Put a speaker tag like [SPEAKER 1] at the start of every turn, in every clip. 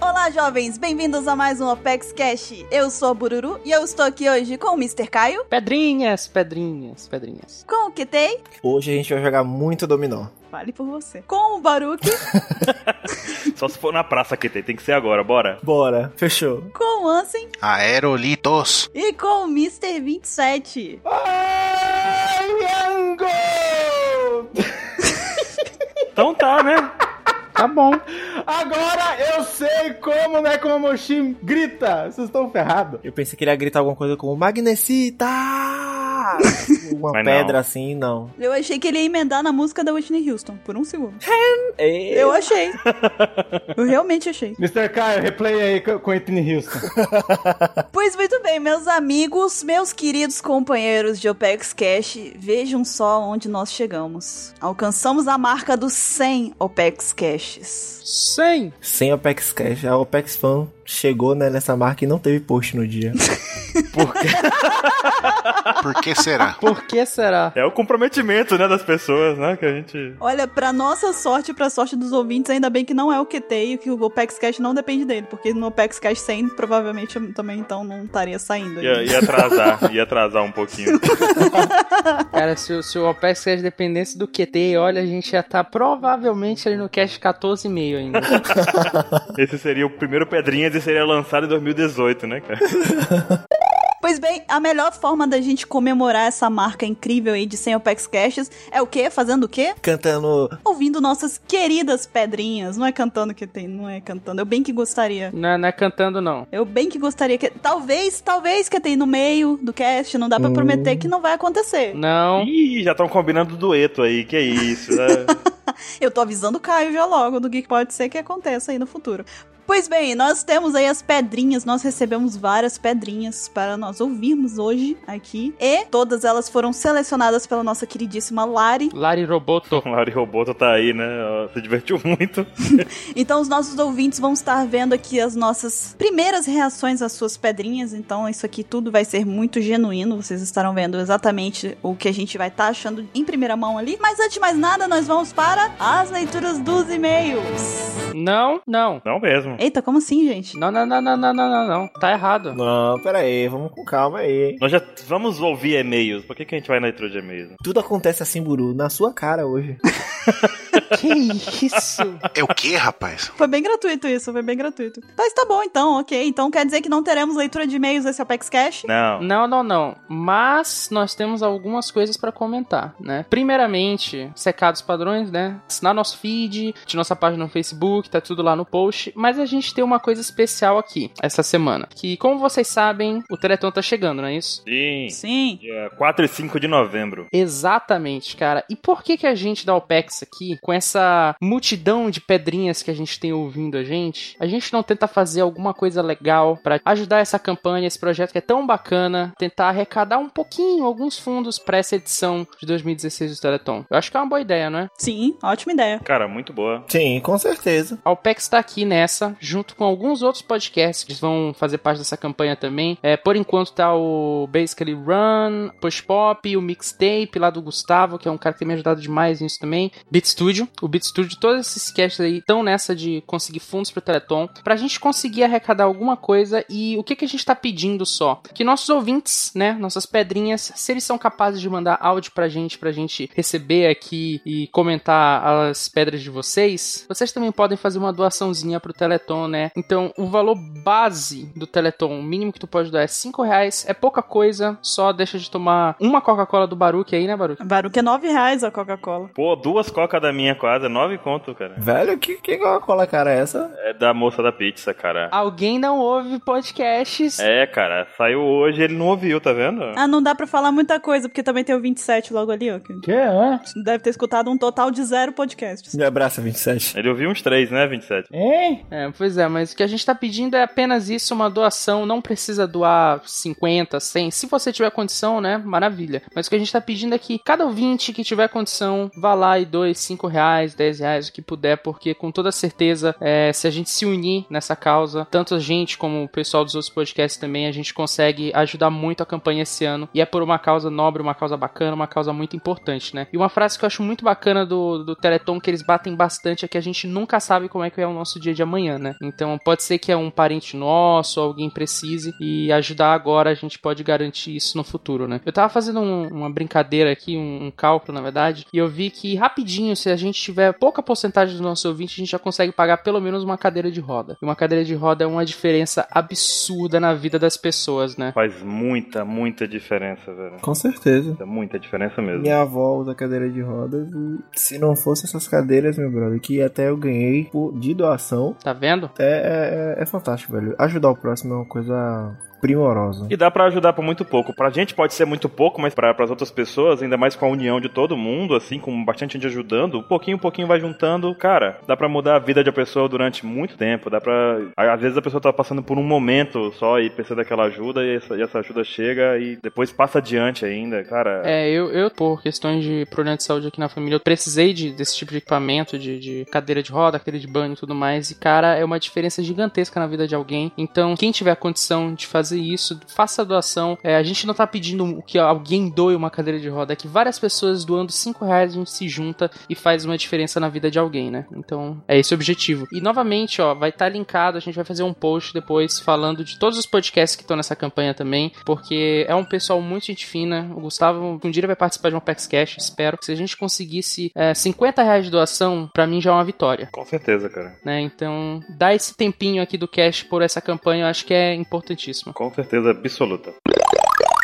[SPEAKER 1] Olá, jovens! Bem-vindos a mais um Opex Cash. Eu sou a Bururu e eu estou aqui hoje com o Mr. Caio,
[SPEAKER 2] Pedrinhas, pedrinhas, pedrinhas.
[SPEAKER 1] com o Kitei,
[SPEAKER 3] Hoje a gente vai jogar muito dominó.
[SPEAKER 1] vale por você, com o Baruque,
[SPEAKER 4] Só se for na praça que tem, tem que ser agora, bora.
[SPEAKER 3] Bora, fechou.
[SPEAKER 1] com o Ansem
[SPEAKER 5] Aerolitos.
[SPEAKER 1] e com o Mr. 27.
[SPEAKER 4] Então tá, né?
[SPEAKER 2] Tá bom.
[SPEAKER 6] Agora eu sei como Nekomamushi grita. Vocês estão ferrados.
[SPEAKER 3] Eu pensei que ele ia gritar alguma coisa como Magnesita! Uma
[SPEAKER 4] Mas não.
[SPEAKER 3] pedra assim, não.
[SPEAKER 1] Ah! Eu achei que ele ia emendar na música da Whitney Houston, por um segundo.
[SPEAKER 3] E-
[SPEAKER 1] Eu achei. Eu realmente achei.
[SPEAKER 6] Mr. Caio, replay aí co- com Anthony Houston.
[SPEAKER 1] Pois muito bem, meus amigos, meus queridos companheiros de OPEX Cash, vejam só onde nós chegamos. Alcançamos a marca dos 100 OPEX Caches.
[SPEAKER 2] 100.
[SPEAKER 3] Sem Opex Cash. A Opex Fan chegou né, nessa marca e não teve post no dia.
[SPEAKER 5] Por que será?
[SPEAKER 2] Por que será?
[SPEAKER 4] É o comprometimento, né, das pessoas, né, que a gente...
[SPEAKER 1] Olha, pra nossa sorte e pra sorte dos ouvintes, ainda bem que não é o QT e que o OPEX Cash não depende dele, porque no OPEX Cash 100 provavelmente eu também então não estaria saindo.
[SPEAKER 4] Ia, ia atrasar, ia atrasar um pouquinho.
[SPEAKER 2] Cara, se, o- se o OPEX seja dependência do QT, olha, a gente já tá provavelmente ali no cast 14,5 ainda.
[SPEAKER 4] Esse seria o primeiro Pedrinhas e seria lançado em 2018, né, cara?
[SPEAKER 1] Pois bem, a melhor forma da gente comemorar essa marca incrível aí de 100 OPEX Caches é o quê? Fazendo o quê?
[SPEAKER 3] Cantando.
[SPEAKER 1] Ouvindo nossas queridas pedrinhas. Não é cantando que tem, não é cantando. Eu bem que gostaria.
[SPEAKER 2] Não é, não é cantando, não.
[SPEAKER 1] Eu bem que gostaria que. Talvez, talvez que tem no meio do cast. Não dá pra
[SPEAKER 3] Hum.
[SPEAKER 1] prometer que não vai acontecer.
[SPEAKER 2] Não.
[SPEAKER 4] Ih, já estão combinando dueto aí, que isso, né?
[SPEAKER 1] Eu tô avisando o Caio já logo do que pode ser que aconteça aí no futuro. Pois bem, nós temos aí as pedrinhas, nós recebemos várias pedrinhas para nós ouvirmos hoje aqui. E todas elas foram selecionadas pela nossa queridíssima Lari.
[SPEAKER 2] Lari Roboto.
[SPEAKER 4] O Lari Roboto tá aí, né? Ó, Se divertiu muito.
[SPEAKER 1] Então os nossos ouvintes vão estar vendo aqui as nossas primeiras reações às suas pedrinhas. Então isso aqui tudo vai ser muito genuíno. Vocês estarão vendo exatamente o que a gente vai estar achando em primeira mão ali. Mas antes de mais nada, nós vamos para as leituras dos e-mails.
[SPEAKER 2] Não, não.
[SPEAKER 4] Não mesmo.
[SPEAKER 1] Eita, como assim, gente?
[SPEAKER 2] Não, não, não, não, não, não, não, não. Tá errado.
[SPEAKER 3] Não, pera aí, vamos com calma aí.
[SPEAKER 4] Nós já vamos ouvir e-mails. Por que, que a gente vai na intro de e-mails? né?
[SPEAKER 3] Tudo acontece assim, Buru, na sua cara hoje.
[SPEAKER 2] Que isso?
[SPEAKER 5] É o que, rapaz?
[SPEAKER 1] Foi bem gratuito isso, foi bem gratuito. Mas tá bom então, ok. Então quer dizer que não teremos leitura de e-mails nesse Apex Cash?
[SPEAKER 4] Não.
[SPEAKER 2] Não, não, não. Mas nós temos algumas coisas pra comentar, né? Primeiramente, secados padrões, né? Assinar nosso feed, de nossa página no Facebook, tá tudo lá no post. Mas a gente tem uma coisa especial aqui essa semana. Que, como vocês sabem, o Teleton tá chegando, não é isso?
[SPEAKER 4] Sim.
[SPEAKER 1] Sim.
[SPEAKER 4] Dia 4 e 5 de novembro.
[SPEAKER 2] Exatamente, cara. E por que que a gente da OPEX aqui, com essa multidão de pedrinhas que a gente tem ouvindo a gente, a gente não tenta fazer alguma coisa legal pra ajudar essa campanha, esse projeto que é tão bacana, tentar arrecadar um pouquinho, alguns fundos pra essa edição de 2016 do Teleton? Eu acho que é uma boa ideia, não é?
[SPEAKER 1] Sim, ótima ideia.
[SPEAKER 4] Cara, muito boa.
[SPEAKER 3] Sim, com certeza.
[SPEAKER 2] A OPEX tá aqui nessa, junto com alguns outros podcasts que vão fazer parte dessa campanha também. É, por enquanto tá o Basically Run, Push Pop, o Mixtape lá do Gustavo, que é um cara que tem me ajudado demais nisso também. Beat Studio. O Beat Studio, todos esses casts aí estão nessa de conseguir fundos pro Teleton, pra gente conseguir arrecadar alguma coisa e o que, que a gente tá pedindo só? Que nossos ouvintes, né, nossas pedrinhas, se eles são capazes de mandar áudio pra gente, pra gente receber aqui e comentar as pedras de vocês, vocês também podem fazer uma doaçãozinha pro Teleton, né? Então, o valor base do Teleton, o mínimo que tu pode dar é 5 reais, é pouca coisa, só deixa de tomar uma Coca-Cola do Baruque aí, né, Baruque?
[SPEAKER 1] Baruque é 9 reais a Coca-Cola.
[SPEAKER 4] Pô, duas cocas da minha quase, nove conto, cara.
[SPEAKER 3] Velho, que, que cola cara é essa?
[SPEAKER 4] É da moça da pizza, cara.
[SPEAKER 2] Alguém não ouve podcasts?
[SPEAKER 4] É, cara, saiu hoje, ele não ouviu, tá vendo?
[SPEAKER 1] Ah, não dá pra falar muita coisa, porque também tem o 27 logo ali, ó. que
[SPEAKER 6] Que é?
[SPEAKER 1] Deve ter escutado um total de zero podcasts.
[SPEAKER 3] Me abraça, 27.
[SPEAKER 4] Ele ouviu uns três, né, 27?
[SPEAKER 6] Hein?
[SPEAKER 2] É, pois é, mas o que a gente tá pedindo é apenas isso, uma doação, não precisa doar 50, 100, se você tiver condição, né, maravilha. Mas o que a gente tá pedindo é que cada ouvinte que tiver condição, vá lá e doe 5 reais, 10 reais, o que puder, porque com toda certeza, é, se a gente se unir nessa causa, tanto a gente como o pessoal dos outros podcasts também, a gente consegue ajudar muito a campanha esse ano, e é por uma causa nobre, uma causa bacana, uma causa muito importante, né. E uma frase que eu acho muito bacana do, do Teleton, que eles batem bastante, é que a gente nunca sabe como é que é o nosso dia de amanhã, né. né? Então pode ser que é um parente nosso, alguém precise e ajudar agora, a gente pode garantir isso no futuro, né? Eu tava fazendo um- uma brincadeira aqui, um, um cálculo, na verdade, e eu vi que rapidinho, se a gente tiver pouca porcentagem do nosso ouvinte, a gente já consegue pagar pelo menos uma cadeira de roda. E uma cadeira de roda é uma diferença absurda na vida das pessoas, né?
[SPEAKER 4] Faz muita, muita diferença, velho.
[SPEAKER 3] Com certeza.
[SPEAKER 4] É Tá muita diferença mesmo.
[SPEAKER 3] Minha avó usa cadeira de rodas e se não fosse essas cadeiras, meu brother, que até eu ganhei por- de doação,
[SPEAKER 2] Tá vendo?
[SPEAKER 3] é, é, é fantástico, velho. Ajudar o próximo é uma coisa primorosa.
[SPEAKER 4] E dá pra ajudar por muito pouco. Pra gente pode ser muito pouco, mas pra, pras outras pessoas, ainda mais com a união de todo mundo, assim, com bastante gente ajudando, pouquinho, pouquinho vai juntando. Cara, dá pra mudar a vida de uma pessoa durante muito tempo. Dá pra. Às vezes a pessoa tá passando por um momento só e precisa daquela ajuda e essa, e essa ajuda chega e depois passa adiante ainda. Cara,
[SPEAKER 2] É, eu, eu, por questões de problema de saúde aqui na família, eu precisei de- desse tipo de equipamento, de, de cadeira de roda, cadeira de banho e tudo mais. E, cara, é uma diferença gigantesca na vida de alguém. Então, quem tiver condição de fazer isso, faça a doação. É, a gente não tá pedindo que alguém doe uma cadeira de roda, é que várias pessoas doando 5 reais a gente se junta e faz uma diferença na vida de alguém, né? Então, é esse o objetivo. E, novamente, ó, vai estar linkado, a gente vai fazer um post depois falando de todos os podcasts que estão nessa campanha também, porque é um pessoal muito gente fina. O Gustavo, um dia ele vai participar de um Pax Cash, espero. Se a gente conseguisse é, 50 reais de doação, pra mim já é uma vitória,
[SPEAKER 4] com certeza, cara.
[SPEAKER 2] né? Então, dar esse tempinho aqui do cash por essa campanha, eu acho que é importantíssimo.
[SPEAKER 4] Com certeza absoluta.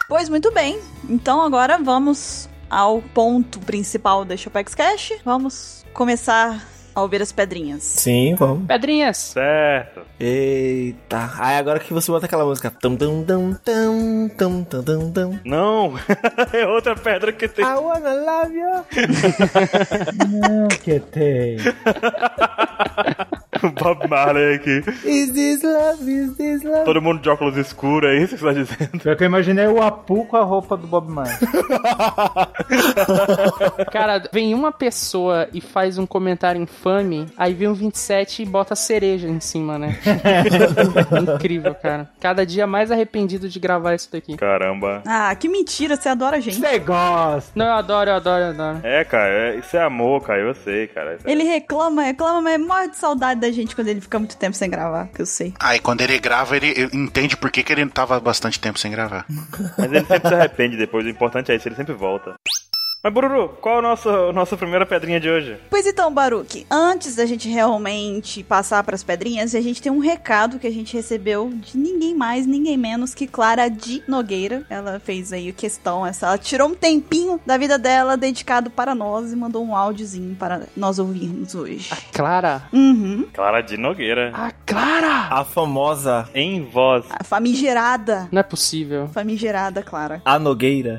[SPEAKER 1] Pois muito bem. Então agora vamos ao ponto principal da Chopex Cash. Vamos começar a ouvir as pedrinhas.
[SPEAKER 3] Sim, vamos.
[SPEAKER 2] Pedrinhas!
[SPEAKER 4] Certo.
[SPEAKER 3] Eita. Aí agora que você bota aquela música. Tum, tum, tum, tum, tum, tum, tum, tum.
[SPEAKER 4] Não! é outra pedra que tem.
[SPEAKER 3] I wanna love you.
[SPEAKER 6] Não, que tem.
[SPEAKER 4] o Bob Marley aqui.
[SPEAKER 3] Is this love? Is this love?
[SPEAKER 4] Todo mundo de óculos escuros, é isso que você tá dizendo?
[SPEAKER 6] Pior que eu imaginei o Apu com a roupa do Bob Marley.
[SPEAKER 2] Cara, vem uma pessoa e faz um comentário infame, aí vem um 27 e bota cereja em cima, né? Incrível, cara. Cada dia mais arrependido de gravar isso daqui.
[SPEAKER 4] Caramba.
[SPEAKER 1] Ah, que mentira, você adora a gente.
[SPEAKER 6] Você gosta.
[SPEAKER 2] Não, eu adoro, eu adoro, eu adoro.
[SPEAKER 4] É, cara, é- isso é amor, cara, eu sei, cara. Isso é-
[SPEAKER 1] Ele reclama, reclama, mas morre de saudade da gente quando ele fica muito tempo sem gravar, que eu sei.
[SPEAKER 5] Aí quando ele grava, ele ele entende por que, que ele tava bastante tempo sem gravar.
[SPEAKER 4] Mas ele sempre se arrepende depois, o importante é isso, ele sempre volta. Mas, Bururu, qual a nossa, a nossa primeira pedrinha de hoje?
[SPEAKER 1] Pois então, Baruque, antes da gente realmente passar pras pedrinhas, a gente tem um recado que a gente recebeu de ninguém mais, ninguém menos que Clara de Nogueira. Ela fez aí questão, essa, ela tirou um tempinho da vida dela dedicado para nós e mandou um áudiozinho para nós ouvirmos hoje.
[SPEAKER 2] Clara!
[SPEAKER 1] Uhum.
[SPEAKER 4] Clara de Nogueira.
[SPEAKER 2] Ah, Clara!
[SPEAKER 3] A famosa
[SPEAKER 4] Em voz.
[SPEAKER 1] A famigerada.
[SPEAKER 2] Não é possível.
[SPEAKER 1] Famigerada, Clara.
[SPEAKER 3] A Nogueira.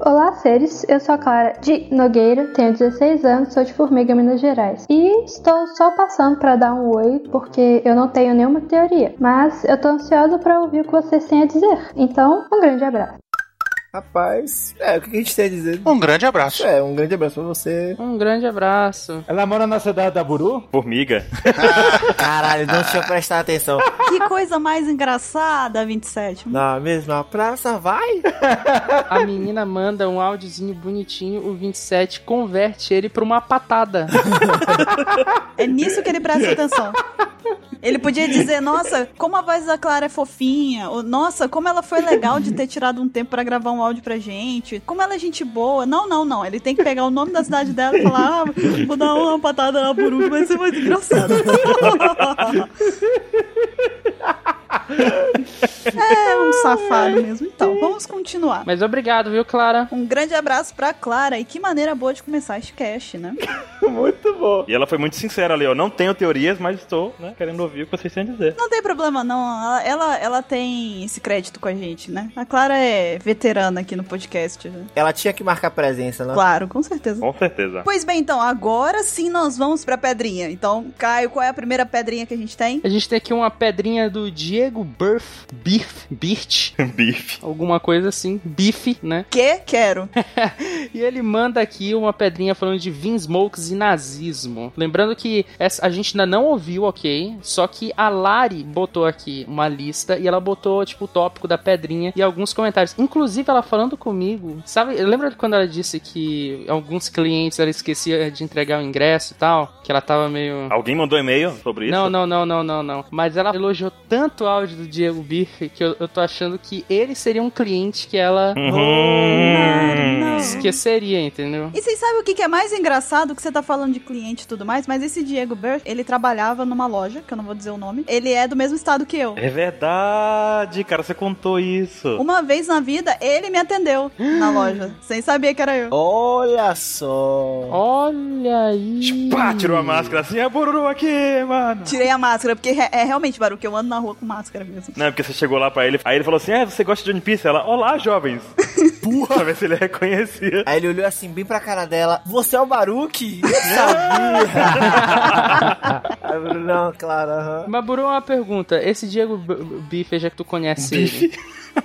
[SPEAKER 7] Olá, seres. Eu sou a Clara de Nogueira, tenho 16 anos, sou de Formiga, Minas Gerais. E estou só passando para dar um oi, porque eu não tenho nenhuma teoria. Mas eu tô ansiosa para ouvir o que vocês têm a dizer. Então, um grande abraço.
[SPEAKER 3] Rapaz, é, o que a gente tem a dizer?
[SPEAKER 5] Um grande abraço.
[SPEAKER 3] É, um grande abraço pra você.
[SPEAKER 2] Um grande abraço.
[SPEAKER 6] Ela mora na cidade da Buru?
[SPEAKER 4] Formiga.
[SPEAKER 3] Caralho, não deixa eu prestar atenção.
[SPEAKER 1] Que coisa mais engraçada, 27.
[SPEAKER 3] Na mesma praça, vai!
[SPEAKER 2] A menina manda um áudiozinho bonitinho, o 27 converte ele pra uma patada.
[SPEAKER 1] É nisso que ele presta atenção. Ele podia dizer, nossa, como a voz da Clara é fofinha, ou nossa, como ela foi legal de ter tirado um tempo pra gravar um áudio pra gente, como ela é gente boa. Não, não, não. Ele tem que pegar o nome da cidade dela e falar, ah, vou dar uma patada na Buru, vai ser muito engraçado. é um safado mesmo. Então, vamos continuar.
[SPEAKER 2] Mas obrigado, viu, Clara?
[SPEAKER 1] Um grande abraço pra Clara e que maneira boa de começar este cast, né?
[SPEAKER 6] Muito bom.
[SPEAKER 4] E ela foi muito sincera ali, ó. Não tenho teorias, mas estou, né, querendo ouvir o que vocês têm a dizer.
[SPEAKER 1] Não tem problema, não. Ela, ela, ela tem esse crédito com a gente, né? A Clara é veterana aqui no podcast. né?
[SPEAKER 3] Ela tinha que marcar presença, né?
[SPEAKER 1] Claro, com certeza.
[SPEAKER 4] Com certeza.
[SPEAKER 1] Pois bem, então, agora sim nós vamos pra pedrinha. Então, Caio, qual é a primeira pedrinha que a gente tem?
[SPEAKER 2] A gente tem aqui uma pedrinha do Diego Birth, Birth, Birch,
[SPEAKER 4] Bife.
[SPEAKER 2] alguma coisa assim, bife, né?
[SPEAKER 1] Que quero.
[SPEAKER 2] E ele manda aqui uma pedrinha falando de Vinsmokes e nazismo. Lembrando que essa- a gente ainda não ouviu, ok? Só que a Lari botou aqui uma lista e ela botou, tipo, o tópico da pedrinha e alguns comentários. Inclusive, ela falando comigo, sabe? Lembra quando ela disse que alguns clientes ela esquecia de entregar o ingresso e tal? Que ela tava meio.
[SPEAKER 4] Alguém mandou e-mail sobre isso?
[SPEAKER 2] Não, não, não, não, não, não. Mas ela elogiou tanto o áudio do Diego Bife que eu, eu tô achando que ele seria um cliente que ela
[SPEAKER 4] Uhum.
[SPEAKER 1] Não, não.
[SPEAKER 2] esqueceria, entendeu?
[SPEAKER 1] E vocês sabem o que que é mais engraçado? Que você tá falando de cliente e tudo mais, mas esse Diego Bert, ele trabalhava numa loja, que eu não vou dizer o nome. Ele é do mesmo estado que eu.
[SPEAKER 4] É verdade, cara, você contou isso.
[SPEAKER 1] Uma vez na vida, ele me atendeu na loja, sem saber que era eu.
[SPEAKER 3] Olha
[SPEAKER 1] Oh.
[SPEAKER 3] só.
[SPEAKER 2] Olha aí.
[SPEAKER 4] Pá, tirou a máscara assim, é bururu aqui, mano.
[SPEAKER 1] Tirei a máscara, porque re- é realmente, Baru, que eu ando na rua com máscara mesmo.
[SPEAKER 4] Não, porque você chegou lá pra ele, aí ele falou assim, é, você gosta de One Piece? Ela, olá, jovens. Porra. Pra ver se ele reconhecia.
[SPEAKER 3] Aí ele olhou assim bem pra cara dela. Você é o Baruque? Eu sabia. Aí Bruno, não, claro. aham.
[SPEAKER 2] Mas, Buru, uma pergunta. Esse Diego B- B- Bife, já que tu conhece ele,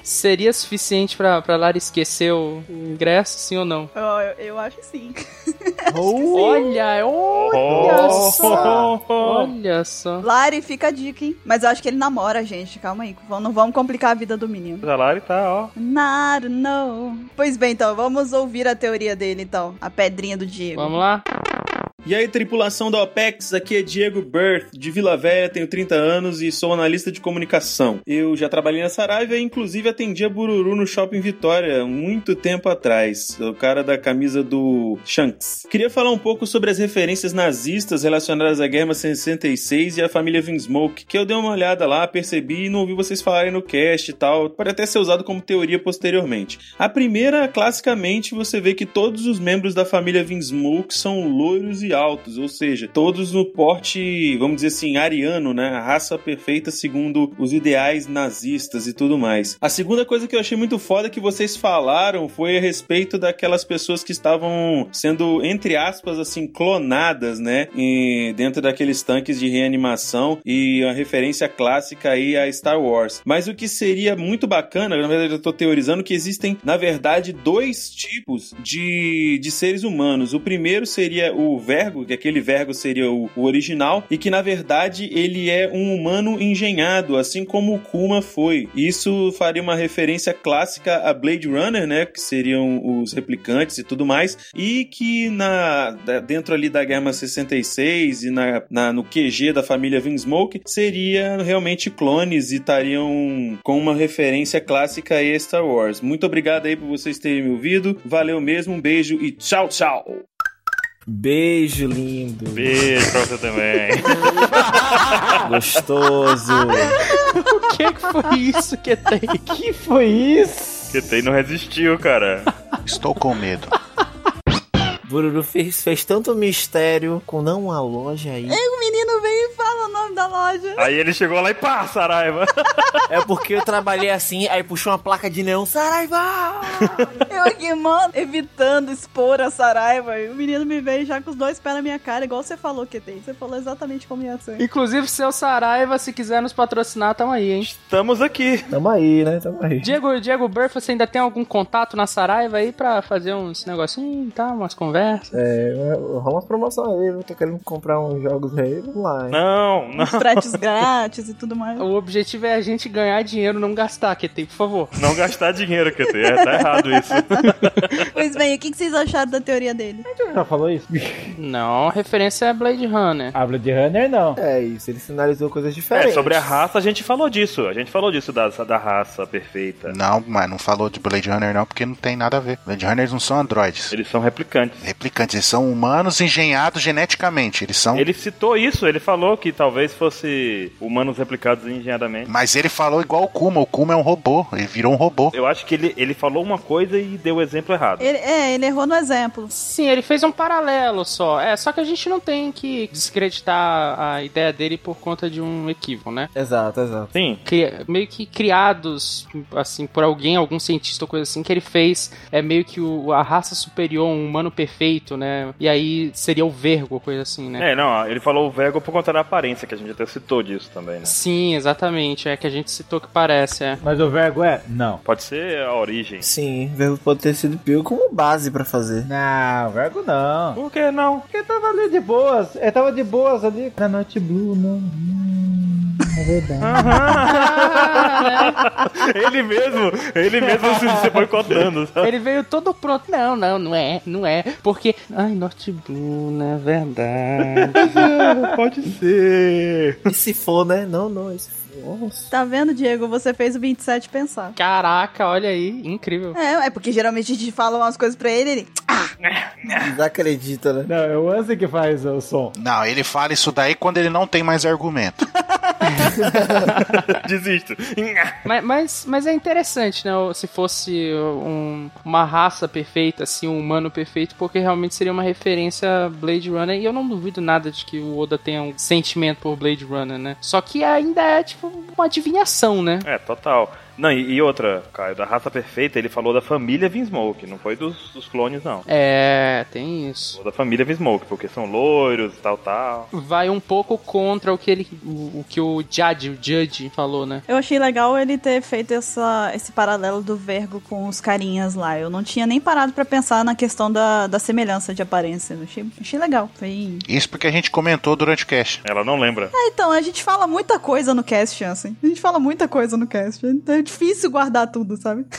[SPEAKER 2] seria suficiente pra, pra Lara esquecer o o ingresso, sim ou não?
[SPEAKER 1] Eu, eu- eu acho que sim.
[SPEAKER 2] Olha, é um- olha só. Olha só.
[SPEAKER 1] Lari, fica a dica, hein? Mas eu acho que ele namora, gente. Calma aí. vamos- Não vamos complicar a vida do menino.
[SPEAKER 4] O salário tá, ó.
[SPEAKER 1] Not no. Pois bem, então, vamos ouvir a teoria dele, então. A pedrinha do Diego.
[SPEAKER 2] Vamos lá?
[SPEAKER 8] E aí, tripulação da OPEX, aqui é Diego Berth, de Vila Velha, tenho 30 anos e sou analista de comunicação. Eu já trabalhei na Saraiva e, inclusive, atendia Bururu no Shopping Vitória, muito tempo atrás. O cara da camisa do Shanks. Queria falar um pouco sobre as referências nazistas relacionadas à Guerra 66 e à família Vinsmoke, que eu dei uma olhada lá, percebi e não ouvi vocês falarem no cast e tal. Pode até ser usado como teoria posteriormente. A primeira, classicamente, você vê que todos os membros da família Vinsmoke são loiros e altos, ou seja, todos no porte, vamos dizer assim, ariano, né? A raça perfeita segundo os ideais nazistas e tudo mais. A segunda coisa que eu achei muito foda que vocês falaram foi a respeito daquelas pessoas que estavam sendo, entre aspas, assim, clonadas, né? E dentro daqueles tanques de reanimação e a referência clássica aí a Star Wars. Mas o que seria muito bacana, na verdade eu tô teorizando que existem, na verdade, dois tipos de, de seres humanos. O primeiro seria o vergo, que aquele vergo seria o, o original, e que na verdade ele é um humano engenhado, assim como o Kuma foi. Isso faria uma referência clássica a Blade Runner, né? Que seriam os replicantes e tudo mais. E que na da- dentro ali da Guerra 66 e na, na- no QG da família Vinsmoke seria realmente clones e estariam com uma referência clássica a Star Wars. Muito obrigado aí por vocês terem me ouvido. Valeu mesmo, um beijo e tchau, tchau!
[SPEAKER 3] Beijo lindo.
[SPEAKER 4] Beijo pra você também.
[SPEAKER 3] Gostoso.
[SPEAKER 2] O que, que foi isso que tá tem?
[SPEAKER 6] Que foi isso?
[SPEAKER 4] Porque tem não resistiu, cara.
[SPEAKER 5] Estou com medo.
[SPEAKER 3] Bururu fez, fez tanto mistério com não uma loja aí.
[SPEAKER 1] O menino veio e fala o nome da loja.
[SPEAKER 4] Aí ele chegou lá e pá, Saraiva.
[SPEAKER 3] É porque eu trabalhei assim, aí puxou uma placa de neon. Saraiva!
[SPEAKER 1] Eu aqui, mano, evitando expor a Saraiva. E o menino me veio já com os dois pés na minha cara, igual você falou que tem. Você falou exatamente como ia ser.
[SPEAKER 2] Inclusive, seu Saraiva, se quiser nos patrocinar, tamo aí, hein?
[SPEAKER 4] Estamos aqui.
[SPEAKER 3] Tamo aí, né? Tamo aí.
[SPEAKER 2] Diego, Diego Burf, você ainda tem algum contato na Saraiva aí pra fazer uns negocinho, tá? Umas conversas.
[SPEAKER 3] É, rola uma promoção aí, eu tô querendo comprar uns jogos aí, vamos lá. hein?
[SPEAKER 4] Não,
[SPEAKER 2] Um
[SPEAKER 4] não,
[SPEAKER 1] Fretes grátis e tudo mais.
[SPEAKER 2] O objetivo é a gente ganhar dinheiro, não gastar, que tem, por favor.
[SPEAKER 4] não gastar dinheiro, QT. É, tá errado isso.
[SPEAKER 1] Pois bem, o que que vocês acharam da teoria dele?
[SPEAKER 6] Já falou isso?
[SPEAKER 2] Não, a referência é Blade Runner.
[SPEAKER 3] Ah,
[SPEAKER 6] Habla de Runner, não.
[SPEAKER 3] É isso, ele sinalizou coisas
[SPEAKER 4] É,
[SPEAKER 3] diferentes.
[SPEAKER 4] sobre a raça a gente falou disso. A gente falou disso da, da raça perfeita.
[SPEAKER 5] Não, mas não falou de Blade Runner não, porque não tem nada a ver. Blade Runners não são androides.
[SPEAKER 4] Eles são replicantes.
[SPEAKER 5] Replicantes, eles são humanos engenhados geneticamente. Eles são.
[SPEAKER 4] Ele citou isso, ele falou que talvez fosse humanos replicados engenhadamente.
[SPEAKER 5] Mas ele falou igual o Kuma. O Kuma é um robô. Ele virou um robô.
[SPEAKER 4] Eu acho que ele, ele falou uma coisa e deu o exemplo errado.
[SPEAKER 1] Ele- é, ele errou no exemplo.
[SPEAKER 2] Sim, ele fez um paralelo só. É, só que a gente não tem que descreditar a ideia dele por conta de um equívoco, né?
[SPEAKER 3] Exato, exato.
[SPEAKER 4] Sim,
[SPEAKER 2] Cri- meio que criados, assim, por alguém, algum cientista ou coisa assim, que ele fez é meio que o- a raça superior, um humano perfeito, né? E aí seria o vergo, coisa assim, né?
[SPEAKER 4] É, não, ó, ele falou o Vego por conta da aparência, que a gente até citou disso também, né?
[SPEAKER 2] Sim, exatamente. É que a gente citou que parece, é.
[SPEAKER 6] Mas o verbo é não.
[SPEAKER 4] Pode ser a origem.
[SPEAKER 3] Sim, verbo pode ter sido pego como base pra fazer.
[SPEAKER 6] Não, verbo não.
[SPEAKER 4] Por que não?
[SPEAKER 6] Porque tava ali de boas. Ele tava de boas ali. Na Noite Blue, não. Hum, É verdade.
[SPEAKER 4] ele mesmo, ele mesmo se, se boicotando, sabe?
[SPEAKER 2] Ele veio todo pronto. Não, não, não é, não é. Porque. Ai, Norte Blue, na verdade.
[SPEAKER 4] Pode ser.
[SPEAKER 3] E se for, né? Não, não, esse Nossa.
[SPEAKER 1] Tá vendo, Diego? Você fez o 27 pensar.
[SPEAKER 2] Caraca, olha aí, incrível.
[SPEAKER 1] É, é porque geralmente a gente fala umas coisas pra ele, ele.
[SPEAKER 3] Desacredita, né?
[SPEAKER 6] Não, é o Anzi que faz o som.
[SPEAKER 5] Não, ele fala isso daí quando ele não tem mais argumento.
[SPEAKER 4] Desisto.
[SPEAKER 2] Mas, mas, mas é interessante, né? Se fosse um- uma raça perfeita, assim, um humano perfeito, porque realmente seria uma referência a Blade Runner. E eu não duvido nada de que o Oda tenha um sentimento por Blade Runner, né? Só que ainda é, tipo, uma adivinhação, né?
[SPEAKER 4] É, total. Não, e, e outra, Caio, da raça perfeita, ele falou da família Vinsmoke, não foi dos, dos clones, não.
[SPEAKER 2] É, tem isso.
[SPEAKER 4] Falou da família Vinsmoke, porque são loiros e tal, tal.
[SPEAKER 2] vai um pouco contra o que ele o, o que o Judge, o Judge falou, né?
[SPEAKER 1] Eu achei legal ele ter feito essa, esse paralelo do Vergo com os carinhas lá. Eu não tinha nem parado pra pensar na questão da, da semelhança de aparência. Eu achei, achei legal. Foi.
[SPEAKER 5] Isso porque a gente comentou durante o cast.
[SPEAKER 4] Ela não lembra.
[SPEAKER 1] Ah, então, a gente fala muita coisa no cast, Chance. A gente fala muita coisa no cast. Então é difícil guardar tudo, sabe?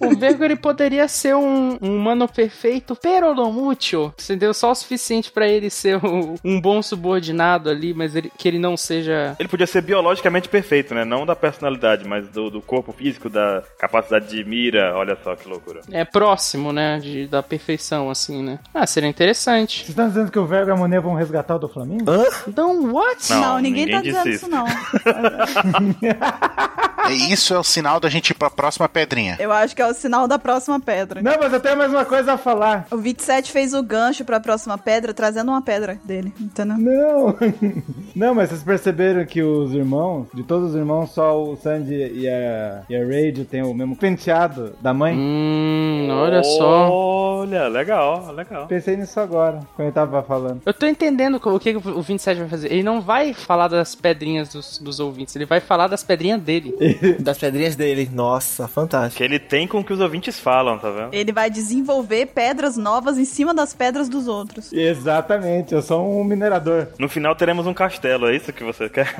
[SPEAKER 2] O Vergo ele poderia ser um, um humano perfeito, pero no mucho, entendeu? Só o suficiente pra ele ser um, um bom subordinado ali, mas ele, que ele não seja
[SPEAKER 4] Ele podia ser biologicamente perfeito, né? Não da personalidade, mas do, do corpo físico, da capacidade de mira. Olha só que loucura.
[SPEAKER 2] é próximo, né, de, da perfeição assim, né? Ah, seria interessante.
[SPEAKER 6] Vocês estão tá dizendo que o verbo e a Monet vão resgatar o do Flamengo?
[SPEAKER 2] Então, what?
[SPEAKER 4] Não,
[SPEAKER 1] ninguém, tá
[SPEAKER 4] ninguém
[SPEAKER 1] dizendo
[SPEAKER 4] disse
[SPEAKER 1] isso, não.
[SPEAKER 5] E Isso é o sinal da gente ir pra próxima pedrinha.
[SPEAKER 1] Eu acho que é o sinal da próxima pedra.
[SPEAKER 6] Não, mas eu tenho mais uma coisa a falar.
[SPEAKER 1] O 27 fez o gancho pra próxima pedra, trazendo uma pedra dele, entendeu?
[SPEAKER 6] Não! Não, mas vocês perceberam que os irmãos, de todos os irmãos, só o Sandy e a, e a Raid tem o mesmo penteado da mãe?
[SPEAKER 2] Hum, olha só.
[SPEAKER 4] Olha, legal, Oh, legal.
[SPEAKER 6] Pensei nisso agora, quando ele tava falando.
[SPEAKER 2] Eu tô entendendo o que o 27 vai fazer. Ele não vai falar das pedrinhas dos, dos ouvintes, ele vai falar das pedrinhas dele.
[SPEAKER 3] Das pedrinhas dele. Nossa,
[SPEAKER 4] Que
[SPEAKER 3] fantástico.
[SPEAKER 4] ele tem com o que os ouvintes falam, tá vendo?
[SPEAKER 1] Ele vai desenvolver pedras novas em cima das pedras dos outros.
[SPEAKER 6] Exatamente, eu sou um minerador.
[SPEAKER 4] No final teremos um castelo, é isso que você quer?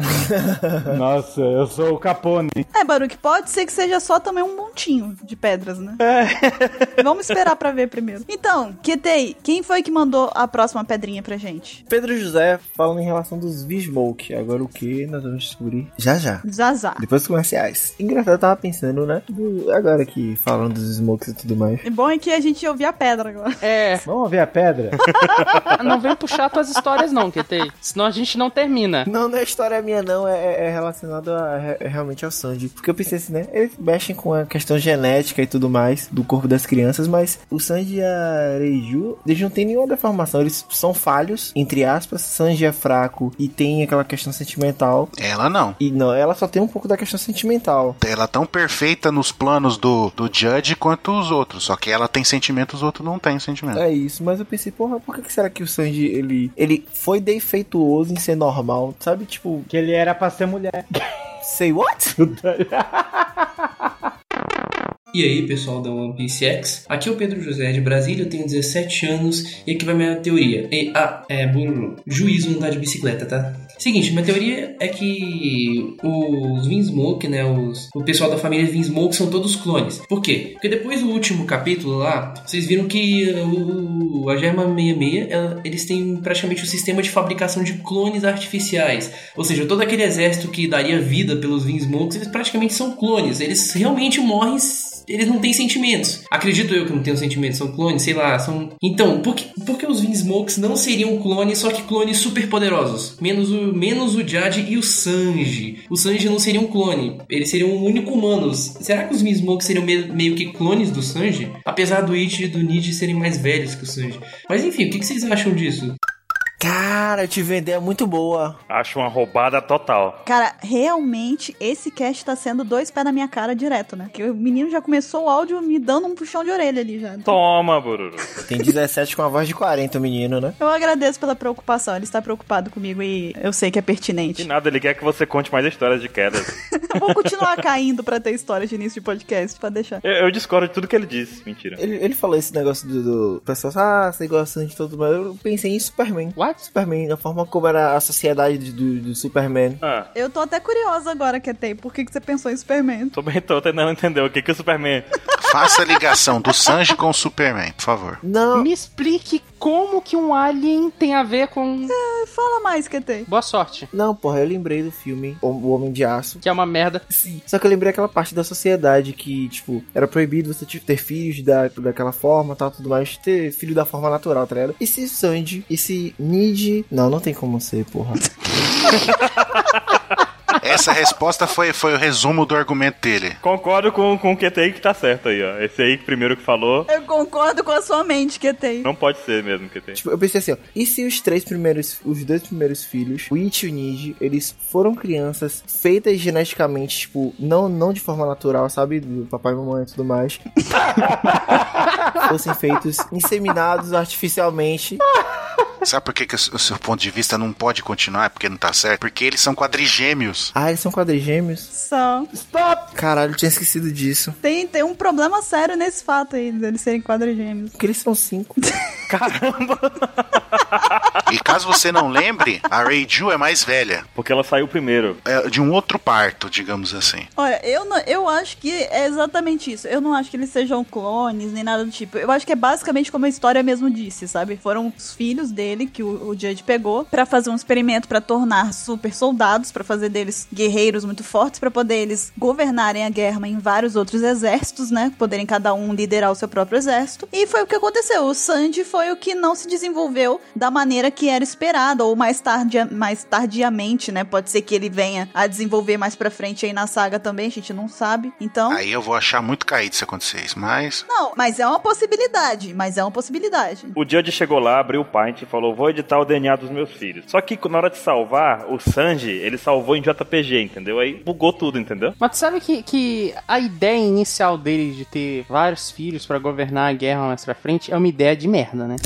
[SPEAKER 6] Nossa, eu sou o Capone.
[SPEAKER 1] É, Baruque, pode ser que seja só também um montinho de pedras, né?
[SPEAKER 6] É.
[SPEAKER 1] Vamos esperar pra ver primeiro. Então, Ketei, quem foi que mandou a próxima pedrinha pra gente?
[SPEAKER 3] Pedro José falando em relação dos V-Smoke. Agora o que nós vamos descobrir já já.
[SPEAKER 1] Zazá.
[SPEAKER 3] Depois dos comerciais. Engraçado, eu tava pensando, né? do- Agora que falando dos smokes e tudo mais.
[SPEAKER 1] O bom é que a gente ouviu a pedra agora.
[SPEAKER 2] É,
[SPEAKER 6] Vamos ver a pedra?
[SPEAKER 2] Ah, Não vem puxar tuas histórias, não, QT. Senão a gente não termina.
[SPEAKER 3] Não, não é história minha, não. É, é- é relacionado a- é- é realmente ao Sandy. Porque eu pensei assim, né? Eles mexem com a questão genética e tudo mais do corpo das crianças, mas o Sanji e a Reiju, eles não têm nenhuma deformação. Eles são falhos, entre aspas. Sanji é fraco e tem aquela questão sentimental.
[SPEAKER 5] Ela não.
[SPEAKER 3] E não, ela só tem um pouco da questão sentimental.
[SPEAKER 5] Ela é tão perfeita nos planos do, do Judge quanto os outros. Só que ela tem sentimentos, os outros não têm sentimento.
[SPEAKER 3] É isso, mas eu pensei, porra, por que que será que o Sanji, ele, ele foi defeituoso em ser normal? Sabe, tipo,
[SPEAKER 6] Que ele era pra ser mulher.
[SPEAKER 3] say what?
[SPEAKER 9] E aí, pessoal da One Piece X? Aqui é o Pedro José de Brasília, eu tenho 17 anos e aqui vai minha teoria. E, ah, é, bururu. Juízo não dá de bicicleta, tá? Seguinte, minha teoria é que os Vinsmoke, né, os, o pessoal da família Vinsmoke são todos clones. Por quê? Porque depois do último capítulo lá, vocês viram que eh, o, a Germa 66, ela- eles têm praticamente um sistema de fabricação de clones artificiais. Ou seja, todo aquele exército que daria vida pelos Vinsmokes, eles praticamente são clones. Eles realmente morrem. s- Eles não têm sentimentos. Acredito eu que não tenham sentimentos, são clones, sei lá, são. Então, por que, por que os Vinsmokes não seriam clones, só que clones super poderosos? Menos o, menos o Jade e o Sanji. O Sanji não seria um clone, ele seria um único humano. Será que os Vinsmokes seriam me- meio que clones do Sanji? Apesar do Ichi e do Nid serem mais velhos que o Sanji. Mas enfim, o que que vocês acham disso?
[SPEAKER 3] Cara, eu tive uma ideia é muito boa.
[SPEAKER 4] Acho uma roubada total.
[SPEAKER 1] Cara, realmente esse cast tá sendo dois pés na minha cara direto, né? Que o menino já começou o áudio me dando um puxão de orelha ali já.
[SPEAKER 4] Toma, Bururu.
[SPEAKER 3] Tem 17 com a voz de 40, o menino, né?
[SPEAKER 1] Eu agradeço pela preocupação, ele está preocupado comigo e eu sei que é
[SPEAKER 4] De
[SPEAKER 1] pertinente.
[SPEAKER 4] nada, ele quer que você conte mais histórias de quedas.
[SPEAKER 1] Eu vou continuar caindo pra ter história de início de podcast, pra deixar.
[SPEAKER 4] eu, eu discordo de tudo que ele disse. Mentira.
[SPEAKER 3] Ele, ele falou esse negócio do, do o pessoal, ah, você gosta de todo mundo. Eu pensei em Superman.
[SPEAKER 2] What?
[SPEAKER 3] Superman, da forma como era a sociedade do- do, do Superman.
[SPEAKER 4] Ah,
[SPEAKER 1] Eu tô até curiosa agora, Ketei, por que, que você pensou em Superman?
[SPEAKER 4] tô bem, tô tentando entender o que que o Superman...
[SPEAKER 5] Faça a ligação do Sanji com o Superman, por favor.
[SPEAKER 3] Não,
[SPEAKER 2] Me explique como que um alien tem a ver com.
[SPEAKER 1] Fala mais, Ketei.
[SPEAKER 2] Boa sorte.
[SPEAKER 3] não, porra, eu lembrei do filme O- O Homem de Aço.
[SPEAKER 2] Que é uma merda.
[SPEAKER 3] Sim. Só que eu lembrei aquela parte da sociedade que, tipo, era proibido você tipo, ter filhos da, daquela forma, tal, tudo mais. Ter filho da forma natural, tá ligado? E se Sanji, e se Nid... Não, não tem como ser, porra.
[SPEAKER 5] Essa resposta foi, foi o resumo do argumento dele.
[SPEAKER 4] Concordo com, com o QTI que tá certo aí, ó. Esse aí que primeiro que falou...
[SPEAKER 1] Eu concordo com a sua mente, Ketei.
[SPEAKER 4] Não pode ser mesmo, QTI.
[SPEAKER 3] Tipo, eu pensei assim, ó, e se os três primeiros, os dois primeiros filhos, o Ichi e o Niji, eles foram crianças feitas geneticamente, tipo, não, não de forma natural, sabe, do papai e mamãe e tudo mais. fossem feitos, inseminados artificialmente.
[SPEAKER 5] Sabe por que, que o seu o seu ponto de vista não pode continuar? Porque não tá certo? Porque eles são quadrigêmeos.
[SPEAKER 3] Ah, eles são quadrigêmeos?
[SPEAKER 1] São.
[SPEAKER 3] Caralho, eu tinha esquecido disso.
[SPEAKER 1] Tem, tem um problema sério nesse fato aí, deles serem quadrigêmeos.
[SPEAKER 3] Porque eles são cinco.
[SPEAKER 5] E caso você não lembre, a Reiju é mais velha.
[SPEAKER 4] Porque ela saiu primeiro.
[SPEAKER 5] É de um outro parto, digamos assim.
[SPEAKER 1] Olha, eu, não- eu acho que é exatamente isso. Eu não acho que eles sejam clones nem nada do tipo. Eu acho que é basicamente como a história mesmo disse, sabe? Foram os filhos dele que o, o Judge pegou pra fazer um experimento pra tornar super soldados, pra fazer deles guerreiros muito fortes, pra poder eles governarem a guerra em vários outros exércitos, né? Poderem cada um liderar o seu próprio exército. E foi o que aconteceu. O Sandy foi o que não se desenvolveu da maneira que era esperada, ou mais, tardia, mais tardiamente, né? Pode ser que ele venha a desenvolver mais pra frente aí na saga também, a gente não sabe. Então.
[SPEAKER 5] Aí eu vou achar muito caído se acontecer isso, mas.
[SPEAKER 1] Não, mas é uma possibilidade. Mas é uma possibilidade.
[SPEAKER 4] O Judge chegou lá, abriu o Paint e falou: Vou editar o DNA dos meus filhos. Só que na hora de salvar, o Sanji, ele salvou em JPG, entendeu? Aí bugou tudo, entendeu?
[SPEAKER 2] Mas tu sabe que, que a ideia inicial dele de ter vários filhos pra governar a guerra mais pra frente é uma ideia de merda, né?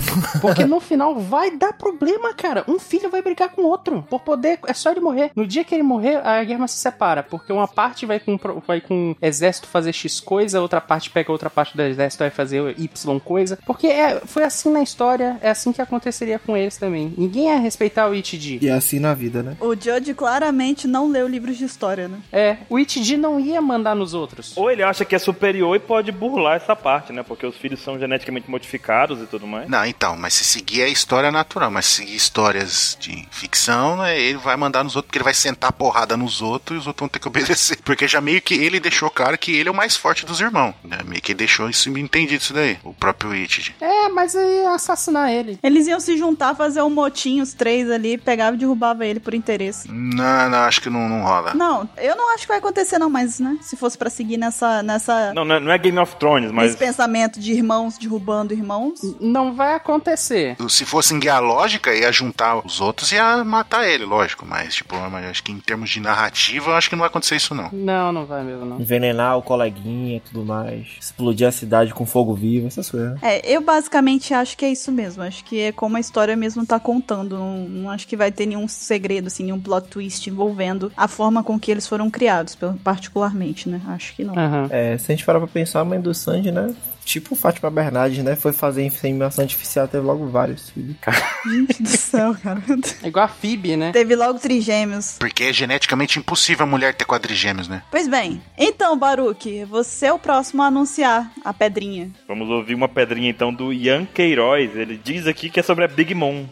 [SPEAKER 2] Porque no final vai dar problema, cara. Um filho vai brigar com o outro por poder. É só ele morrer. No dia que ele morrer, a guerra se separa. Porque uma parte vai com, pro- vai com o exército fazer X coisa, outra parte pega outra parte do exército e vai fazer Y coisa. Porque é- foi assim na história, é assim que aconteceria com eles também. Ninguém ia respeitar o Itidi.
[SPEAKER 3] E é assim na vida, né?
[SPEAKER 1] O Judge claramente não leu livros de história, né?
[SPEAKER 2] É, o Itidi não ia mandar nos outros.
[SPEAKER 4] Ou ele acha que é superior e pode burlar essa parte, né? Porque os filhos são geneticamente modificados e tudo mais.
[SPEAKER 5] Não, então, mas se seguir é história natural, mas se seguir histórias de ficção, né, ele vai mandar nos outros, porque ele vai sentar a porrada nos outros e os outros vão ter que obedecer. Porque já meio que ele deixou claro que ele é o mais forte dos irmãos. Né? Meio que deixou isso entendido isso daí, o próprio Itid.
[SPEAKER 2] É, mas aí ia assassinar ele.
[SPEAKER 1] Eles iam se juntar, fazer um motim, os três ali, pegava e derrubava ele por interesse.
[SPEAKER 5] Não, não, acho que não, não rola.
[SPEAKER 1] Não, eu não acho que vai acontecer, não, mas, né? Se fosse pra seguir nessa. nessa
[SPEAKER 4] Não, não é, não é Game of Thrones, mas.
[SPEAKER 1] Esse pensamento de irmãos derrubando irmãos.
[SPEAKER 2] Não vai acontecer.
[SPEAKER 5] Se fosse em guia lógica, ia juntar os outros e ia matar ele, lógico. Mas, tipo, mas acho que em termos de narrativa, eu acho que não vai acontecer isso, não.
[SPEAKER 2] Não, não vai mesmo, não.
[SPEAKER 3] Envenenar o coleguinha e tudo mais. Explodir a cidade com fogo vivo, essas coisas.
[SPEAKER 1] É, eu basicamente acho que é isso mesmo. Acho que é como a história mesmo tá contando. Não, não acho que vai ter nenhum segredo, assim, nenhum plot twist envolvendo a forma com que eles foram criados, pe- particularmente, né? Acho que não.
[SPEAKER 2] Aham.
[SPEAKER 3] É, se a gente parar pra pensar, a mãe do Sanji, né? Tipo o Fátima Bernardes, né? Foi fazer inseminação artificial, teve logo vários filhos.
[SPEAKER 1] Gente do céu, cara.
[SPEAKER 2] É igual a Phoebe, né?
[SPEAKER 1] Teve logo trigêmeos.
[SPEAKER 5] Porque é geneticamente impossível a mulher ter quadrigêmeos, né?
[SPEAKER 1] Pois bem, então, Baruque, você é o próximo a anunciar a pedrinha.
[SPEAKER 4] Vamos ouvir uma pedrinha então do Ian Queiroz. Ele diz aqui que é sobre a Big Mom.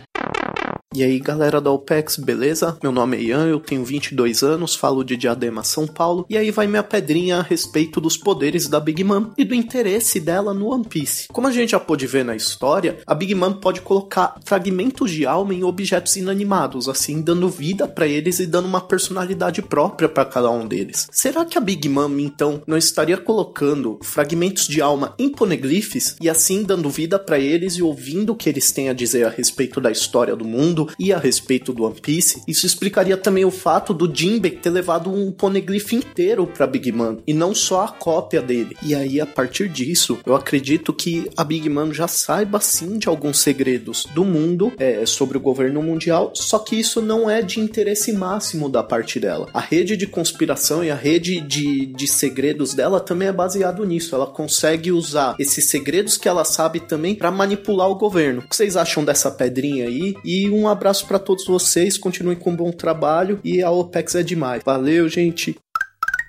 [SPEAKER 10] E aí galera da OPEX, beleza? Meu nome é Ian, eu tenho 22 anos, falo de Diadema, São Paulo, e aí vai minha pedrinha a respeito dos poderes da Big Mom e do interesse dela no One Piece. Como a gente já pôde ver na história, a Big Mom pode colocar fragmentos de alma em objetos inanimados, assim dando vida pra eles e dando uma personalidade própria pra cada um deles. Será que a Big Mom então não estaria colocando fragmentos de alma em poneglyphs e assim dando vida pra eles e ouvindo o que eles têm a dizer a respeito da história do mundo? mundo e a respeito do One Piece. Isso explicaria também o fato do Jinbe ter levado um poneglyph inteiro para Big Man e não só a cópia dele. E aí a partir disso, eu acredito que a Big Man já saiba sim de alguns segredos do mundo é, sobre o governo mundial, só que isso não é de interesse máximo da parte dela. A rede de conspiração e a rede de, de segredos dela também é baseado nisso. Ela consegue usar esses segredos que ela sabe também para manipular o governo. O que vocês acham dessa pedrinha aí? E um abraço para todos vocês. Continuem com um bom trabalho e a OPEX é demais. Valeu, gente.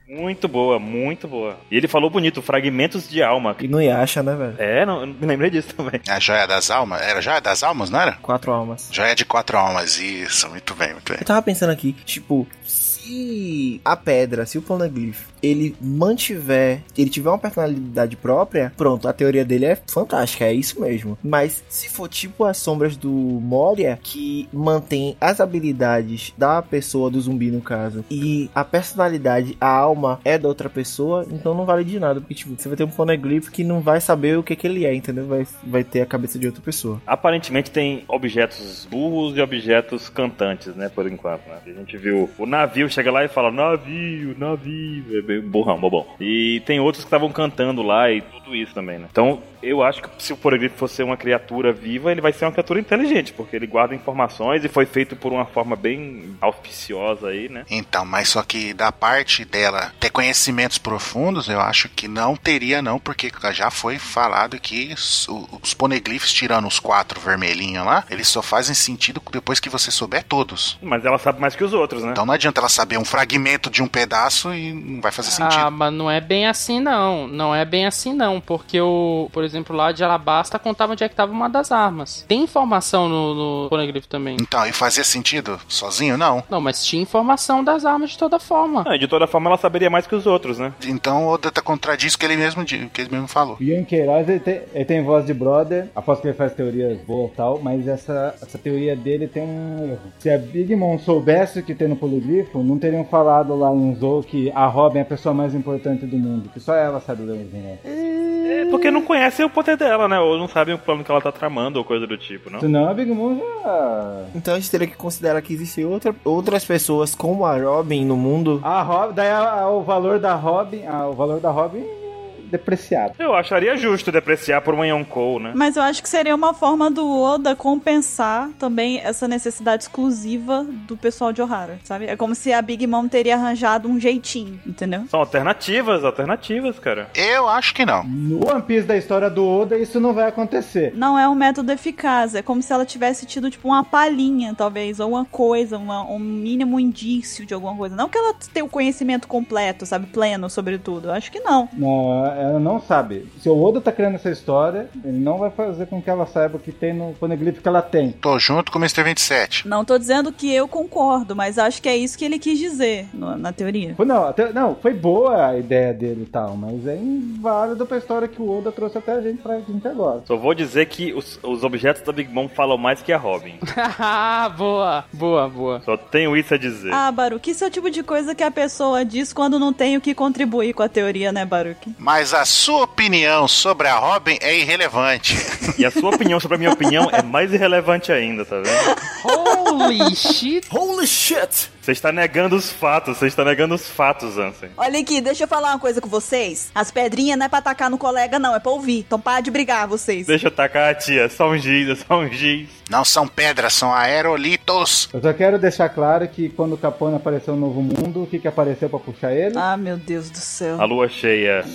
[SPEAKER 4] Muito boa, muito boa. E ele falou bonito, fragmentos de alma.
[SPEAKER 3] E não Yasha, né, velho?
[SPEAKER 4] É, não, eu me lembrei disso também.
[SPEAKER 5] É A joia das almas? Era joia das almas, não era?
[SPEAKER 3] Quatro almas.
[SPEAKER 5] Joia de quatro almas, isso, muito bem, muito bem.
[SPEAKER 3] Eu tava pensando aqui, tipo, se a pedra, se o poneglyph, ele mantiver, ele tiver uma personalidade própria, pronto, a teoria dele é fantástica, é isso mesmo. Mas se for tipo as sombras do Moria, que mantém as habilidades da pessoa, do zumbi no caso, e a personalidade, a alma é da outra pessoa, então não vale de nada, porque tipo, você vai ter um poneglyph que não vai saber o que que ele é, entendeu? Vai, vai ter a cabeça de outra pessoa.
[SPEAKER 4] Aparentemente tem objetos burros e objetos cantantes, né, por enquanto, né? A gente viu o navio chega lá e fala navio, navio, é bem burrão, bobão. E tem outros que estavam cantando lá e tudo isso também, né? Então, eu acho que se o Poneglyph fosse uma criatura viva, ele vai ser uma criatura inteligente, porque ele guarda informações e foi feito por uma forma bem auspiciosa aí, né?
[SPEAKER 5] Então, mas só que da parte dela ter conhecimentos profundos, eu acho que não teria não, porque já foi falado que os, os poneglyphs, tirando os quatro vermelhinhos lá, eles só fazem sentido depois que você souber todos.
[SPEAKER 4] Mas ela sabe mais que os outros, né?
[SPEAKER 5] Então não adianta ela saber um fragmento de um pedaço e não vai fazer
[SPEAKER 2] Ah,
[SPEAKER 5] sentido.
[SPEAKER 2] mas não é bem assim não. Não é bem assim não, porque o, por exemplo, lá de Alabasta contava onde é que tava uma das armas. Tem informação no, no Poneglyph também.
[SPEAKER 5] Então, e fazia sentido sozinho? Não.
[SPEAKER 2] Não, mas tinha informação das armas de toda forma.
[SPEAKER 4] Ah, e de toda forma, ela saberia mais que os outros, né?
[SPEAKER 5] Então o Oda tá contradiz o que ele mesmo, di- o que ele mesmo falou.
[SPEAKER 6] O Ian Queiroz, ele tem, ele tem voz de brother, aposto que ele faz teorias boas e tal, mas essa, essa teoria dele tem um erro. Se a Big Mom soubesse o que tem no poliglifo, não teriam falado lá em Zou que a Robin é a pessoa mais importante do mundo, que só ela sabe ler os negócios.
[SPEAKER 4] É porque não conhecem o poder dela, né? Ou não sabem o plano que ela tá tramando ou coisa do tipo, não?
[SPEAKER 6] Senão a Big Mom já...
[SPEAKER 3] Então a gente teria que considerar que existem outra, outras pessoas como a Robin no mundo.
[SPEAKER 6] A Robin, daí a- a- o valor da Robin, a- o valor da Robin é depreciado.
[SPEAKER 4] Eu acharia justo depreciar por uma Yonkou, né?
[SPEAKER 1] Mas eu acho que seria uma forma do Oda compensar também essa necessidade exclusiva do pessoal de Ohara, sabe? É como se a Big Mom teria arranjado um jeitinho, entendeu?
[SPEAKER 4] São alternativas, alternativas, cara.
[SPEAKER 5] Eu acho que não.
[SPEAKER 6] No One Piece da história do Oda, isso não vai acontecer.
[SPEAKER 1] Não é um método eficaz, é como se ela tivesse tido, tipo, uma palhinha, talvez, ou uma coisa, uma- um mínimo indício de alguma coisa. Não que ela tenha o conhecimento completo, sabe? Pleno, sobretudo. Eu acho que não.
[SPEAKER 6] Não, ela não sabe. Se o Oda tá criando essa história, ele não vai fazer com que ela saiba o que tem no poneglyph que ela tem.
[SPEAKER 5] Tô junto com o Mr. 27.
[SPEAKER 1] Não tô dizendo que eu concordo, mas acho que é isso que ele quis dizer no- na teoria.
[SPEAKER 6] Foi- Não, até- não, foi boa a ideia dele e tal, mas é inválido pra história que o Oda trouxe até a gente pra gente agora.
[SPEAKER 4] Só vou dizer que os, os objetos da Big Mom falam mais que a Robin.
[SPEAKER 2] boa, boa, boa.
[SPEAKER 4] Só tenho isso a dizer.
[SPEAKER 1] Ah, Baruque, isso é o tipo de coisa que a pessoa diz quando não tem o que contribuir com a teoria, né, Baruque?
[SPEAKER 5] Mas a sua opinião sobre a Robin é irrelevante.
[SPEAKER 4] E a sua opinião sobre a minha opinião é mais irrelevante ainda, tá vendo?
[SPEAKER 2] Holy shit!
[SPEAKER 3] Holy shit!
[SPEAKER 4] Você está negando os fatos, você está negando os fatos, Ansem.
[SPEAKER 1] Olha aqui, deixa eu falar uma coisa com vocês. As pedrinhas não é pra atacar no colega, não, é pra ouvir. Então para de brigar, vocês.
[SPEAKER 4] Deixa eu tacar a tia, só um giz, é só um giz.
[SPEAKER 5] Não são pedras, são aerolitos.
[SPEAKER 6] Eu só quero deixar claro que quando o Capone apareceu no Novo Mundo, o que que apareceu pra puxar ele?
[SPEAKER 1] Ah, meu Deus do céu.
[SPEAKER 4] A lua cheia.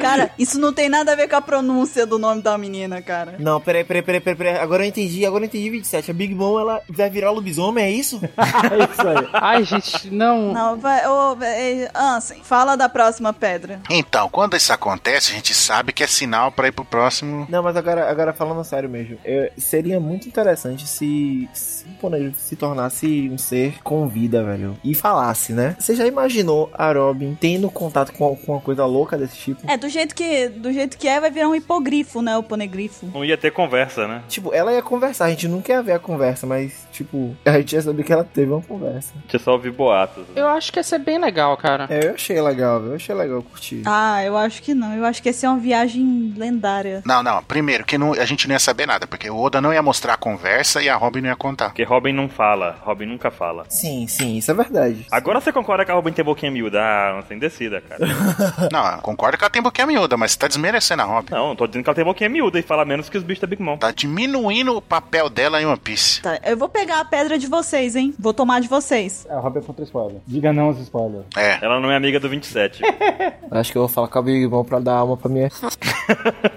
[SPEAKER 1] Cara, isso não tem nada a ver com a pronúncia do nome da menina, cara.
[SPEAKER 3] Não, peraí, peraí, peraí, peraí, peraí. Agora eu entendi, agora eu entendi 27. A Big Mom, ela vai virar lobisomem, é isso?
[SPEAKER 6] É isso aí.
[SPEAKER 2] Ai, gente, não.
[SPEAKER 1] Não, vai. ô, é, Ansem, fala da próxima pedra.
[SPEAKER 5] Então, quando isso acontece, a gente sabe que é sinal pra ir pro próximo.
[SPEAKER 3] Não, mas agora, agora falando sério mesmo, é, seria muito interessante se, se o Poneglyph se tornasse um ser com vida, velho. E falasse, né? Você já imaginou a Robin tendo contato com, com uma coisa louca desse tipo?
[SPEAKER 1] É, do jeito que, do jeito que é, vai virar um hipogrifo, né? O ponegrifo.
[SPEAKER 4] Não ia ter conversa, né?
[SPEAKER 3] Tipo, ela ia conversar, a gente nunca ia ver a conversa, mas, tipo, a gente ia saber que ela teve uma conversa.
[SPEAKER 4] Deixa eu só ouvir boatos.
[SPEAKER 2] Eu acho que ia ser bem legal, cara.
[SPEAKER 3] É, eu achei legal, eu achei legal curtir.
[SPEAKER 1] Ah, eu acho que não. Eu acho que ia ser uma viagem lendária.
[SPEAKER 5] Não, não. Primeiro, que não, a gente não ia saber nada, porque o Oda não ia mostrar a conversa e a Robin não ia contar.
[SPEAKER 4] Porque Robin não fala, Robin nunca fala.
[SPEAKER 3] Sim, sim, isso é verdade.
[SPEAKER 4] Agora você concorda que a Robin tem boquinha miúda? Ah, não tem descida, cara.
[SPEAKER 5] Não, eu concordo que ela tem boquinha miúda, mas você tá desmerecendo a Robin.
[SPEAKER 4] Não, tô dizendo que ela tem boquinha miúda e fala menos que os bichos da Big Mom.
[SPEAKER 5] Tá diminuindo o papel dela em One Piece.
[SPEAKER 1] Tá, eu vou pegar a pedra de vocês, hein? Vou tomar de vocês.
[SPEAKER 6] É, Robin é contra spoiler. Diga não aos spoilers.
[SPEAKER 5] É.
[SPEAKER 4] Ela não é amiga do 27.
[SPEAKER 3] Acho que eu vou falar com a Big Mom pra dar alma pra minha.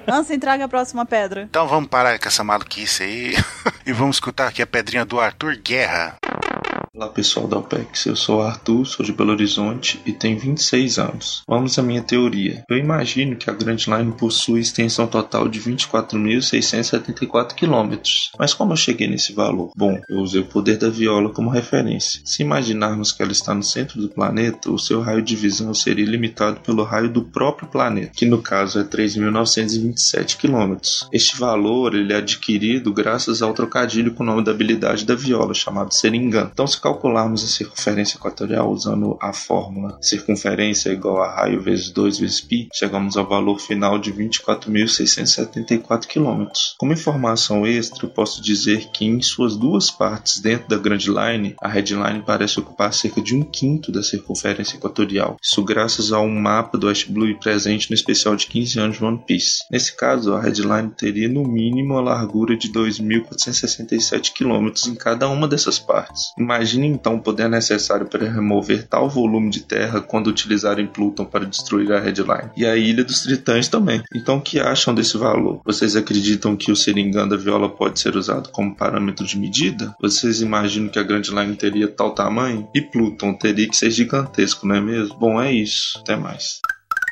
[SPEAKER 1] Ansem, traga a próxima pedra.
[SPEAKER 5] Então vamos parar com essa maluquice aí e vamos escutar aqui a pedrinha do Arthur Guerra.
[SPEAKER 11] Olá pessoal da OPEX, eu sou o Arthur, sou de Belo Horizonte e tenho 26 anos. Vamos à minha teoria. Eu imagino que a Grand Line possui extensão total de 24.674 quilômetros. Mas como eu cheguei nesse valor? Bom, eu usei o poder da viola como referência. Se imaginarmos que ela está no centro do planeta, o seu raio de visão seria limitado pelo raio do próprio planeta, que no caso é 3.927 quilômetros. Este valor ele é adquirido graças ao trocadilho com o nome da habilidade da viola, chamado Seringan. Então se calcularmos a circunferência equatorial usando a fórmula circunferência igual a raio vezes 2 vezes π, chegamos ao valor final de 24.674 km. Como informação extra, eu posso dizer que em suas duas partes dentro da Grand Line, a Red Line parece ocupar cerca de um quinto da circunferência equatorial. Isso graças a um mapa do West Blue presente no especial de 15 anos de One Piece. Nesse caso, a Red Line teria no mínimo a largura de 2.467 km em cada uma dessas partes. Imagine então o poder necessário para remover tal volume de terra quando utilizarem Pluton para destruir a Redline. E a Ilha dos Tritãs também. Então o que acham desse valor? Vocês acreditam que o Seringan da Viola pode ser usado como parâmetro de medida? Vocês imaginam que a Grand Line teria tal tamanho? E Pluton teria que ser gigantesco, não é mesmo? Bom, é isso. Até mais.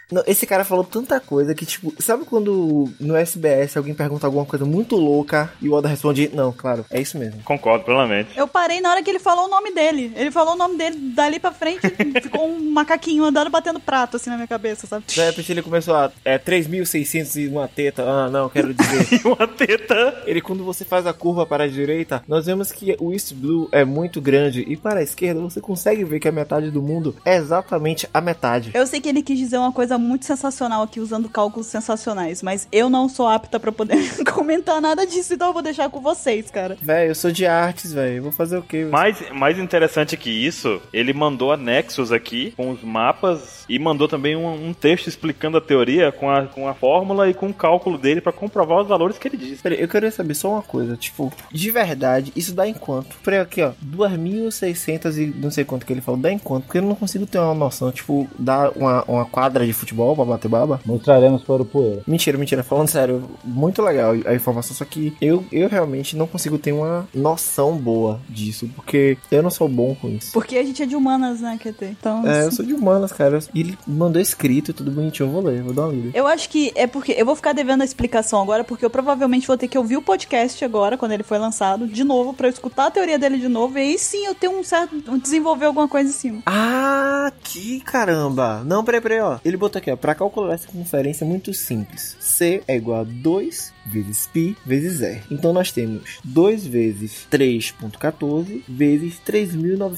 [SPEAKER 3] Não, esse cara falou tanta coisa que, tipo, sabe quando no SBS alguém pergunta alguma coisa muito louca e o Oda responde, não, claro, é isso mesmo.
[SPEAKER 4] Concordo plenamente.
[SPEAKER 1] Eu parei na hora que ele falou o nome dele. Ele falou o nome dele dali pra frente, ficou um macaquinho andando batendo prato assim na minha cabeça, sabe?
[SPEAKER 3] De repente ele começou a, é, 3.600 e uma teta, ah, não, quero dizer.
[SPEAKER 4] Uma teta.
[SPEAKER 3] ele, quando você faz a curva para a direita, nós vemos que o East Blue é muito grande e para a esquerda você consegue ver que a metade do mundo é exatamente a metade.
[SPEAKER 1] Eu sei que ele quis dizer uma coisa muito sensacional aqui, usando cálculos sensacionais, mas eu não sou apta pra poder comentar nada disso, então eu vou deixar com vocês, cara.
[SPEAKER 3] Véi, eu sou de artes, velho, vou fazer o quê?
[SPEAKER 4] Mais, mais interessante que isso, ele mandou anexos aqui com os mapas e mandou também um, um texto explicando a teoria com a, com a fórmula e com o cálculo dele pra comprovar os valores que ele disse.
[SPEAKER 3] Peraí, eu queria saber só uma coisa, tipo, de verdade, isso dá em quanto? Peraí, aqui, ó, 2.600 e não sei quanto que ele falou, dá em quanto? Porque eu não consigo ter uma noção, tipo, dá uma, uma quadra de futebol pra bater baba?
[SPEAKER 6] Mostraremos para o poeira.
[SPEAKER 3] Mentira, mentira, falando sério, muito legal a informação, só que eu, eu realmente não consigo ter uma noção boa disso, porque eu não sou bom com isso.
[SPEAKER 1] Porque a gente é de humanas, né, QT? Então.
[SPEAKER 3] É,
[SPEAKER 6] assim?
[SPEAKER 3] eu sou de humanas, cara. E ele mandou escrito, tudo bonitinho, eu vou ler, vou dar uma lida.
[SPEAKER 1] Eu acho que é porque. Eu vou ficar devendo a explicação agora, porque eu provavelmente vou ter que ouvir o podcast agora, quando ele foi lançado, de novo, pra eu escutar a teoria dele de novo, e aí sim eu tenho um certo. desenvolver alguma coisa em cima.
[SPEAKER 3] Ah, que caramba! Não, peraí, peraí, ó. Ele botou aqui, ó. Pra calcular essa conferência é muito simples. C é igual a 2 vezes π vezes R. Então nós temos 2 vezes 3.14 vezes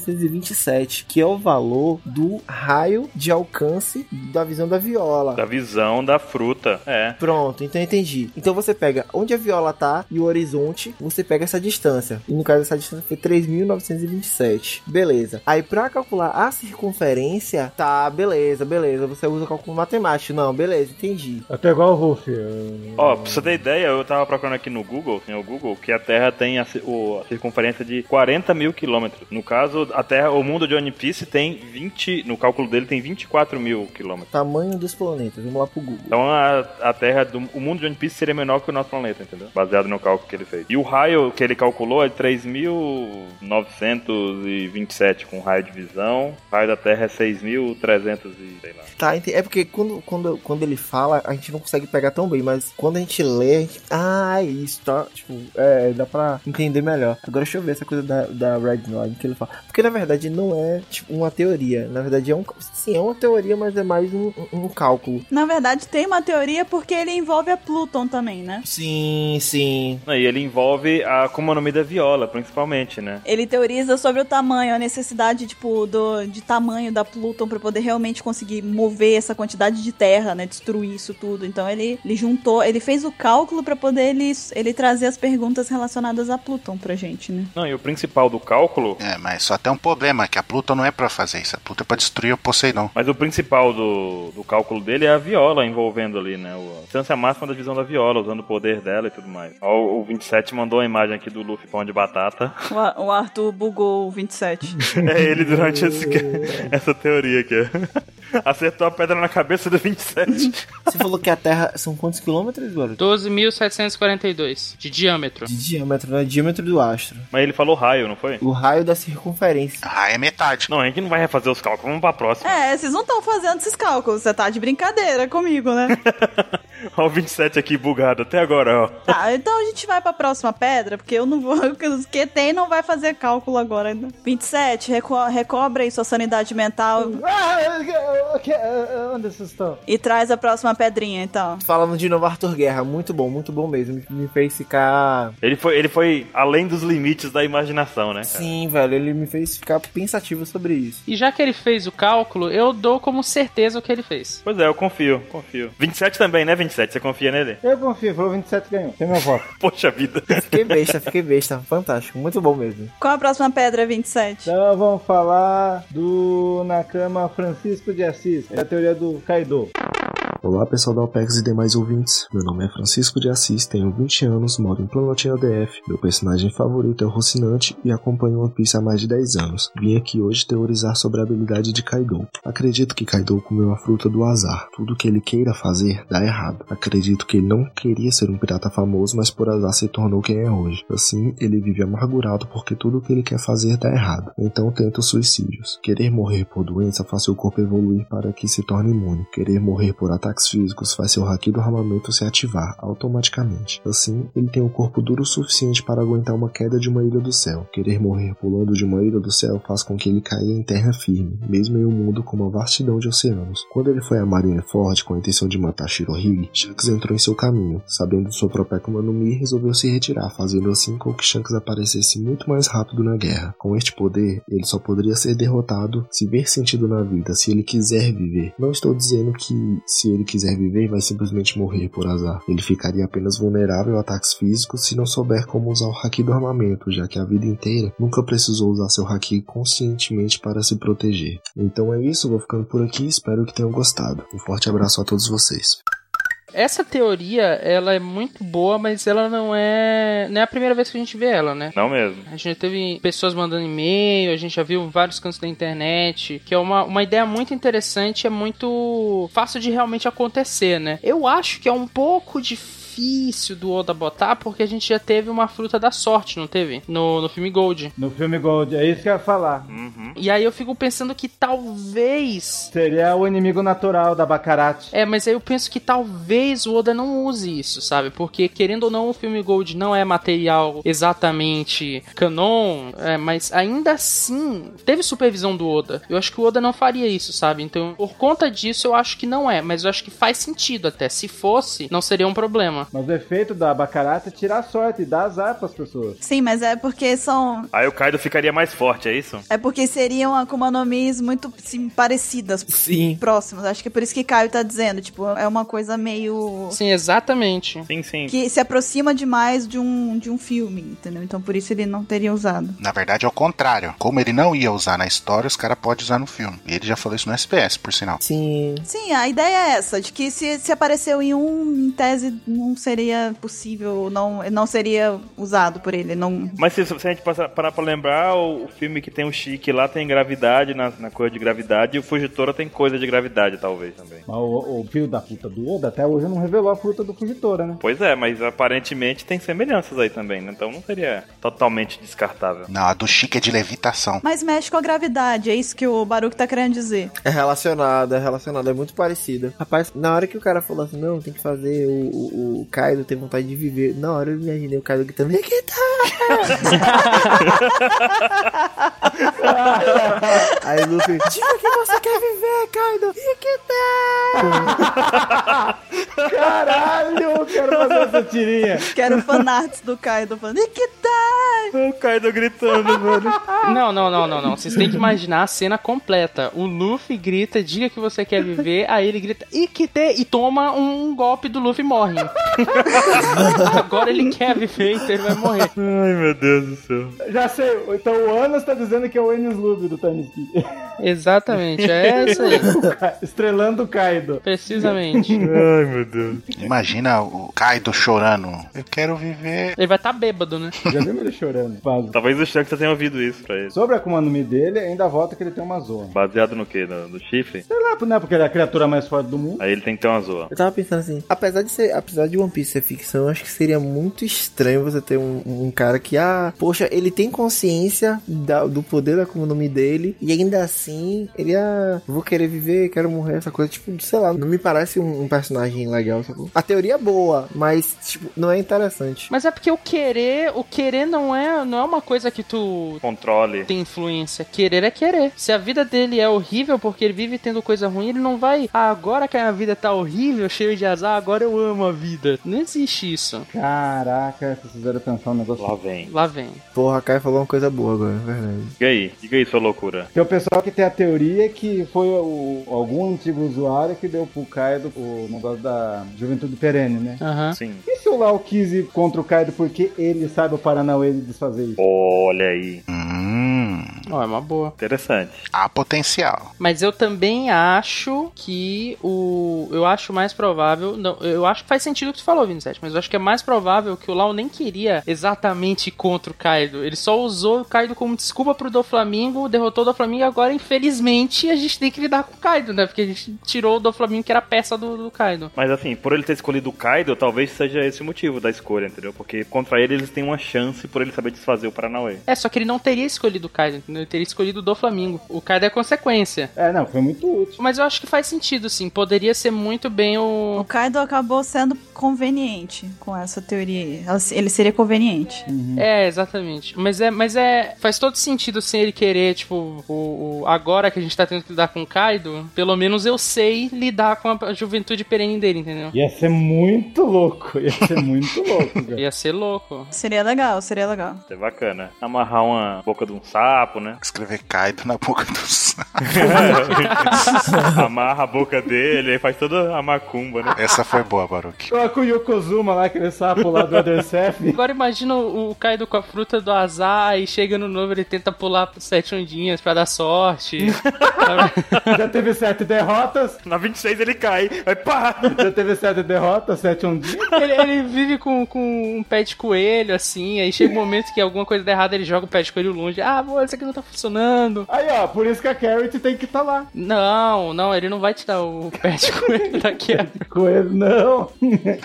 [SPEAKER 3] 3.927, que é o valor do raio de alcance da visão da viola.
[SPEAKER 4] Da visão da fruta. É.
[SPEAKER 3] Pronto, então eu entendi. Então você pega onde a viola tá e o horizonte, você pega essa distância. E no caso essa distância foi 3.927. Beleza. Aí pra calcular a circunferência, tá, beleza, beleza. Você usa o cálculo matemático. Não, beleza, entendi.
[SPEAKER 6] Eu tô igual o Ruff.
[SPEAKER 4] Ó, pra você ter ideia, eu tava procurando aqui no Google, senhor Google, que a Terra tem a, ci- o- a circunferência de 40 mil quilômetros. No caso, a Terra, o mundo de One Piece tem 20, no cálculo dele tem 24 mil quilômetros.
[SPEAKER 3] Tamanho dos planetas. Vamos lá pro Google.
[SPEAKER 4] Então a, a Terra, do, o mundo de One Piece seria menor que o nosso planeta, entendeu? Baseado no cálculo que ele fez. E o raio que ele calculou é 3.927 com raio de visão. O raio da Terra é 6.300 e sei lá.
[SPEAKER 3] Tá, ente- é porque quando, quando, quando ele fala, a gente não consegue pegar tão bem, mas quando a gente lê, gente. Ah, isso, tá? Tipo, é, dá pra entender melhor. Agora deixa eu ver essa coisa da, da Red Line que ele fala. Porque na verdade não é, tipo, uma teoria. Na verdade é um. Sim, é uma teoria, mas é mais um, um cálculo.
[SPEAKER 1] Na verdade, tem uma teoria porque ele envolve a Pluton também, né?
[SPEAKER 3] Sim, sim.
[SPEAKER 4] E ele envolve a, como é o nome da viola, principalmente, né?
[SPEAKER 1] Ele teoriza sobre o tamanho, a necessidade, tipo, do, de tamanho da Pluton pra poder realmente conseguir mover essa quantidade de terra, né? Destruir isso tudo. Então ele, ele juntou, ele fez o cálculo pra poder ele, ele trazer as perguntas relacionadas a Pluton pra gente, né?
[SPEAKER 4] Não, e o principal do cálculo.
[SPEAKER 5] É, mas só tem um problema, que a Pluton não é pra fazer isso. A Pluton é pra destruir o Poseidon.
[SPEAKER 4] Mas o principal do, do cálculo dele é a viola envolvendo ali, né? O- A distância máxima da divisão da viola, usando o poder dela e tudo mais. Ó, o 27 mandou a imagem aqui do Luffy pão de batata.
[SPEAKER 1] O, A- o Arthur bugou o 27.
[SPEAKER 4] É ele durante esse- essa teoria aqui. Acertou a pedra na cabeça do 27.
[SPEAKER 3] Você falou que a Terra são quantos quilômetros, agora?
[SPEAKER 2] 12.742 de diâmetro.
[SPEAKER 3] De diâmetro, né? Diâmetro do astro.
[SPEAKER 4] Mas ele falou raio, não foi?
[SPEAKER 3] O raio da circunferência.
[SPEAKER 5] Ah, é metade.
[SPEAKER 4] Não, a gente não vai refazer os cálculos, vamos pra próxima.
[SPEAKER 1] É, vocês não estão fazendo esses cálculos, você tá de brincadeira comigo, né?
[SPEAKER 4] Ó, o 27 aqui bugado até agora, ó.
[SPEAKER 1] Tá, então a gente vai pra próxima pedra, porque eu não vou. Os que tem não vai fazer cálculo agora. né? 27, reco recobre aí sua sanidade mental
[SPEAKER 6] Ah, eu- eu- eu- Anderson, stop.
[SPEAKER 1] e traz a próxima pedrinha, então.
[SPEAKER 3] Falando de novo, Arthur Guerra. Muito bom, muito bom mesmo. Me fez ficar.
[SPEAKER 4] Ele foi, ele foi além dos limites da imaginação, né, cara?
[SPEAKER 3] Sim, velho. Ele me fez ficar pensativo sobre isso.
[SPEAKER 2] E já que ele fez o cálculo, eu dou como certeza o que ele fez.
[SPEAKER 4] Pois é, eu confio, confio. 27 também, né, 27? Você confia nele?
[SPEAKER 6] Eu confio, falou 27 ganhou. Tem meu voto.
[SPEAKER 4] Poxa vida.
[SPEAKER 3] Fiquei besta, fiquei besta. Fantástico. Muito bom mesmo.
[SPEAKER 1] Qual a próxima pedra, 27?
[SPEAKER 6] Então vamos falar do Nakama Francisco de Assis, é a teoria do Kaido.
[SPEAKER 12] Olá pessoal da OPEX e demais ouvintes, meu nome é Francisco de Assis, tenho 20 anos, moro em Planaltina DF, meu personagem favorito é o Rocinante e acompanho One Piece há mais de 10 anos. Vim aqui hoje teorizar sobre a habilidade de Kaido. Acredito que Kaido comeu a fruta do azar, tudo que ele queira fazer dá errado. Acredito que ele não queria ser um pirata famoso, mas por azar se tornou quem é hoje. Assim, ele vive amargurado porque tudo que ele quer fazer dá errado, então tenta os suicídios. Querer morrer por doença faz seu corpo evoluir para que se torne imune. Querer morrer por ataques físicos faz seu haki do armamento se ativar automaticamente. Assim, ele tem o corpo duro o suficiente para aguentar uma queda de uma ilha do céu. Querer morrer pulando de uma ilha do céu faz com que ele caia em terra firme, mesmo em um mundo com uma vastidão de oceanos. Quando ele foi a Marineford com a intenção de matar Shirohige, Shanks entrou em seu caminho. Sabendo sua própria Akuma no Mi, resolveu se retirar, fazendo assim com que Shanks aparecesse muito mais rápido na guerra. Com este poder, ele só poderia ser derrotado se ver sentido na vida, se ele quiser viver. Não estou dizendo que se ele quiser viver, vai simplesmente morrer por azar. Ele ficaria apenas vulnerável a ataques físicos se não souber como usar o haki do armamento, já que a vida inteira nunca precisou usar seu haki conscientemente para se proteger. Então é isso, vou ficando por aqui, espero que tenham gostado. Um forte abraço a todos vocês.
[SPEAKER 2] Essa teoria, ela é muito boa, mas ela não é. Não é a primeira vez que a gente vê ela, né?
[SPEAKER 4] Não mesmo.
[SPEAKER 2] A gente teve pessoas mandando e-mail, a gente já viu em vários cantos da internet, que é uma, uma ideia muito interessante, é muito fácil de realmente acontecer, né? Eu acho que é um pouco difícil do Oda botar, porque a gente já teve uma fruta da sorte, não teve? No, no filme Gold.
[SPEAKER 6] No filme Gold, é isso que eu ia falar.
[SPEAKER 4] Uhum.
[SPEAKER 2] E aí eu fico pensando que talvez.
[SPEAKER 6] Seria o inimigo natural da Baccarat.
[SPEAKER 2] É, mas aí eu penso que talvez o Oda não use isso, sabe? Porque, querendo ou não, o filme Gold não é material exatamente canon, é, mas ainda assim teve supervisão do Oda. Eu acho que o Oda não faria isso, sabe? Então, por conta disso, eu acho que não é, mas eu acho que faz sentido até. Se fosse, não seria um problema.
[SPEAKER 6] Mas o efeito da Baccarat é tirar sorte e dar azar pras pessoas.
[SPEAKER 1] Sim, mas é porque são.
[SPEAKER 4] Aí o Kaido ficaria mais forte, é isso?
[SPEAKER 1] É porque seriam Akuma no Mis muito sim, parecidas,
[SPEAKER 3] Sim.
[SPEAKER 1] próximas. Acho que é por isso que Caio tá dizendo. Tipo, é uma coisa meio.
[SPEAKER 2] Sim, exatamente.
[SPEAKER 4] Sim, sim.
[SPEAKER 1] Que se aproxima demais de um, de um filme, entendeu? Então por isso ele não teria usado.
[SPEAKER 5] Na verdade é o contrário. Como ele não ia usar na história, os caras podem usar no filme. Ele já falou isso no SPS, por sinal.
[SPEAKER 3] Sim.
[SPEAKER 1] Sim, a ideia é essa, de que se, se apareceu em um, em tese, não seria possível, não, não seria usado por ele. Não...
[SPEAKER 4] Mas se, se a gente passar- parar pra lembrar, o, o filme que tem o Chique lá tem gravidade, na, na coisa de gravidade, e o Fugitora tem coisa de gravidade, talvez, também.
[SPEAKER 6] Mas o, o filho da puta do Oda até hoje não revelou a fruta do Fugitora, né?
[SPEAKER 4] Pois é, mas aparentemente tem semelhanças aí também, né? Então não seria totalmente descartável.
[SPEAKER 5] Não, a do Chique é de levitação.
[SPEAKER 1] Mas mexe com a gravidade, é isso que o Baruch tá querendo dizer.
[SPEAKER 3] É relacionada, é relacionada, é muito parecida. Rapaz, na hora que o cara falou assim, não, tem que fazer o, o, o Kaido ter vontade de viver. Na hora eu imaginei o Kaido gritando, tá?" Vegeta! Ah, Aí o Luffy, diga que você quer viver, Kaido! Vegeta!
[SPEAKER 6] Caralho, eu quero fazer essa tirinha.
[SPEAKER 1] Quero fanarts do Kaido falando, Nikita!
[SPEAKER 4] O Kaido gritando, mano.
[SPEAKER 2] Não, não, não, não, não. Vocês têm que imaginar a cena completa. O Luffy grita, diga que você quer viver, aí ele grita, Ikite! E toma um golpe do Luffy e morre. Agora ele quer viver, então ele vai morrer.
[SPEAKER 4] Ai, meu Deus do céu.
[SPEAKER 6] Já sei, então o Anos tá dizendo que é o Enes Lube do Taniki.
[SPEAKER 2] Exatamente, é essa aí.
[SPEAKER 6] Estrelando o Kaido.
[SPEAKER 2] Precisamente.
[SPEAKER 4] Ai, meu Deus.
[SPEAKER 5] Imagina o Kaido chorando. Eu quero viver.
[SPEAKER 2] Ele vai estar tá bêbado, né?
[SPEAKER 6] Já viu ele chorando? Vaso.
[SPEAKER 4] Talvez o Shanks tenha ouvido isso pra ele.
[SPEAKER 6] Sobre a Akuma no Mi dele, ainda volta que ele tem uma zoa.
[SPEAKER 4] Baseado no quê? No, no chifre?
[SPEAKER 6] Sei lá, né? Porque ele é a criatura mais forte do mundo.
[SPEAKER 4] Aí ele tem que ter uma zoa.
[SPEAKER 3] Eu tava pensando assim, apesar de ser, apesar de One Piece ser ficção, eu acho que seria muito estranho você ter um, um cara que, ah, poxa, ele tem consciência da- do poder da Akuma no Mi dele, e ainda assim, ele, ah, vou querer viver, quero morrer, essa coisa, tipo, sei lá, não me parece um, um personagem legal, sacou? A teoria é boa, mas, tipo, não é interessante.
[SPEAKER 2] Mas é porque o querer, o querer não é, não é uma coisa que tu
[SPEAKER 4] Controle.
[SPEAKER 2] tem influência. Querer é querer. Se a vida dele é horrível porque ele vive tendo coisa ruim, ele não vai. Ah, agora que a vida tá horrível, cheio de azar, agora eu amo a vida. Não existe isso.
[SPEAKER 6] Caraca, vocês fizeram pensar um negócio.
[SPEAKER 4] Lá vem.
[SPEAKER 2] Lá vem.
[SPEAKER 3] Porra, a Kai falou uma coisa boa agora, é verdade.
[SPEAKER 4] Diga aí. Diga aí sua loucura.
[SPEAKER 6] Tem o pessoal que tem a teoria que foi o- algum antigo usuário que deu pro Kaido o negócio da juventude perene, né?
[SPEAKER 2] Aham.
[SPEAKER 4] Sim.
[SPEAKER 6] E se o Lau quis ir contra o Kaido porque ele sabe o Paranauê de desfazer isso?
[SPEAKER 4] Olha aí.
[SPEAKER 5] Hum,
[SPEAKER 2] Ó, é uma boa.
[SPEAKER 4] Interessante.
[SPEAKER 5] há potencial.
[SPEAKER 2] Mas eu também acho que o. Eu acho mais provável. Não, eu acho que faz sentido o que tu falou, 27, mas eu acho que é mais provável que o Lau nem queria exatamente ir contra o Kaido. Ele só usou o Kaido como desculpa pro Doflamingo, derrotou o Doflamingo e agora, infelizmente, a gente tem que lidar com o Kaido, né? Porque a gente tirou o Doflamingo que era peça do, do Kaido.
[SPEAKER 4] Mas assim, por ele ter escolhido o Kaido, talvez seja esse o motivo da escolha, entendeu? Porque contra ele eles têm uma chance por ele saber desfazer o Paranauê.
[SPEAKER 2] É, só que ele não teria escolhido o Kaido, entendeu? Ele teria escolhido o Doflamingo. O Kaido é consequência.
[SPEAKER 6] É, não, foi muito útil.
[SPEAKER 2] Mas eu acho que faz sentido, sim. Poderia ser muito bem o.
[SPEAKER 1] O Kaido acabou sendo conveniente com essa teoria aí. Ela- Ele seria conveniente.
[SPEAKER 2] É, exatamente. Mas é, mas é. Faz todo sentido sem ele querer, tipo, o, o- agora que a gente tá tendo que lidar com o Kaido, pelo menos eu sei lidar com a juventude perene dele, entendeu?
[SPEAKER 6] Ia ser muito louco, ia ser muito louco, cara.
[SPEAKER 2] Ia ser louco.
[SPEAKER 1] Seria legal, seria legal.
[SPEAKER 4] Isso é bacana. Amarrar uma boca de um sapo, né?
[SPEAKER 5] Escrever Kaido na boca do sapo.
[SPEAKER 4] Amarra a boca dele, aí faz toda a macumba, né?
[SPEAKER 5] Essa foi boa, Baruque.
[SPEAKER 6] Coloca o Yokozuma lá, aquele sapo lá do Other Seth.
[SPEAKER 2] Agora imagina o o Kaido com a fruta do azar e chega no novo ele tenta pular sete ondinhas pra dar sorte.
[SPEAKER 6] Já teve sete derrotas,
[SPEAKER 4] Na 26 ele cai, aí pá!
[SPEAKER 6] já teve sete derrotas, sete um dia.
[SPEAKER 2] ele, ele vive com, com um pé de coelho, assim, aí chega um momento que alguma coisa dá errada, ele joga o pé de coelho longe. Ah, pô, isso aqui não tá funcionando.
[SPEAKER 6] Aí, ó, por isso que a Carrot tem que estar tá lá.
[SPEAKER 2] Não, não, ele não vai tirar o pé de coelho daqui a
[SPEAKER 6] Coelho, não.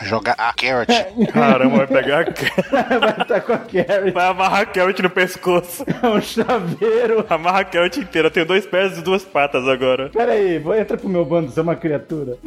[SPEAKER 5] Jogar a Carrot.
[SPEAKER 4] Caramba, vai pegar a ca-
[SPEAKER 6] Vai estar com a Carrot.
[SPEAKER 4] Vai amarrar a Kelvin no pescoço.
[SPEAKER 6] É um chaveiro.
[SPEAKER 4] Amarra a Kelvin inteira. Eu tenho dois pés e duas patas agora.
[SPEAKER 6] Pera aí, vou entrar pro meu bando, você é uma criatura.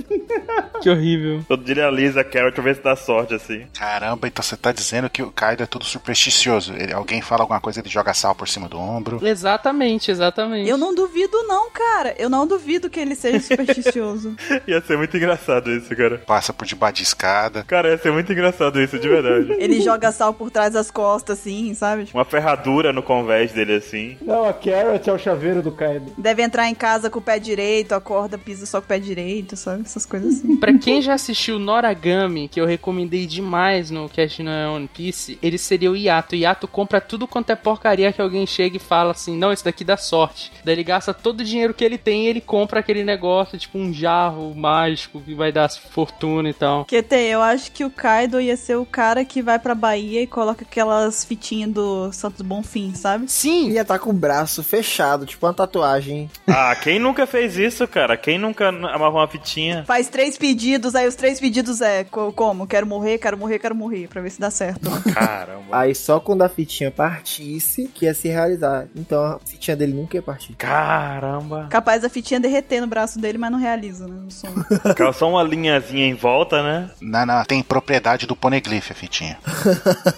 [SPEAKER 2] Que horrível.
[SPEAKER 4] Todo dia ele alisa a Carrot pra ver se dá sorte, assim.
[SPEAKER 5] Caramba, então você tá dizendo que o Kaido é todo supersticioso. Ele- alguém fala alguma coisa, ele joga sal por cima do ombro.
[SPEAKER 2] Exatamente, exatamente.
[SPEAKER 1] Eu não duvido, não, cara. Eu não duvido que ele seja supersticioso.
[SPEAKER 4] Ia ser muito engraçado isso, cara.
[SPEAKER 5] Passa por debaixo de escada.
[SPEAKER 4] Cara, ia ser muito engraçado isso, de verdade.
[SPEAKER 1] ele joga sal por trás das costas, assim, sabe? Tipo,
[SPEAKER 4] Uma ferradura no convés dele, assim.
[SPEAKER 6] Não, a Carrot é o chaveiro do Kaido.
[SPEAKER 1] Tipo, Deve entrar em casa com o pé direito, acorda, pisa só com o pé direito, sabe? Essas coisas assim.
[SPEAKER 2] Pra quem já assistiu Noragami, que eu recomendei demais no Cast na One Piece, ele seria o Yato. O Yato compra tudo quanto é porcaria que alguém chega e fala assim: não, isso daqui dá sorte. Daí ele gasta todo o dinheiro que ele tem e ele compra aquele negócio, tipo um jarro mágico que vai dar fortuna e tal.
[SPEAKER 1] QT, eu acho que o Kaido ia ser o cara que vai pra Bahia e coloca aquelas fitinhas do Santos Bonfim, sabe?
[SPEAKER 2] Sim!
[SPEAKER 3] Ia tá com o braço fechado, tipo uma tatuagem.
[SPEAKER 4] Ah, quem nunca fez isso, cara? Quem nunca n- amarrou uma fitinha?
[SPEAKER 1] Faz três pedidos, aí os três pedidos é co- como? Quero morrer, quero morrer, quero morrer, pra ver se dá certo.
[SPEAKER 4] Caramba.
[SPEAKER 3] Aí só quando a fitinha partisse que ia se realizar. então a fitinha dele nunca ia partir.
[SPEAKER 4] Caramba!
[SPEAKER 1] Capaz da fitinha derreter no braço dele, mas não realiza, né? No som.
[SPEAKER 4] Cara, Só uma linhazinha em volta, né?
[SPEAKER 5] Na, na- tem propriedade do poneglyph, a fitinha.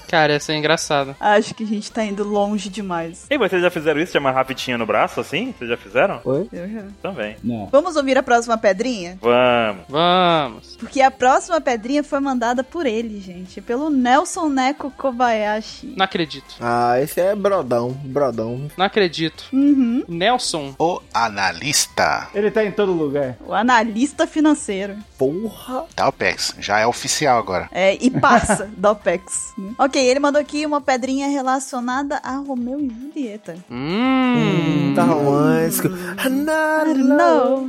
[SPEAKER 2] Cara, essa é engraçada.
[SPEAKER 1] Acho que a gente tá indo longe demais.
[SPEAKER 4] E vocês já fizeram isso? De amarrar a fitinha no braço, assim? Vocês já fizeram?
[SPEAKER 1] Eu já.
[SPEAKER 4] Também.
[SPEAKER 6] Não.
[SPEAKER 1] Vamos ouvir a próxima pedrinha?
[SPEAKER 4] Vamos.
[SPEAKER 2] Vamos.
[SPEAKER 1] Porque a próxima pedrinha foi mandada por ele, gente. Pelo Nelson Neko Kobayashi.
[SPEAKER 2] Não acredito.
[SPEAKER 3] Ah, esse é brodão, brodão.
[SPEAKER 2] Não acredito.
[SPEAKER 1] Uhum.
[SPEAKER 2] Nelson.
[SPEAKER 5] O analista.
[SPEAKER 6] Ele tá em todo lugar.
[SPEAKER 1] O analista financeiro.
[SPEAKER 3] Porra!
[SPEAKER 5] Tá, o Pex. Já é oficial agora.
[SPEAKER 1] É, e passa da OPEX. né? Ok, ele mandou aqui uma pedrinha relacionada a Romeu e Julieta.
[SPEAKER 2] Hum.
[SPEAKER 3] Tá romântico. Not
[SPEAKER 1] Não.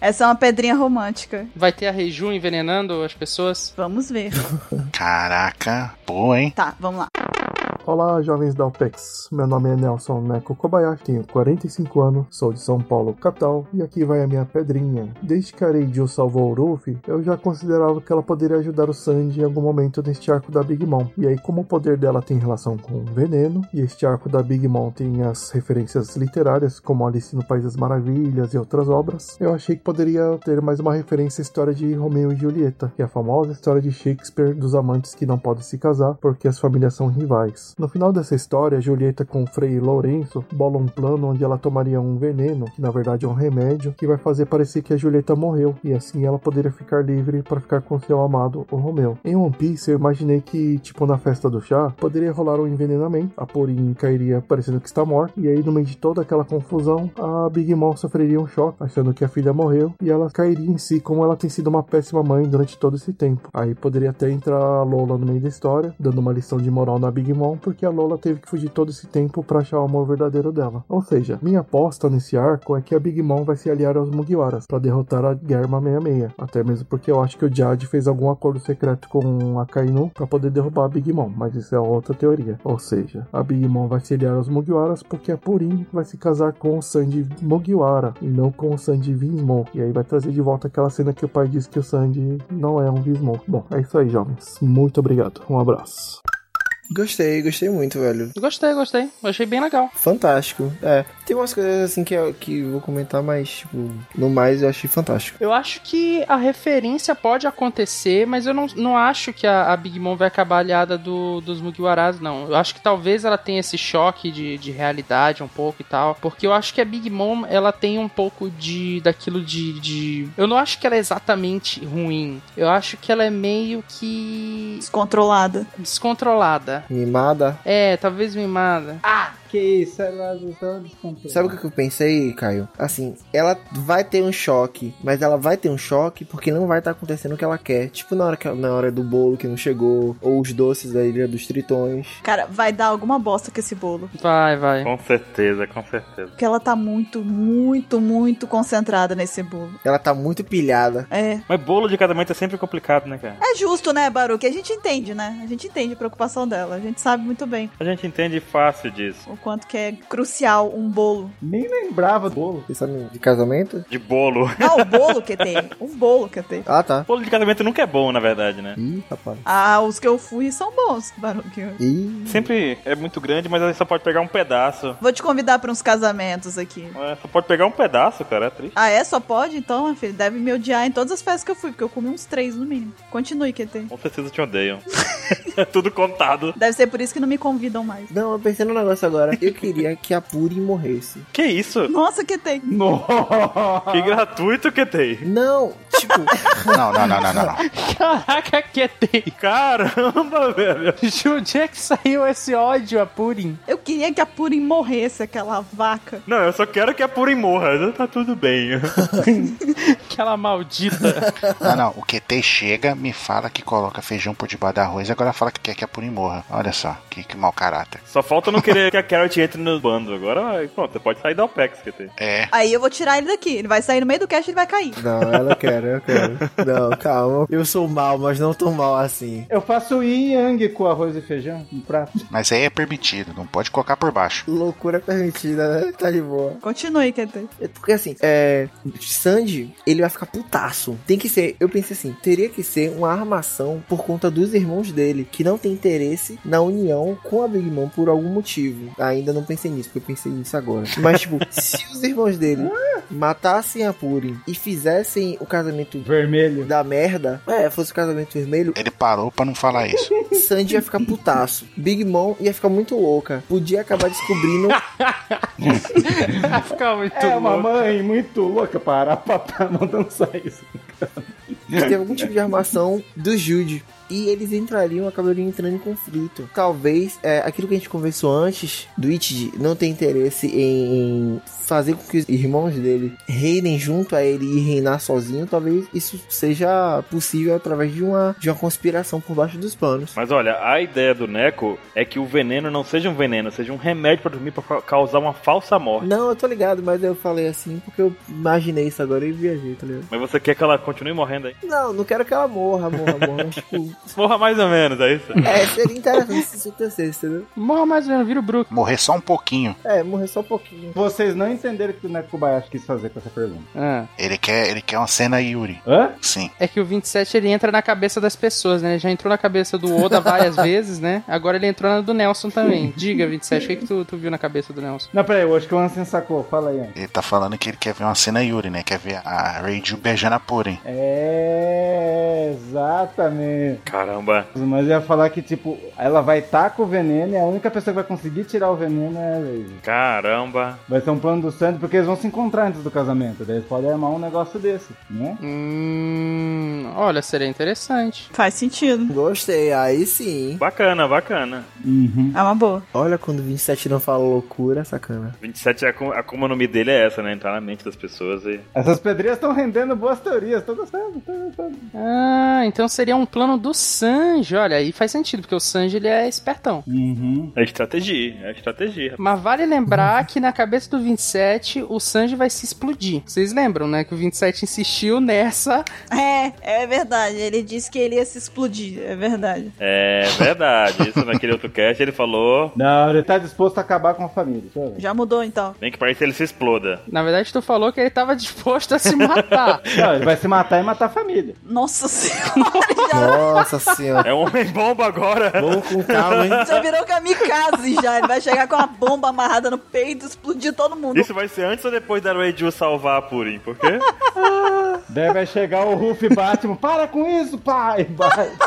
[SPEAKER 1] Essa é uma pedrinha romântica.
[SPEAKER 2] Vai ter a Reju envenenando as pessoas?
[SPEAKER 1] Vamos ver.
[SPEAKER 5] Caraca, boa, hein?
[SPEAKER 1] Tá, vamos lá.
[SPEAKER 13] Olá, jovens da OPEX. Meu nome é Nelson Neco Kobayashi, tenho 45 anos, sou de São Paulo, capital, e aqui vai a minha pedrinha. Desde que a Areidio salvou o Ruffy, eu já considerava que ela poderia ajudar o Sanji em algum momento neste arco da Big Mom. E aí, como o poder dela tem relação com o veneno, e este arco da Big Mom tem as referências literárias, como Alice no País das Maravilhas e outras obras, eu achei que poderia ter mais uma referência à história de Romeu e Julieta, que é a famosa história de Shakespeare dos amantes que não podem se casar porque as famílias são rivais. No final dessa história, Julieta com Frei Lourenço bola um plano onde ela tomaria um veneno, que na verdade é um remédio, que vai fazer parecer que a Julieta morreu, e assim ela poderia ficar livre para ficar com seu amado, o Romeu. Em One Piece, eu imaginei que, tipo, na festa do chá, poderia rolar um envenenamento, a Porin cairia parecendo que está morta, e aí no meio de toda aquela confusão, a Big Mom sofreria um choque, achando que a filha morreu, e ela cairia em si como ela tem sido uma péssima mãe durante todo esse tempo. Aí poderia até entrar a Lola no meio da história, dando uma lição de moral na Big Mom, porque a Lola teve que fugir todo esse tempo pra achar o amor verdadeiro dela. Ou seja, minha aposta nesse arco é que a Big Mom vai se aliar aos Mugiwaras pra derrotar a Germa 66, até mesmo porque eu acho que o Jade fez algum acordo secreto com a Kainu pra poder derrubar a Big Mom, mas isso é outra teoria. Ou seja, a Big Mom vai se aliar aos Mugiwaras porque a Purim vai se casar com o Sandy Mugiwara e não com o Sandy Vinsmoke. E aí vai trazer de volta aquela cena que o pai disse que o Sandy não é um Vinsmoke. Bom, é isso aí, jovens. Muito obrigado. Um abraço.
[SPEAKER 3] Gostei, gostei muito, velho.
[SPEAKER 2] Gostei, gostei. Achei bem legal.
[SPEAKER 3] Fantástico. É, tem umas coisas assim que eu, que eu vou comentar, mas, tipo, no mais eu achei fantástico.
[SPEAKER 2] Eu acho que a referência pode acontecer, mas eu não, não acho que a, a Big Mom vai acabar aliada do, dos Mugiwaras, não. Eu acho que talvez ela tenha esse choque de, de realidade um pouco e tal. Porque eu acho que a Big Mom, ela tem um pouco de. daquilo de. de... Eu não acho que ela é exatamente ruim. Eu acho que ela é meio que.
[SPEAKER 1] Descontrolada.
[SPEAKER 2] descontrolada.
[SPEAKER 3] Mimada.
[SPEAKER 2] É, talvez mimada.
[SPEAKER 6] Ah, Que isso, é um elas estão descontroladas.
[SPEAKER 3] Sabe o que eu pensei, Caio? Assim, ela vai ter um choque, mas ela vai ter um choque porque não vai estar acontecendo o que ela quer. Tipo na hora, que, na hora do bolo que não chegou, ou os doces da Ilha dos Tritões.
[SPEAKER 1] Cara, vai dar alguma bosta com esse bolo.
[SPEAKER 2] Vai, vai.
[SPEAKER 4] Com certeza, com certeza.
[SPEAKER 1] Porque ela tá muito, muito, muito concentrada nesse bolo.
[SPEAKER 3] Ela tá muito pilhada.
[SPEAKER 1] É.
[SPEAKER 4] Mas bolo de casamento é sempre complicado, né, cara?
[SPEAKER 1] É justo, né, Baruque? A gente entende, né? A gente entende a preocupação dela. A gente sabe muito bem
[SPEAKER 4] A gente entende fácil disso.
[SPEAKER 1] o quanto que é crucial um bolo.
[SPEAKER 6] Nem lembrava do bolo.
[SPEAKER 3] Você sabe de casamento?
[SPEAKER 4] De bolo.
[SPEAKER 1] Ah, o bolo que tem. Um bolo que tem.
[SPEAKER 3] Ah, tá.
[SPEAKER 4] Bolo de casamento nunca é bom, na verdade, né?
[SPEAKER 3] Ih, rapaz.
[SPEAKER 1] Ah, os que eu fui são bons, Baruque.
[SPEAKER 3] Ih.
[SPEAKER 4] Sempre é muito grande, mas aí só pode pegar um pedaço.
[SPEAKER 1] Vou te convidar pra uns casamentos aqui.
[SPEAKER 4] É, Só pode pegar um pedaço, cara. É triste.
[SPEAKER 1] Ah, é? Só pode? Então, meu filho, deve me odiar em todas as festas que eu fui, porque eu comi uns três no mínimo. Continue, QT.
[SPEAKER 4] Com certeza te odeiam. é tudo contado.
[SPEAKER 1] Deve ser por isso que não me convidam mais.
[SPEAKER 3] Não, eu pensei num negócio agora. Eu queria que a Puri morresse.
[SPEAKER 4] Que isso?
[SPEAKER 1] Nossa, QT.
[SPEAKER 4] Que gratuito que tem.
[SPEAKER 3] Não, tipo,
[SPEAKER 5] Não, não, não, não, não. não.
[SPEAKER 2] Caraca, que tem.
[SPEAKER 4] Caramba, velho.
[SPEAKER 2] De onde é que saiu esse ódio a Purim?
[SPEAKER 1] Eu queria que a Purim morresse, aquela vaca.
[SPEAKER 4] Não, eu só quero que a Puri morra. Tá tudo bem.
[SPEAKER 2] Aquela maldita.
[SPEAKER 5] Não, Ah, não. O QT chega, me fala que coloca feijão por debaixo do arroz e agora fala que quer que a Purim morra. Olha só, que, que mau caráter.
[SPEAKER 4] Só falta não querer que a Carrot entre no bando. Agora, ai, pronto, você pode sair da OPEX que tem.
[SPEAKER 5] É,
[SPEAKER 1] Aí eu vou tirar ele daqui. Ele vai sair no meio do cast e ele vai cair.
[SPEAKER 3] não, ela quer, né, cara? Não, calma. Eu sou mal, mas não tão mal assim.
[SPEAKER 6] Eu faço yin e yang com arroz e feijão um no prato.
[SPEAKER 5] Mas aí é permitido, não pode colocar por baixo.
[SPEAKER 3] Loucura permitida, né? Tá de boa.
[SPEAKER 1] Continue, Kentei.
[SPEAKER 3] É Porque assim, é. Sandy, ele vai ficar putaço. Tem que ser, eu pensei assim, teria que ser uma armação por conta dos irmãos dele, que não tem interesse na união com a Big Mom por algum motivo. Ainda não pensei nisso, porque eu pensei nisso agora. Mas, tipo, se os irmãos dele matassem a Purim e fizessem o casamento
[SPEAKER 6] Vermelho.
[SPEAKER 3] da merda, é, fosse o casamento vermelho,
[SPEAKER 5] Ele parou pra não falar isso.
[SPEAKER 3] Sandy ia ficar putaço. Big Mom ia ficar muito louca. Podia acabar descobrindo
[SPEAKER 2] Fica muito
[SPEAKER 6] É uma
[SPEAKER 2] louco.
[SPEAKER 6] mãe muito louca parar pra tá mandando sair isso.
[SPEAKER 3] que teve algum tipo de armação do Jude. E eles entrariam, acabariam entrando em conflito. Talvez é, aquilo que a gente conversou antes do Itid não ter interesse em fazer com que os irmãos dele reinem junto a ele e reinar sozinho. Talvez isso seja possível através de uma, de uma conspiração por baixo dos panos.
[SPEAKER 4] Mas olha, a ideia do Neco é que o veneno não seja um veneno, seja um remédio pra dormir pra ca- causar uma falsa morte.
[SPEAKER 3] Não, eu tô ligado, mas eu falei assim porque eu imaginei isso agora e viajei, tá ligado?
[SPEAKER 4] Mas você quer que ela continue morrendo aí?
[SPEAKER 3] Não, não quero que ela morra, morra, morra. mas, tipo,
[SPEAKER 4] Morra mais ou menos, é isso?
[SPEAKER 3] é, seria interessante se isso acontecesse, entendeu?
[SPEAKER 2] Morra mais ou menos, vira o Brook.
[SPEAKER 5] Morrer só um pouquinho.
[SPEAKER 3] É, morrer só um pouquinho.
[SPEAKER 6] Vocês não entenderam o que o Neto Kobayashi quis fazer com essa pergunta.
[SPEAKER 2] Ah,
[SPEAKER 5] Ele quer, ele quer uma cena Yuri.
[SPEAKER 6] Hã?
[SPEAKER 5] Sim.
[SPEAKER 2] É que o 27 ele entra na cabeça das pessoas, né? Ele já entrou na cabeça do Oda várias vezes, né? Agora ele entrou na do Nelson também. Diga, 27, o que, que tu, tu viu na cabeça do Nelson?
[SPEAKER 6] Não, peraí, eu acho que o Ansem sacou. Fala aí, Ansem.
[SPEAKER 5] Ele tá falando que ele quer ver uma cena Yuri, né? Quer ver a Reiju beijando a Purim.
[SPEAKER 6] É, exatamente.
[SPEAKER 4] Caramba.
[SPEAKER 6] Mas eu ia falar que, tipo, ela vai estar com o veneno e a única pessoa que vai conseguir tirar o veneno é a Raven.
[SPEAKER 4] Caramba.
[SPEAKER 6] Vai ser um plano do Sandy, porque eles vão se encontrar antes do casamento. Daí eles podem armar um negócio desse, né?
[SPEAKER 2] Hum. Olha, seria interessante.
[SPEAKER 1] Faz sentido.
[SPEAKER 3] Gostei, aí sim.
[SPEAKER 4] Bacana, bacana.
[SPEAKER 6] Uhum.
[SPEAKER 1] É uma boa.
[SPEAKER 3] Olha quando o 27 não fala loucura, sacana.
[SPEAKER 4] 27 é a, cu- a como o nome dele é essa, né? Entrar na mente das pessoas e.
[SPEAKER 6] Essas pedrinhas estão rendendo boas teorias. Tô gostando, tô gostando.
[SPEAKER 2] Ah, então seria um plano do Sanji. Olha, aí faz sentido, porque o Sanji ele é espertão.
[SPEAKER 6] Uhum.
[SPEAKER 4] É estratégia, é estratégia.
[SPEAKER 2] Mas vale lembrar que na cabeça do 27, o Sanji vai se explodir. Vocês lembram, né? Que o 27 insistiu nessa.
[SPEAKER 1] É, é verdade. Ele disse que ele ia se explodir. É verdade.
[SPEAKER 4] É verdade. Isso naquele outro cast ele falou.
[SPEAKER 6] Não, ele tá disposto a acabar com a família. Deixa eu ver.
[SPEAKER 1] Já mudou então.
[SPEAKER 4] Nem que pareça ele se exploda.
[SPEAKER 2] Na verdade, tu falou que ele tava disposto a se
[SPEAKER 1] Ah.
[SPEAKER 2] matar.
[SPEAKER 6] Não, ele vai se matar e matar a família.
[SPEAKER 1] Nossa senhora, já.
[SPEAKER 3] Nossa senhora.
[SPEAKER 4] É um homem bomba agora.
[SPEAKER 3] Vamos com calma, hein?
[SPEAKER 1] Você virou kamikaze já. Ele vai chegar com uma bomba amarrada no peito, explodir todo mundo.
[SPEAKER 4] Isso vai ser antes ou depois da Reiju salvar a Purim? Por quê?
[SPEAKER 6] Daí vai chegar o Ruff Batman. Para com isso, pai! Bate.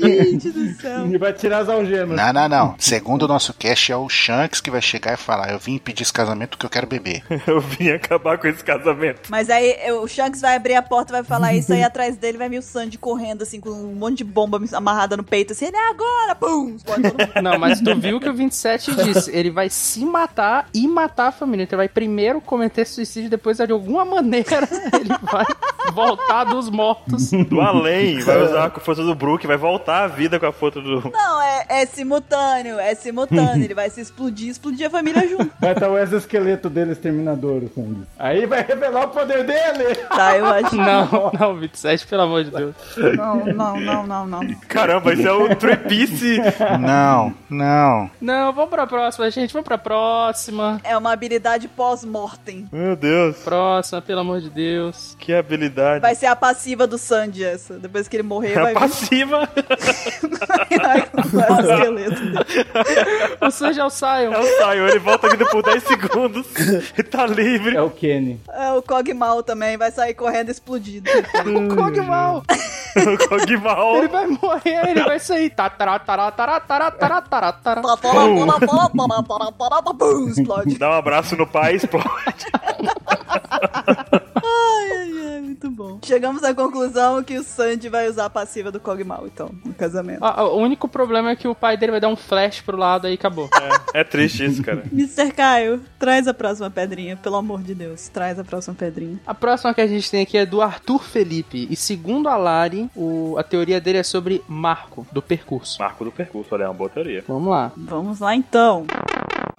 [SPEAKER 1] Gente do céu.
[SPEAKER 6] e vai tirar as algemas.
[SPEAKER 5] Não, não, não. Segundo o nosso cast, é o Shanks que vai chegar e falar: Eu vim pedir esse casamento porque eu quero beber.
[SPEAKER 4] Eu vim acabar com esse casamento.
[SPEAKER 1] Mas aí eu- o Shanks vai abrir a porta, vai falar isso aí atrás dele, vai vir o Sandy correndo assim, com um monte de bomba amarrada no peito, assim, ele é agora, pum! explode todo mundo.
[SPEAKER 2] Não, mas tu viu o que o 27 disse. Ele vai se matar e matar a família. Então ele vai primeiro cometer suicídio, depois de alguma maneira ele vai voltar dos mortos.
[SPEAKER 4] Do além, vai usar a força do Brook, vai voltar a vida com a foto do.
[SPEAKER 1] Não, é, é simultâneo, é simultâneo, ele vai se explodir, explodir a família junto.
[SPEAKER 6] Vai estar o exoesqueleto dele exterminador, o Sandy. Aí vai revelar o poder dele!
[SPEAKER 1] Tá, eu acho.
[SPEAKER 2] Não, não, 27, pelo amor de Deus.
[SPEAKER 1] Não, não, não, não, não.
[SPEAKER 4] Caramba, isso é o Trepice.
[SPEAKER 5] Não, não.
[SPEAKER 2] Não, vamos pra próxima, gente. Vamos pra próxima.
[SPEAKER 1] É uma habilidade pós-mortem.
[SPEAKER 4] Meu Deus,
[SPEAKER 2] Próxima, pelo amor de Deus.
[SPEAKER 4] que habilidade.
[SPEAKER 1] Vai ser a passiva do Sandy essa. Depois que ele morrer,
[SPEAKER 4] A
[SPEAKER 1] vai vir
[SPEAKER 4] passiva
[SPEAKER 1] o esqueleto dele.
[SPEAKER 2] O Sanji é o Sion.
[SPEAKER 4] é o Sion, ele volta aqui por 10 segundos e tá livre.
[SPEAKER 6] É o Kenny.
[SPEAKER 1] É, o Cogmal também vai sair correndo explodido.
[SPEAKER 2] O Kog'Maw.
[SPEAKER 4] O Cogmal.
[SPEAKER 2] Ele vai morrer, ele vai sair. Tatará, tará, tará, tará, tará, tará, tará.
[SPEAKER 1] Pá, pá, lá, pá, lá, pá, lá, pá, lá, pá, lá, pá, pum, Explode.
[SPEAKER 4] Dá um abraço no pai e explode.
[SPEAKER 1] Ai, ai, ai, muito bom. Chegamos à conclusão que o Sandy vai usar a passiva do Cogmal, então, no casamento.
[SPEAKER 2] Ah, o único problema é que o pai dele vai dar um flash pro lado aí acabou.
[SPEAKER 4] É triste isso, cara.
[SPEAKER 1] Mr. Caio, traz a próxima pedrinha, pelo amor de Deus. Traz a próxima pedrinha.
[SPEAKER 2] A próxima que a gente tem aqui é do Arthur Felipe. E segundo a Lari, o- a teoria dele é sobre marco do percurso.
[SPEAKER 4] Marco do percurso, olha, é uma boa teoria.
[SPEAKER 2] Vamos lá.
[SPEAKER 1] Vamos lá, então.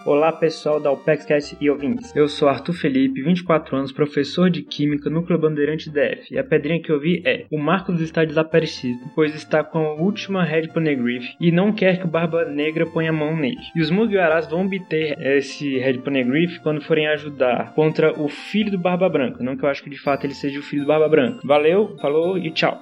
[SPEAKER 14] Olá, pessoal da UPEXCast e ouvintes. Eu sou Arthur Felipe, 24 anos, professor de Química, Núcleo Bandeirante DF. E a pedrinha que eu vi é: o Marcos está desaparecido, pois está com a última Red Ponegriff e não quer que o Barba Negra ponha a mão nele. E os Mugiwaras vão obter eh, esse Red Ponegriff quando forem ajudar contra o filho do Barba Branca. Não que eu acho que de fato ele seja o filho do Barba Branca. Valeu, falou e tchau.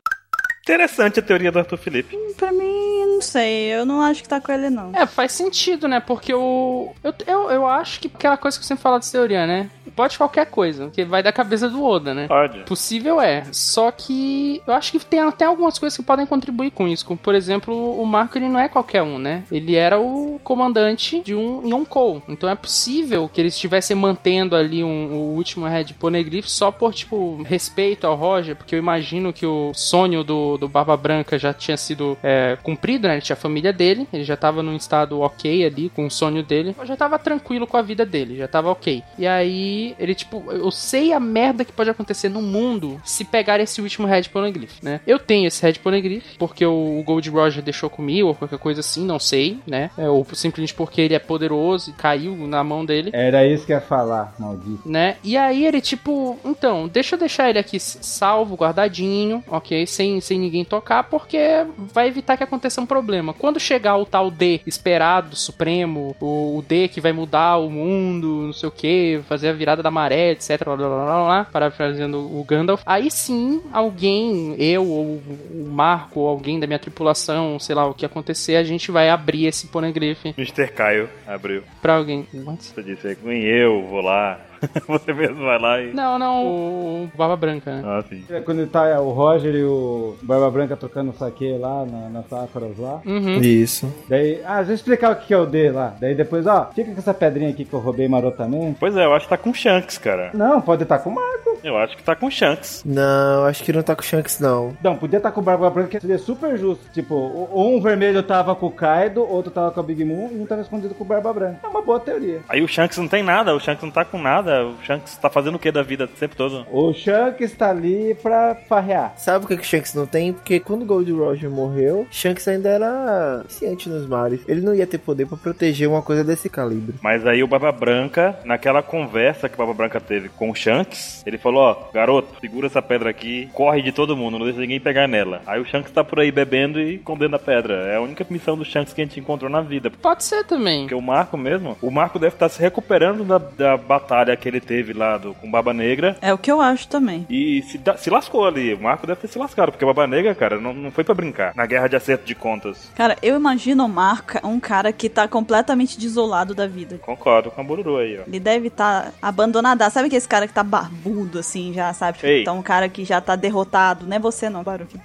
[SPEAKER 4] Interessante a teoria do Arthur Felipe.
[SPEAKER 1] Pra mim, não sei. Eu não acho que tá com ele, não.
[SPEAKER 2] É, faz sentido, né? Porque o. Eu, eu, eu acho que aquela coisa que eu sempre falo de teoria, né? Pode qualquer coisa, que vai da cabeça do Oda, né?
[SPEAKER 4] Pode.
[SPEAKER 2] Possível é. Só que eu acho que tem até algumas coisas que podem contribuir com isso. Como, por exemplo, o Marco ele não é qualquer um, né? Ele era o comandante de um Yonkou. Então é possível que eles estivessem mantendo ali um, o último Red Poneglyph só por, tipo, respeito ao Roger, porque eu imagino que o sonho do, do Barba Branca já tinha sido é, cumprido, né? Ele tinha a família dele, ele já tava num estado ok ali com o sonho dele, já tava tranquilo com a vida dele, já tava ok. E aí, ele tipo, eu sei a merda que pode acontecer no mundo se pegar esse último Red Poneglyph, né? Eu tenho esse Red Poneglyph, porque o Gold Roger deixou comigo, ou qualquer coisa assim, não sei, né? É, ou simplesmente porque ele é poderoso e caiu na mão dele.
[SPEAKER 6] Era isso que eu ia falar, maldito.
[SPEAKER 2] Né? E aí ele, tipo, então, deixa eu deixar ele aqui salvo, guardadinho, ok? Sem, sem ninguém tocar, porque vai evitar que aconteça um problema. Quando chegar o tal D esperado, supremo, o, o D que vai mudar o mundo, não sei o que, fazer a virada da maré, etc, blá blá blá blá, blá parafraseando o Gandalf, aí sim alguém, eu ou o Marco, ou alguém da minha tripulação, sei lá o que acontecer, a gente vai abrir esse poneglyph
[SPEAKER 4] Mr. Caio abriu.
[SPEAKER 2] pra alguém. What?
[SPEAKER 4] Você disse, "Nem eu vou lá. Você mesmo vai lá e.
[SPEAKER 2] Não, não, o, o Barba Branca, né?
[SPEAKER 4] Ah, sim.
[SPEAKER 6] É Quando tá o Roger e o Barba Branca tocando saque lá na, nas ácaras lá.
[SPEAKER 2] Uhum.
[SPEAKER 3] Isso.
[SPEAKER 6] Daí, ah, deixa eu explicar o que é o D lá. Daí depois, ó, fica com essa pedrinha aqui que eu roubei marotamente.
[SPEAKER 4] Pois é, eu acho que tá com Shanks, cara.
[SPEAKER 6] Não, pode estar com o Marco.
[SPEAKER 4] Eu acho que tá com Shanks.
[SPEAKER 3] Não, acho que não tá com Shanks, não.
[SPEAKER 6] Não, podia estar com o Barba Branca, que seria super justo. Tipo, o- um vermelho tava com o Kaido, outro tava com a Big Moon e um tava escondido com o Barba Branca. É uma boa teoria.
[SPEAKER 4] Aí o Shanks não tem nada, o Shanks não tá com nada. O Shanks tá fazendo o que da vida o tempo todo?
[SPEAKER 6] O Shanks tá ali pra farrear.
[SPEAKER 3] Sabe por que que o Shanks não tem? Porque quando o Gold Roger morreu, Shanks ainda era ciente nos mares. Ele não ia ter poder pra proteger uma coisa desse calibre.
[SPEAKER 4] Mas aí o Barba Branca, naquela conversa que o Barba Branca teve com o Shanks, ele falou: Ó, garoto, segura essa pedra aqui, corre de todo mundo, não deixa ninguém pegar nela. Aí o Shanks tá por aí bebendo e escondendo a pedra. É a única missão do Shanks que a gente encontrou na vida.
[SPEAKER 2] Pode ser também.
[SPEAKER 4] Porque o Marco mesmo, o Marco deve estar se recuperando da, da batalha que ele teve lá do, com o Barba Negra.
[SPEAKER 1] É o que eu acho também.
[SPEAKER 4] E se, da- se lascou ali. O Marco deve ter se lascado, porque o Barba Negra, cara, não, não foi pra brincar. Na guerra de acerto de contas.
[SPEAKER 1] Cara, eu imagino o Marco um cara que tá completamente desolado da vida.
[SPEAKER 4] Concordo com a Bururu aí, ó.
[SPEAKER 1] Ele deve estar abandonado. Sabe que esse cara que tá barbudo, assim, já, sabe? Tipo,
[SPEAKER 4] Ei.
[SPEAKER 1] tá um cara que já tá derrotado. Não é você, não, Baruque.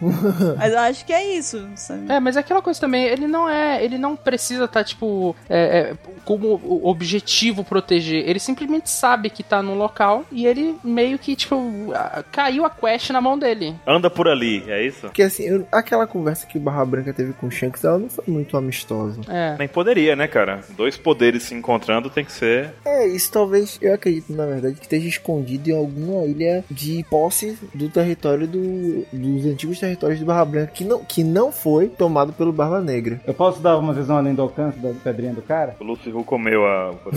[SPEAKER 1] Mas eu acho que é isso, sabe?
[SPEAKER 2] É, mas é aquela coisa também, ele não é. Ele não precisa estar, tipo, é, é, como o objetivo proteger. Ele simplesmente sabe que tá num local e ele meio que, tipo, ah, caiu a quest na mão dele.
[SPEAKER 4] Anda por ali, é isso?
[SPEAKER 3] Porque assim, eu- aquela conversa que o Barra Branca teve com o Shanks, ela não foi muito amistosa.
[SPEAKER 2] É.
[SPEAKER 4] Nem poderia, né, cara? Dois poderes se encontrando tem que ser.
[SPEAKER 3] É, isso talvez, eu acredito, na verdade, que esteja escondido em alguma ilha de posse do território do, dos antigos territórios do Barra Branca, que não, que não foi tomado pelo Barba Negra.
[SPEAKER 6] Eu posso dar uma visão além do alcance da pedrinha do cara?
[SPEAKER 4] O Luffy Ru comeu a.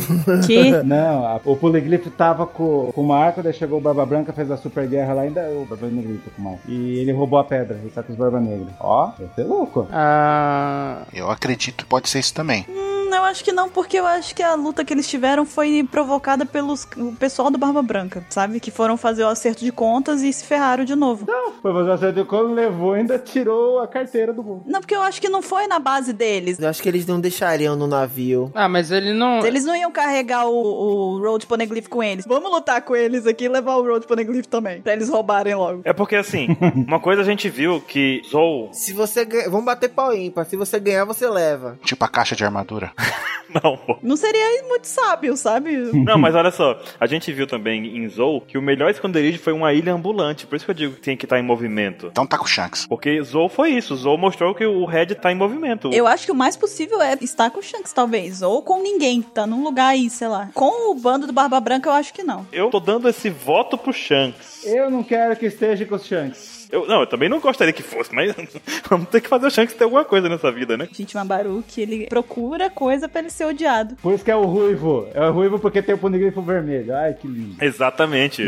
[SPEAKER 1] Que
[SPEAKER 6] Não, a- o Poliglifo tava co- com o Marco, daí chegou o Barba Branca, fez a super guerra lá, ainda o Barba Negrito com o Marco. E ele roubou a pedra, ele tá com os Barba Negra. Ó, vai ser louco.
[SPEAKER 2] Ah,
[SPEAKER 5] Eu acredito que pode ser isso também.
[SPEAKER 1] Hum, eu acho que não, porque eu acho que a luta que eles tiveram foi provocada pelos o pessoal do Barba Branca, sabe? Que foram fazer o acerto de contas e se ferraram de novo.
[SPEAKER 6] Foi fazer uma série de como levou e ainda tirou a carteira do gol.
[SPEAKER 1] Não, porque eu acho que não foi na base deles.
[SPEAKER 3] Eu acho que eles não deixariam no navio.
[SPEAKER 2] ah, mas ele não.
[SPEAKER 1] Eles não iam carregar o, o Road Poneglyph com eles. Vamos lutar com eles aqui e levar o Road Poneglyph também. Pra eles roubarem logo.
[SPEAKER 4] É porque assim, uma coisa a gente viu que Zou.
[SPEAKER 3] Se você ganha. Vamos bater pau ímpar. Se você ganhar, você leva.
[SPEAKER 5] Tipo a caixa de armadura.
[SPEAKER 4] Não, pô.
[SPEAKER 1] Não seria muito sábio, sabe?
[SPEAKER 4] Não, mas olha só, a gente viu também em Zou que o melhor esconderijo foi uma ilha ambulante, por isso que eu digo que tem que estar em movimento.
[SPEAKER 5] Então tá com o Shanks.
[SPEAKER 4] Porque Zou foi isso, Zou mostrou que o Red tá em movimento.
[SPEAKER 1] Eu acho que o mais possível é estar com o Shanks, talvez. Ou com ninguém. Tá num lugar aí, sei lá. Com o bando do Barba Branca, eu acho que não.
[SPEAKER 4] Eu tô dando esse voto pro Shanks.
[SPEAKER 6] Eu não quero que esteja com os Shanks.
[SPEAKER 4] Eu, não, eu também não gostaria que fosse, mas vamos ter que fazer o Shanks ter alguma coisa nessa vida, né?
[SPEAKER 1] Gente, Mabaru que ele procura coisa pra ele ser odiado.
[SPEAKER 6] Por isso que é o ruivo. É o ruivo porque tem o punigrifo vermelho. Ai, que lindo.
[SPEAKER 4] Exatamente.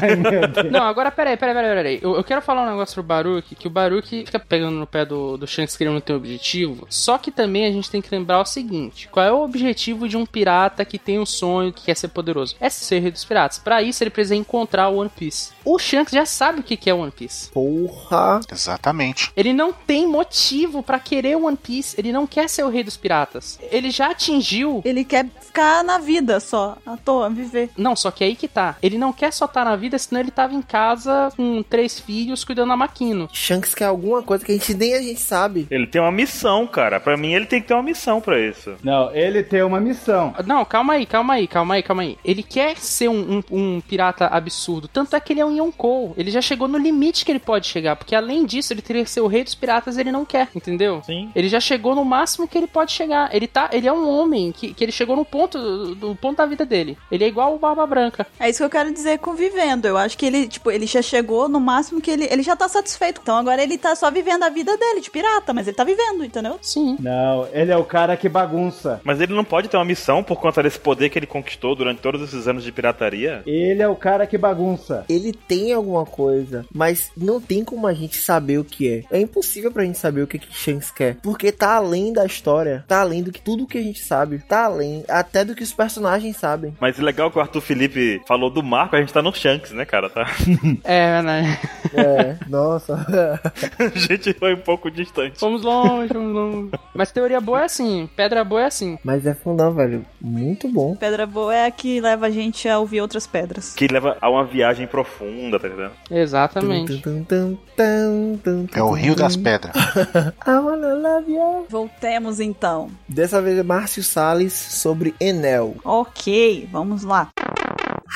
[SPEAKER 6] Ai, meu Deus.
[SPEAKER 2] Não, agora peraí, peraí, peraí, peraí. Eu, eu quero falar um negócio pro Baruque, que o Baruque fica pegando no pé do, do Shanks que ele não tem objetivo. Só que também a gente tem que lembrar o seguinte: qual é o objetivo de um pirata que tem um sonho, que quer ser poderoso? É ser rei dos piratas. Pra isso, ele precisa encontrar o One Piece. O Shanks já sabe o que que é o One Piece.
[SPEAKER 10] Porra.
[SPEAKER 5] Exatamente.
[SPEAKER 2] Ele não tem motivo pra querer o One Piece. Ele não quer ser o rei dos piratas. Ele já atingiu.
[SPEAKER 1] Ele quer ficar na vida só, à toa, viver.
[SPEAKER 2] Não, só que aí que tá. Ele não quer só estar na vida, senão ele tava em casa com três filhos cuidando da Maquino.
[SPEAKER 3] Shanks quer alguma coisa que a gente nem a gente sabe.
[SPEAKER 4] Ele tem uma missão, cara. Pra mim, ele tem que ter uma missão pra isso.
[SPEAKER 6] Não, ele tem uma missão.
[SPEAKER 2] Ah, Não, calma aí, calma aí, calma aí, calma aí. Ele quer ser um, um- um pirata absurdo. Tanto é que ele é um Yonkou. Ele já chegou no limite que ele pode chegar. Porque além disso, ele teria que ser o rei dos piratas ele não quer, entendeu?
[SPEAKER 4] Sim.
[SPEAKER 2] Ele já chegou no máximo que ele pode chegar. Ele tá, ele é um homem que, que ele chegou no ponto do ponto da vida dele. Ele é igual o Barba Branca.
[SPEAKER 1] É isso que eu quero dizer com vivendo. Eu acho que ele, tipo, ele já chegou no máximo que ele, ele já tá satisfeito. Então agora ele tá só vivendo a vida dele de pirata, mas ele tá vivendo, entendeu?
[SPEAKER 2] Sim.
[SPEAKER 6] Não, ele é o cara que bagunça.
[SPEAKER 4] Mas ele não pode ter uma missão por conta desse poder que ele conquistou durante todos esses anos de pirataria?
[SPEAKER 6] Ele é o cara que bagunça.
[SPEAKER 3] Ele tem alguma coisa, mas não tem como a gente saber o que é. É impossível pra gente saber o que, que Shanks quer. Porque tá além da história, tá além do que tudo que a gente sabe. Tá além até do que os personagens sabem.
[SPEAKER 4] Mas é legal que o Arthur Felipe falou do Marco, a gente tá no Shanks, né, cara? Tá?
[SPEAKER 2] É, né?
[SPEAKER 3] É, nossa.
[SPEAKER 4] A gente foi um pouco distante.
[SPEAKER 2] Fomos longe, fomos longe. Mas teoria boa é assim, pedra boa é assim.
[SPEAKER 3] Mas é fundão, velho. Muito bom.
[SPEAKER 1] Pedra boa é a que leva a gente a ouvir outras pedras.
[SPEAKER 4] Que leva a uma viagem profunda, tá entendendo?
[SPEAKER 2] Exatamente.
[SPEAKER 5] É o Rio das Pedras.
[SPEAKER 1] Voltemos então.
[SPEAKER 3] Dessa vez é Márcio Salles sobre Enel.
[SPEAKER 1] Ok, vamos lá.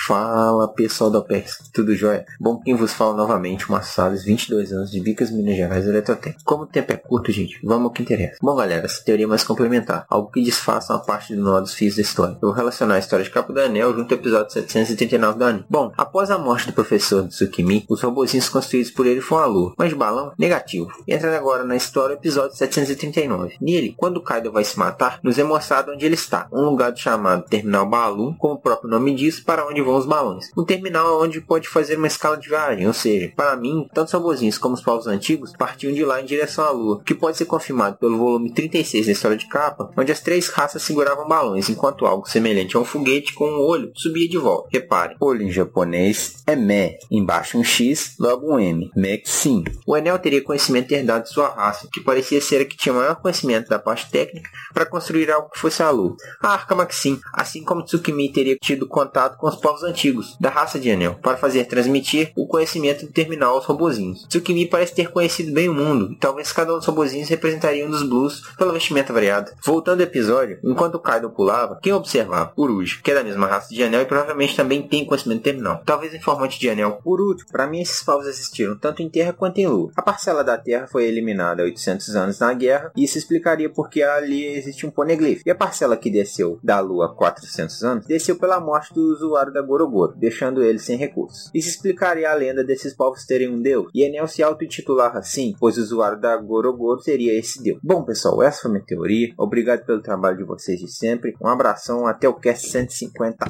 [SPEAKER 15] Fala pessoal da OPEX, tudo jóia? Bom, quem vos fala novamente, uma Salles, 22 anos de Bicas, Minas Gerais, Eletrotec. Como o tempo é curto, gente, vamos ao que interessa. Bom, galera, essa teoria é mais complementar, algo que disfarça uma parte do nó dos fios da história. Eu vou relacionar a história de Capo do Anel junto ao episódio 739 do anime. Bom, após a morte do professor Tsukimi, os robozinhos construídos por ele foram à lua, mas balão, negativo. Entrando agora na história, o episódio 739. Nele, quando Kaido vai se matar, nos é mostrado onde ele está, um lugar chamado Terminal Balu, como o próprio nome diz, para onde vão os balões. Um terminal onde pode fazer uma escala de viagem, ou seja, para mim, tanto os robozinhos como os povos antigos partiam de lá em direção à Lua, o que pode ser confirmado pelo volume 36 da história de capa, onde as três raças seguravam balões, enquanto algo semelhante a um foguete com um olho subia de volta. Repare, olho em japonês é me, embaixo um X, logo um M, Mexin. O Enel teria conhecimento herdado de sua raça, que parecia ser a que tinha maior conhecimento da parte técnica para construir algo que fosse a Lua. A Arca Maxim, assim como Tsukimi teria tido contato com os povos antigos, da raça de Enel, para fazer transmitir o conhecimento do terminal aos robozinhos. Tsukimi parece ter conhecido bem o mundo, e talvez cada um dos robozinhos representaria um dos blues pela vestimenta variada. Voltando ao episódio, enquanto Kaido pulava, quem observava? Uruj, que é da mesma raça de Anel e provavelmente também tem conhecimento do terminal. Talvez informante de Anel. Por último, para mim esses povos existiram tanto em terra quanto em lua. A parcela da terra foi eliminada há 800 anos na guerra, e isso explicaria porque ali existe um poneglyph. E a parcela que desceu da lua há 400 anos, desceu pela morte do usuário da Gorogoro, deixando ele sem recursos. Isso explicaria a lenda desses povos terem um deus, e Enel se auto-intitulava assim, pois o usuário da Gorogoro seria esse deus. Bom, pessoal, essa foi minha teoria. Obrigado pelo trabalho de vocês de sempre. Um abração, até o cast 150.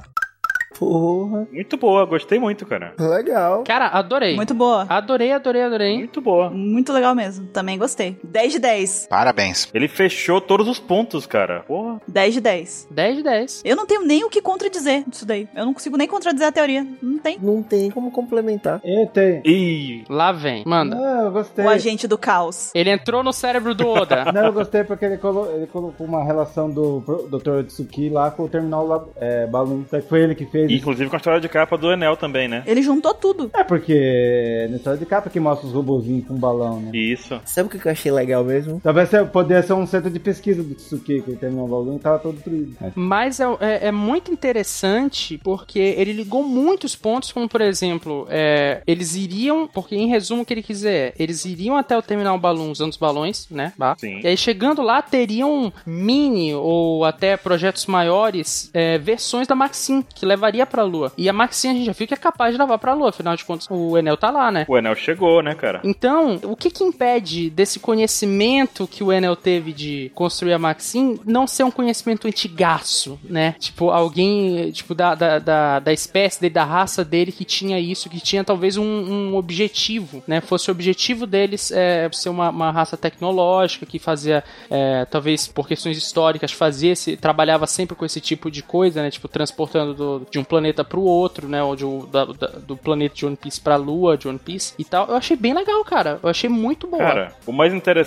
[SPEAKER 3] Porra,
[SPEAKER 4] Muito boa, gostei muito, cara.
[SPEAKER 3] legal.
[SPEAKER 2] Cara, adorei.
[SPEAKER 1] Muito boa.
[SPEAKER 2] Adorei, adorei, adorei. hein?
[SPEAKER 4] Muito boa.
[SPEAKER 1] Muito legal mesmo. Também gostei. 10 de 10.
[SPEAKER 5] Parabéns.
[SPEAKER 4] Ele fechou todos os pontos, cara. Porra.
[SPEAKER 1] 10 de 10.
[SPEAKER 2] 10 de 10.
[SPEAKER 1] Eu não tenho nem o que contradizer disso daí. Eu não consigo nem contradizer a teoria. Não tem.
[SPEAKER 3] Não tem como complementar.
[SPEAKER 4] É,
[SPEAKER 6] Ele tem.
[SPEAKER 4] E
[SPEAKER 2] Lá vem. Manda.
[SPEAKER 6] Ah, eu gostei.
[SPEAKER 1] O agente do caos.
[SPEAKER 2] Ele entrou no cérebro do Oda.
[SPEAKER 6] Não, eu gostei porque ele, colo- ele colocou uma relação do pro- Dr. Tsuki lá com o terminal lá, é, Balloon. Será que foi ele que fez? isso?
[SPEAKER 4] inclusive com a história de capa do Enel também, né?
[SPEAKER 1] Ele juntou tudo.
[SPEAKER 6] É porque na história de capa que mostra os robozinhos com balão, né?
[SPEAKER 4] Isso.
[SPEAKER 3] Sabe o que que eu achei legal mesmo?
[SPEAKER 6] Talvez se- poderia ser um centro de pesquisa do Tsuki, que ele terminou o balão e tava todo destruído.
[SPEAKER 2] Mas é, é- é muito interessante porque ele ligou muitos pontos, como por exemplo, é, eles iriam, porque em resumo o que ele quiser, eles iriam até o terminal balão usando os balões, né? Bah.
[SPEAKER 4] Sim.
[SPEAKER 2] E aí chegando lá um teriam mini ou até projetos maiores é, versões da Maxim, que levariam levaria pra lua. E a Maxinha a gente já viu que é capaz de levar pra lua, afinal de contas o Enel tá lá, né?
[SPEAKER 4] O Enel chegou, né, cara?
[SPEAKER 2] Então, o que que impede desse conhecimento que o Enel teve de construir a Maxim não ser um conhecimento antigaço, né? Tipo, alguém, tipo, da, da, da, da espécie dele, da raça dele que tinha isso, que tinha talvez um, um objetivo, né? Fosse o objetivo deles é, ser uma, uma raça tecnológica que fazia, é, talvez por questões históricas, fazia esse, trabalhava sempre com esse tipo de coisa, né? Tipo, transportando do- de um planeta pro outro, né? Ou de um- da- da- do planeta de One Piece pra lua de One Piece e tal. Eu achei bem legal, cara. Eu achei muito boa.
[SPEAKER 4] Cara, o mais interessante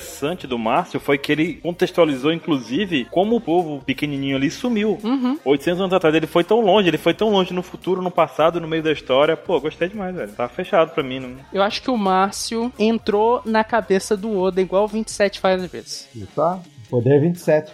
[SPEAKER 4] do Márcio foi que ele contextualizou, inclusive, como o povo pequenininho ali sumiu. 800 anos atrás ele foi tão longe, ele foi tão longe no futuro, no passado, no meio da história. Pô, gostei demais, velho. Tá fechado pra mim. Não...
[SPEAKER 2] Eu acho que o Márcio entrou na cabeça do Oda igual o 27 faz às vezes.
[SPEAKER 6] Tá? Poder 27.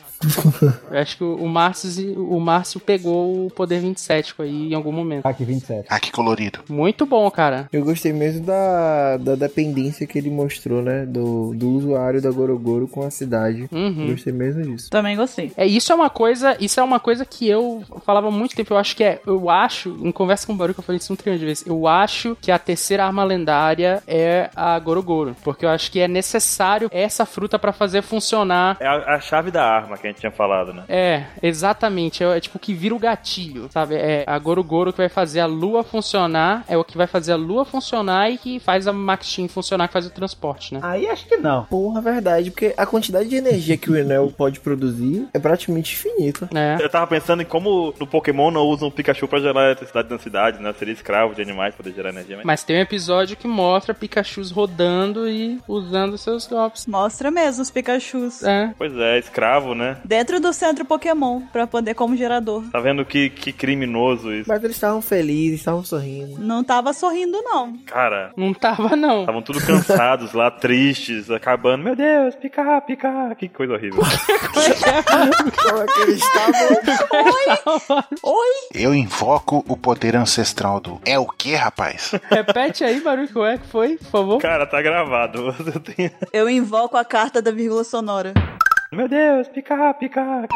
[SPEAKER 2] Eu acho que o Márcio, o Márcio pegou o poder 27 aí em algum momento.
[SPEAKER 6] Hack 27.
[SPEAKER 5] Hack colorido.
[SPEAKER 2] Muito bom, cara.
[SPEAKER 3] Eu gostei mesmo da, da dependência que ele mostrou, né? Do, do usuário da Gorogoro com a cidade.
[SPEAKER 2] Uhum.
[SPEAKER 3] Eu Gostei mesmo disso.
[SPEAKER 1] Também gostei.
[SPEAKER 2] É, isso é uma coisa, isso é uma coisa que eu falava há muito tempo, eu acho que é, eu acho, em conversa com o Baruch eu falei isso um trilhão de vezes, eu acho que a terceira arma lendária é a Gorogoro, porque eu acho que é necessário essa fruta pra fazer funcionar.
[SPEAKER 4] É a, a chave da arma que a gente tinha falado, né?
[SPEAKER 2] É, exatamente, é, é tipo que vira o gatilho, sabe? É a Gorogoro que vai fazer a lua funcionar, é o que vai fazer a lua funcionar e que faz a Maxim funcionar, que faz o transporte, né?
[SPEAKER 6] Aí acho que não.
[SPEAKER 3] Porra, verdade, porque a quantidade de energia que o Enel pode produzir é praticamente infinita.
[SPEAKER 2] É.
[SPEAKER 4] Eu tava pensando em como no Pokémon não usam o Pikachu pra gerar eletricidade na cidade, né? Seria escravo de animais pra poder gerar energia. Mas...
[SPEAKER 2] Mas tem um episódio que mostra Pikachus rodando e usando seus golpes.
[SPEAKER 1] Mostra mesmo os Pikachus.
[SPEAKER 2] É.
[SPEAKER 4] Pois é, escravo, né?
[SPEAKER 1] Dentro do centro Pokémon, pra poder como gerador.
[SPEAKER 4] Tá vendo que, que criminoso isso?
[SPEAKER 3] Mas eles estavam felizes, estavam sorrindo.
[SPEAKER 1] Não tava sorrindo, não.
[SPEAKER 4] Cara,
[SPEAKER 2] Não tava, não.
[SPEAKER 4] Estavam tudo cansados lá, tristes, acabando. Meu Deus, pica, pica. Que coisa horrível.
[SPEAKER 3] Como é que eles estavam?
[SPEAKER 5] Eu invoco o poder ancestral do. É o que, rapaz?
[SPEAKER 2] Repete aí, barulho que é que foi, por favor.
[SPEAKER 4] Cara, tá gravado. Você tem-
[SPEAKER 1] Eu invoco a carta da vírgula sonora.
[SPEAKER 4] Meu Deus, pica, pica.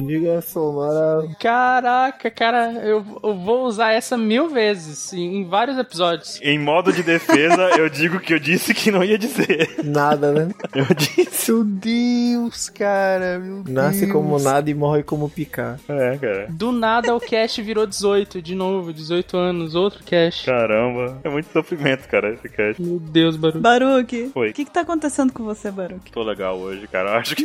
[SPEAKER 3] Diga somara.
[SPEAKER 2] Caraca, cara, eu, eu vou usar essa mil vezes em, em vários episódios.
[SPEAKER 4] Em modo de defesa, eu digo que eu disse que não ia dizer.
[SPEAKER 3] Nada, né?
[SPEAKER 4] Eu disse.
[SPEAKER 3] Meu Deus, cara. Nasce como nada e morre como picar.
[SPEAKER 4] É, cara.
[SPEAKER 2] Do nada o cast virou 18 de novo, 18 anos, outro cast.
[SPEAKER 4] Caramba. É muito sofrimento, cara, esse cast.
[SPEAKER 2] Meu Deus, barulho.
[SPEAKER 1] Baruque,
[SPEAKER 4] Oi.
[SPEAKER 1] o que, que tá acontecendo com você, Baruque?
[SPEAKER 4] Tô legal hoje, cara. Eu Acho que.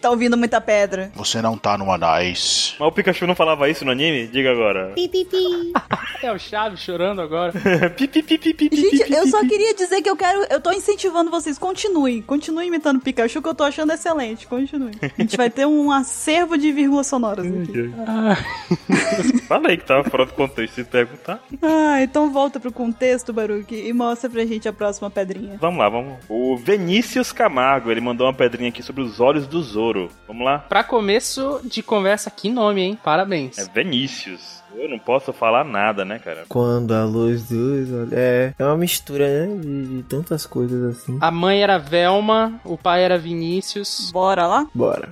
[SPEAKER 1] Tá ouvindo muita pedra.
[SPEAKER 5] Você não tá no anais.
[SPEAKER 4] Mas o Pikachu não falava isso no anime? Diga agora.
[SPEAKER 2] É o Chaves chorando agora.
[SPEAKER 4] Pi, pi, pi, pi, pi, pi,
[SPEAKER 1] Gente,
[SPEAKER 4] pi,
[SPEAKER 1] eu
[SPEAKER 4] pi,
[SPEAKER 1] só
[SPEAKER 4] pi.
[SPEAKER 1] queria dizer que eu quero. Eu tô incentivando vocês. Continuem. Continuem imitando Pikachu, que eu tô achando excelente. Continuem. A gente vai ter um acervo de vírgulas sonoras aqui. Ah,
[SPEAKER 4] Fala aí que tava fora do contexto. Se perguntar.
[SPEAKER 1] Ah, então volta pro contexto, Baruque, e mostra pra gente a próxima pedrinha.
[SPEAKER 4] Vamos lá, vamos. O Vinícius Camargo, ele mandou uma pedrinha aqui sobre os olhos do Zoro. Vamos lá.
[SPEAKER 2] Pra começo de conversa, que nome, hein? Parabéns.
[SPEAKER 4] É Vinícius. Eu não posso falar nada, né, cara?
[SPEAKER 3] Quando a luz dos olhos. É, é uma mistura, né? De, de tantas coisas assim.
[SPEAKER 2] A mãe era Velma, o pai era Vinícius.
[SPEAKER 1] Bora lá?
[SPEAKER 3] Bora.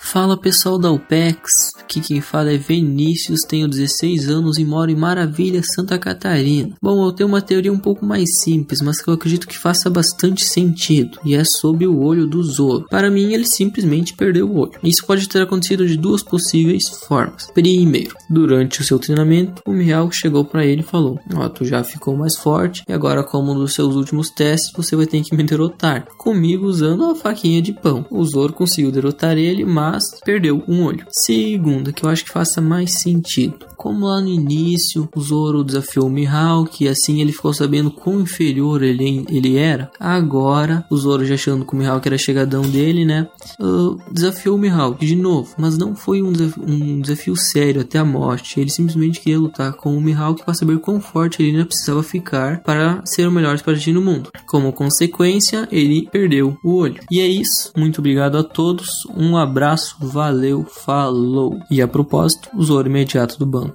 [SPEAKER 16] Fala pessoal da UPEX, aqui quem fala é Vinícius, tenho 16 anos e moro em Maravilha, Santa Catarina. Bom, eu tenho uma teoria um pouco mais simples, mas que eu acredito que faça bastante sentido, e é sobre o olho do Zoro. Para mim, ele simplesmente perdeu o olho. Isso pode ter acontecido de duas possíveis formas. Primeiro, durante o seu treinamento, o Mihawk chegou para ele e falou: Ó, tu já ficou mais forte, e agora, como um dos seus últimos testes, você vai ter que me derrotar. Comigo usando a faquinha de pão. O Zoro conseguiu derrotar ele, mas perdeu um olho. Segunda, que eu acho que faça mais sentido. Como lá no início, o Zoro desafiou o Mihawk e assim ele ficou sabendo quão inferior ele, ele era. Agora, o Zoro já achando que o Mihawk era chegadão dele, né? Ah, desafiou o Mihawk de novo, mas não foi um, desaf- um desafio sério até a morte. Ele simplesmente queria lutar com o Mihawk para saber quão forte ele ainda precisava ficar para ser o melhor espadachim do mundo. Como consequência, ele perdeu o olho. E é isso. Muito obrigado a todos. Um abraço, valeu, falou. E a propósito, o Zoro imediato do bando.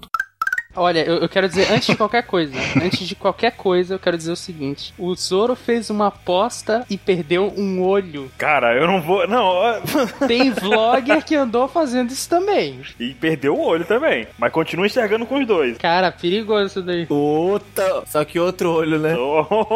[SPEAKER 2] Olha, eu, eu quero dizer, antes de qualquer coisa, antes de qualquer coisa, eu quero dizer o seguinte: o Zoro fez uma aposta e perdeu um olho.
[SPEAKER 4] Cara, eu não vou. Não, ó,
[SPEAKER 2] Tem vlogger que andou fazendo isso também.
[SPEAKER 4] e perdeu o olho também. Mas continua enxergando com os dois.
[SPEAKER 2] Cara, perigoso isso daí.
[SPEAKER 3] Puta! Só que outro olho, né?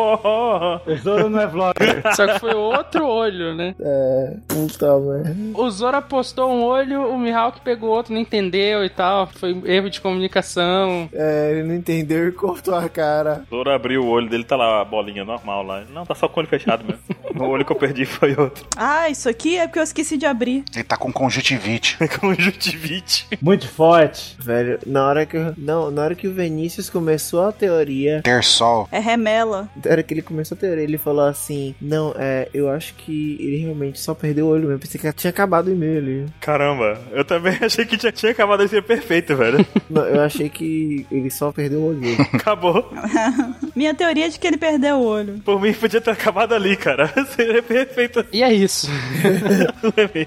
[SPEAKER 6] O Zoro não é vlogger.
[SPEAKER 2] Só que foi outro olho, né?
[SPEAKER 3] É, né? puta, velho.
[SPEAKER 2] O Zoro apostou um olho, o Mihawk pegou outro, não entendeu e tal. Foi erro de comunicação.
[SPEAKER 3] É, ele não entendeu e cortou a cara.
[SPEAKER 4] Zoro abriu o olho dele, tá lá a bolinha normal lá. Não, tá só com o olho fechado mesmo. o olho que eu perdi foi outro.
[SPEAKER 1] Ah, isso aqui é porque eu esqueci de abrir.
[SPEAKER 5] Ele tá com conjuntivite.
[SPEAKER 4] Conjuntivite.
[SPEAKER 6] Muito forte.
[SPEAKER 3] Velho, na hora que eu- não, na hora que o Vinícius começou a teoria,
[SPEAKER 5] Ter sol.
[SPEAKER 1] É remela.
[SPEAKER 3] na hora que ele começou a teoria, ele falou assim: "Não, é, eu acho que ele realmente só perdeu o olho, eu pensei que tinha acabado o e-mail ali.
[SPEAKER 4] Caramba, eu também achei que já tinha acabado de ser perfeito, velho.
[SPEAKER 3] Não, eu achei que ele só perdeu o olho.
[SPEAKER 4] Acabou.
[SPEAKER 1] Minha teoria é de que ele perdeu o olho.
[SPEAKER 4] Por mim, podia ter acabado ali, cara. Seria perfeito.
[SPEAKER 2] E é isso.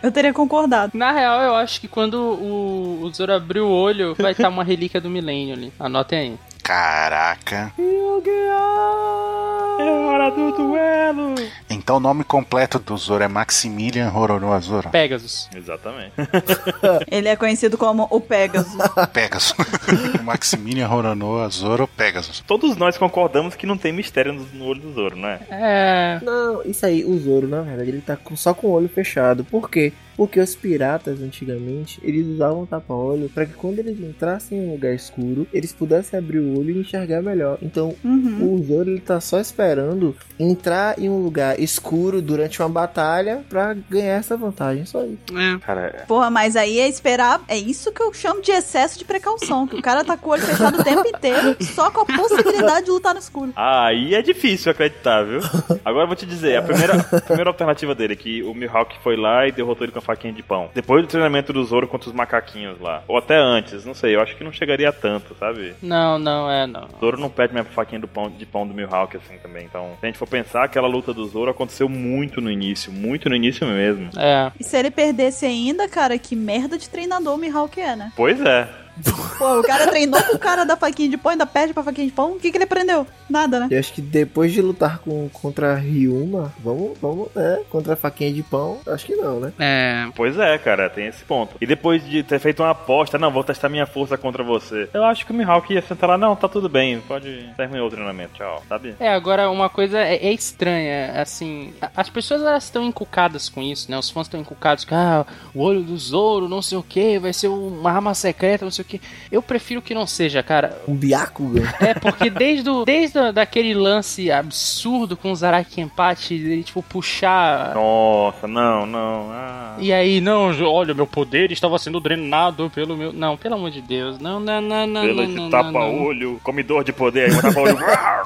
[SPEAKER 1] Eu teria concordado.
[SPEAKER 2] Na real, eu acho que quando o, o Zoro abrir o olho, vai estar uma relíquia do milênio ali. Anotem aí.
[SPEAKER 5] Caraca.
[SPEAKER 4] É hora do duelo.
[SPEAKER 5] Então o nome completo do Zoro é Maximilian Rororoa Zoro.
[SPEAKER 2] Pegasus.
[SPEAKER 4] Exatamente.
[SPEAKER 1] Ele é conhecido como o Pegasus.
[SPEAKER 5] Pegasus. Maximilian Roronoa Zoro Pegasus.
[SPEAKER 4] Todos nós concordamos que não tem mistério no- no olho do Zoro, não é?
[SPEAKER 2] É.
[SPEAKER 3] Não, isso aí, o Zoro, na verdade, ele tá com- só com o olho fechado. Por quê? Porque os piratas, antigamente, eles usavam tapa-olho pra que quando eles entrassem em um lugar escuro, eles pudessem abrir o olho e enxergar melhor. Então,
[SPEAKER 1] Uhum.
[SPEAKER 3] o Zoro, ele tá só esperando entrar em um lugar escuro durante uma batalha pra ganhar essa vantagem. Só isso.
[SPEAKER 4] Cara,
[SPEAKER 1] Porra, mas aí é esperar. É isso que eu chamo de excesso de precaução. Que o cara tá com o olho fechado o tempo inteiro, só com a possibilidade de lutar no escuro.
[SPEAKER 4] aí é difícil acreditar, viu? Agora eu vou te dizer, a primeira, a primeira alternativa dele é que o Mihawk foi lá e derrotou ele com a faquinha de pão. Depois do treinamento do Zoro contra os macaquinhos lá. Ou até antes, não sei, eu acho que não chegaria a tanto, sabe?
[SPEAKER 2] Não, não, é, não.
[SPEAKER 4] O Zoro não pede mesmo a faquinha do pão, de pão do Mihawk, assim, também. Então, se a gente for pensar, aquela luta do Zoro aconteceu muito no início. Muito no início mesmo.
[SPEAKER 2] É.
[SPEAKER 1] E se ele perdesse ainda, cara, que merda de treinador o Mihawk é, né?
[SPEAKER 4] Pois é.
[SPEAKER 1] Pô, o cara treinou com o cara da faquinha de pão, ainda perde pra faquinha de pão. O que, que ele aprendeu? Nada, né?
[SPEAKER 3] E acho que depois de lutar com, contra a Ryuma, vamos, vamos, né? Contra a faquinha de pão, acho que não, né?
[SPEAKER 2] É.
[SPEAKER 4] Pois é, cara, tem esse ponto. E depois de ter feito uma aposta, não, vou testar minha força contra você. Eu acho que o Mihawk ia sentar lá, não, tá tudo bem, pode terminar o treinamento, tchau, sabe?
[SPEAKER 2] É, agora uma coisa é, é estranha, assim, a- as pessoas elas estão encucadas com isso, né? Os fãs estão encucados com, ah, o olho do Zoro, não sei o que, vai ser uma arma secreta, não sei o que. Eu prefiro que não seja, cara.
[SPEAKER 3] Um biaco, velho.
[SPEAKER 2] É porque desde, o, desde a- daquele lance absurdo com o Zaraki Empate, ele tipo puxar.
[SPEAKER 4] Nossa, não, não, ah.
[SPEAKER 2] E aí, não, jo- olha, meu poder estava sendo drenado pelo meu. Não, pelo amor de Deus. Não, não, não, não.
[SPEAKER 4] Pelo
[SPEAKER 2] não,
[SPEAKER 4] esse
[SPEAKER 2] não, não,
[SPEAKER 4] tapa-olho, comidor de poder, aí tapa-olho.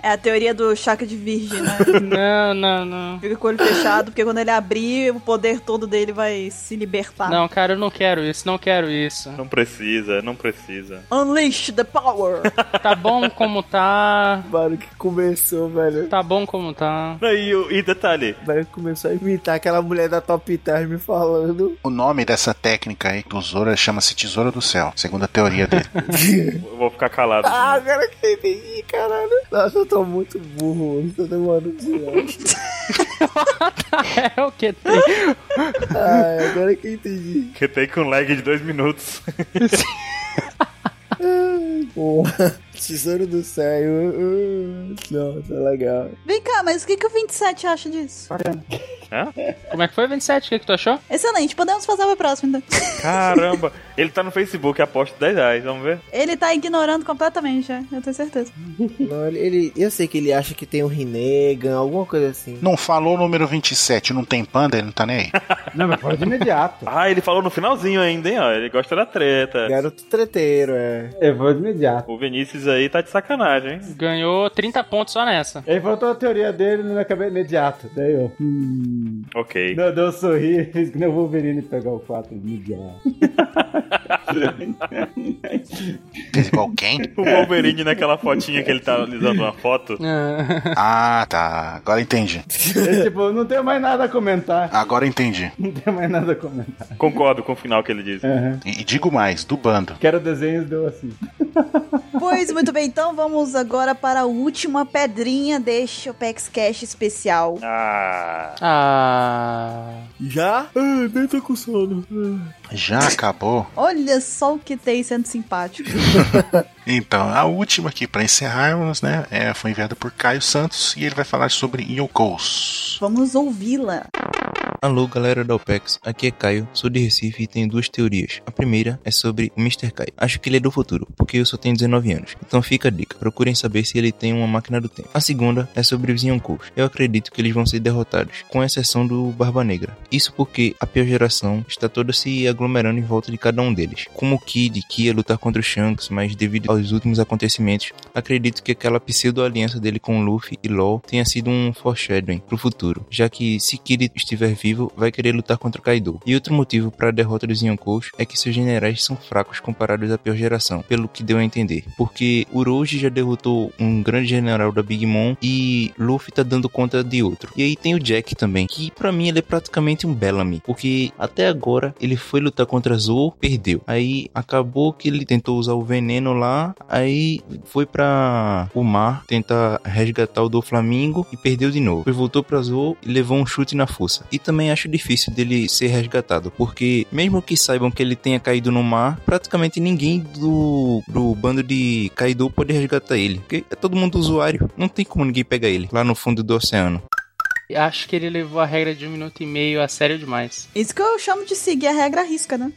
[SPEAKER 1] É a teoria do chakra de virgem, né?
[SPEAKER 2] não, não, não.
[SPEAKER 1] Fica com o olho fechado, porque quando ele abrir, o poder todo dele vai se libertar.
[SPEAKER 2] Não, cara, eu não quero isso, não quero isso.
[SPEAKER 4] não precisa, não precisa.
[SPEAKER 1] Unleash the power!
[SPEAKER 2] Tá bom como tá.
[SPEAKER 3] Mano, que começou, velho.
[SPEAKER 2] Tá bom como tá.
[SPEAKER 4] E, o- e detalhe,
[SPEAKER 3] Vai começar a imitar aquela mulher da Top Term falando.
[SPEAKER 5] O nome dessa técnica aí do Zoro chama-se Tesouro do Céu, segundo a teoria dele.
[SPEAKER 4] eu vou ficar calado.
[SPEAKER 3] Ah, agora que eu entendi, caralho. Nossa, eu tô muito burro, mano. Tô demorando demais.
[SPEAKER 2] É o que tem.
[SPEAKER 3] Ai, agora que Ah, é, eu entendi.
[SPEAKER 4] Que tem com lag de dois minutos.
[SPEAKER 3] Pô, tesouro do céu. uh, uh. Nossa, legal.
[SPEAKER 1] Vem cá, mas o que, que o 27 acha disso?
[SPEAKER 2] Como é que foi, 27? O que, que tu achou?
[SPEAKER 1] Excelente, podemos passar pra próxima então.
[SPEAKER 4] Caramba, ele tá no Facebook, aposto 10 reais, vamos ver?
[SPEAKER 1] Ele tá ignorando completamente, é, eu tenho certeza.
[SPEAKER 3] Não, ele, ele- eu sei que ele acha que tem um Rinnegan, alguma coisa assim.
[SPEAKER 5] Não falou o número 27, não tem panda, ele não tá nem aí.
[SPEAKER 6] Não, mas foi de imediato.
[SPEAKER 4] Ah, ele falou no finalzinho ainda, hein, ó, ele gosta da treta.
[SPEAKER 3] Garoto treteiro, é.
[SPEAKER 6] Eu vou de imediato.
[SPEAKER 4] O Vinícius aí tá de sacanagem, hein?
[SPEAKER 2] Ganhou 30 pontos só nessa.
[SPEAKER 6] Ele faltou a teoria dele não acabei é imediato. Daí eu. Hum.
[SPEAKER 4] Ok.
[SPEAKER 6] Não, deu um sorriso, fiz que nem o Wolverine pegar o 4 imediato.
[SPEAKER 5] Fez igual quem?
[SPEAKER 4] O Wolverine naquela fotinha que ele tá analisando uma foto.
[SPEAKER 2] Ah,
[SPEAKER 5] Ah, tá. Agora entendi.
[SPEAKER 6] Eu, tipo, não tenho mais nada a comentar.
[SPEAKER 5] Agora entendi.
[SPEAKER 6] Não tenho mais nada a comentar.
[SPEAKER 4] Concordo com o final que ele disse.
[SPEAKER 6] Aham.
[SPEAKER 5] E, e digo mais, do bando.
[SPEAKER 6] Quero desenhos, deu assim.
[SPEAKER 1] Pois muito bem, então vamos agora para a última pedrinha deste Opex Cash especial.
[SPEAKER 4] Ah.
[SPEAKER 2] Ah.
[SPEAKER 3] Já? Ah, nem tô com sono.
[SPEAKER 5] Já acabou?
[SPEAKER 1] Olha só o que tem sendo simpático.
[SPEAKER 5] Então, a última aqui para encerrarmos, né? é, foi enviada por Caio Santos e ele vai falar sobre Yokos.
[SPEAKER 1] Vamos ouvi-la.
[SPEAKER 17] Alô, galera da OPEX, aqui é Caio, sou de Recife e tenho duas teorias. A primeira é sobre o Mr. Caio. Acho que ele é do futuro, porque eu só tenho 19 anos, então fica a dica, procurem saber se ele tem uma máquina do tempo. A segunda é sobre os Yonkous. Eu acredito que eles vão ser derrotados, com exceção do Barba Negra. Isso porque a pior geração está toda se aglomerando em volta de cada um deles. Como o Kid, que ia lutar contra o Shanks, mas devido aos últimos acontecimentos, acredito que aquela pseudo-aliança dele com Luffy e LOL tenha sido um foreshadowing pro futuro, já que se Kid estiver vivo, vai querer lutar contra o Kaido. E outro motivo para a derrota dos Yonkous é que seus generais são fracos comparados à pior geração, pelo que deu a entender. Porque Uroji já derrotou um grande general da Big Mom e Luffy tá dando conta de outro. E aí tem o Jack também, que pra mim ele é praticamente um Bellamy, porque até agora ele foi lutar contra Zou, perdeu. Aí acabou que ele tentou usar o veneno lá, aí foi pra o mar tentar resgatar o do Flamingo e perdeu de novo. Depois voltou pra Zou e levou um chute na força. E também acho difícil dele ser resgatado, porque mesmo que saibam que ele tenha caído no mar, praticamente ninguém do, do bando de Kaido pode resgatar ele, porque é todo mundo usuário, não tem como ninguém pegar ele lá no fundo do oceano.
[SPEAKER 2] Acho que ele levou a regra de um minuto e meio a sério demais.
[SPEAKER 1] Isso que eu chamo de seguir a regra risca, né?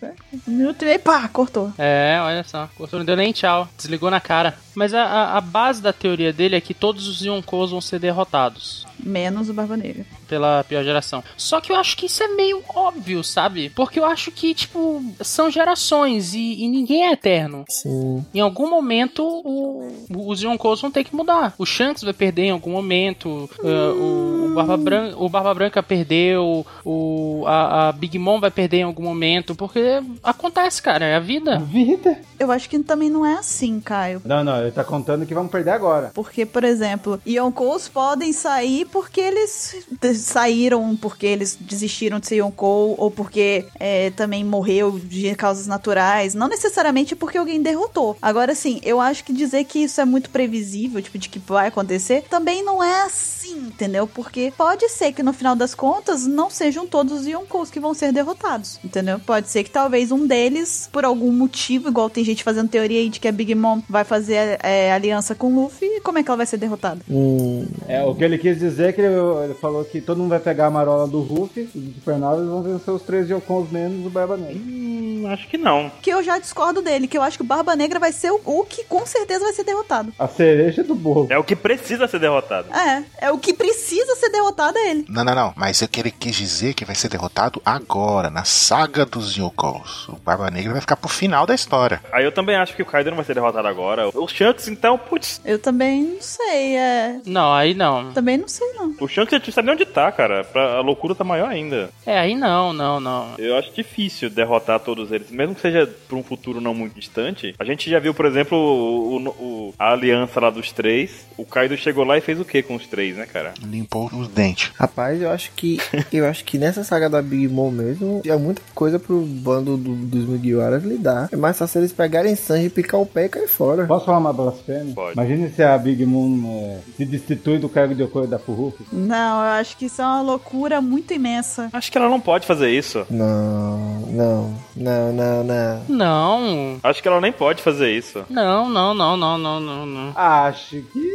[SPEAKER 1] Um minuto e meio, pá, cortou.
[SPEAKER 2] É, olha só. Cortou, não deu nem tchau. Desligou na cara. Mas a, a, a base da teoria dele é que todos os Yonkous vão ser derrotados.
[SPEAKER 1] Menos o Barba Negra.
[SPEAKER 2] Pela pior geração. Só que eu acho que isso é meio óbvio, sabe? Porque eu acho que, tipo, são gerações e, e ninguém é eterno.
[SPEAKER 3] Sim.
[SPEAKER 2] Em algum momento, o, os Yonkous vão ter que mudar. O Shanks vai perder em algum momento. ah, o, o, Barba Branca, o Barba Branca perdeu. O, a, a Big Mom vai perder em algum momento. Porque acontece, cara. É a vida.
[SPEAKER 6] Vida?
[SPEAKER 1] Eu acho que também não é assim, Caio.
[SPEAKER 6] Não, não, ele tá contando que vamos perder agora.
[SPEAKER 1] Porque, por exemplo, Yonkous podem sair porque eles de- saíram, porque eles desistiram de ser Yonkou, ou porque é, também morreu de causas naturais. Não necessariamente porque alguém derrotou. Agora, sim, eu acho que dizer que isso é muito previsível, tipo, de que vai acontecer, também não é assim, entendeu? Porque pode ser que no final das contas não sejam todos os Yonkous que vão ser derrotados, entendeu? Pode ser que talvez um deles, por algum motivo, igual tem gente fazendo teoria aí de que a Big Mom vai fazer é, aliança com o Luffy, e como é que ela vai ser derrotada?
[SPEAKER 3] Hum,
[SPEAKER 6] É, o que ele quis dizer é que ele, ele falou que todo mundo vai pegar a marola do Ruff, os Supernovas vão vencer os três Yokons menos o Barba Negra.
[SPEAKER 4] Hum, acho que não.
[SPEAKER 1] que eu já discordo dele, que eu acho que o Barba Negra vai ser o, o que com certeza vai ser derrotado.
[SPEAKER 6] A cereja do bolo.
[SPEAKER 4] É o que precisa ser derrotado.
[SPEAKER 1] É, é o que precisa ser derrotado é ele.
[SPEAKER 5] Não, não, não. Mas é que ele quis dizer que vai ser derrotado agora, na saga dos Yokos. O Barba Negra vai ficar pro final da história.
[SPEAKER 4] Aí eu também acho que o Kaido não vai ser derrotado agora. O Shanks, então, putz.
[SPEAKER 1] Eu também não sei, é.
[SPEAKER 2] Não, aí não.
[SPEAKER 1] Também não sei, não.
[SPEAKER 4] O Shanks já não sabe nem onde tá, cara. Pra- A loucura tá maior ainda.
[SPEAKER 2] É, aí não, não, não.
[SPEAKER 4] Eu acho difícil derrotar todos eles, mesmo que seja pra um futuro não muito distante. A gente já viu, por exemplo, o, o- o- a aliança lá dos três. O Kaido chegou lá e fez o que com os três, né, cara?
[SPEAKER 5] Limpou os dentes.
[SPEAKER 3] Rapaz, eu acho que eu acho que nessa saga da Big Mom mesmo é muita coisa pro bando do- dos Mugiwaras lidar. É mais fácil eles pegarem Sanji, picar o pé e cair fora.
[SPEAKER 6] Posso falar uma blasfêmia?
[SPEAKER 4] Pode.
[SPEAKER 6] Imagine se a Big Moon é, se destitui do cargo de Yoko e da Ruff.
[SPEAKER 1] Não, eu acho que isso é uma loucura muito imensa.
[SPEAKER 4] Acho que ela não pode fazer isso.
[SPEAKER 3] Não, não, não, não, não.
[SPEAKER 2] Não.
[SPEAKER 4] Acho que ela nem pode fazer isso.
[SPEAKER 2] Não, não, não, não, não, não, não.
[SPEAKER 6] Acho que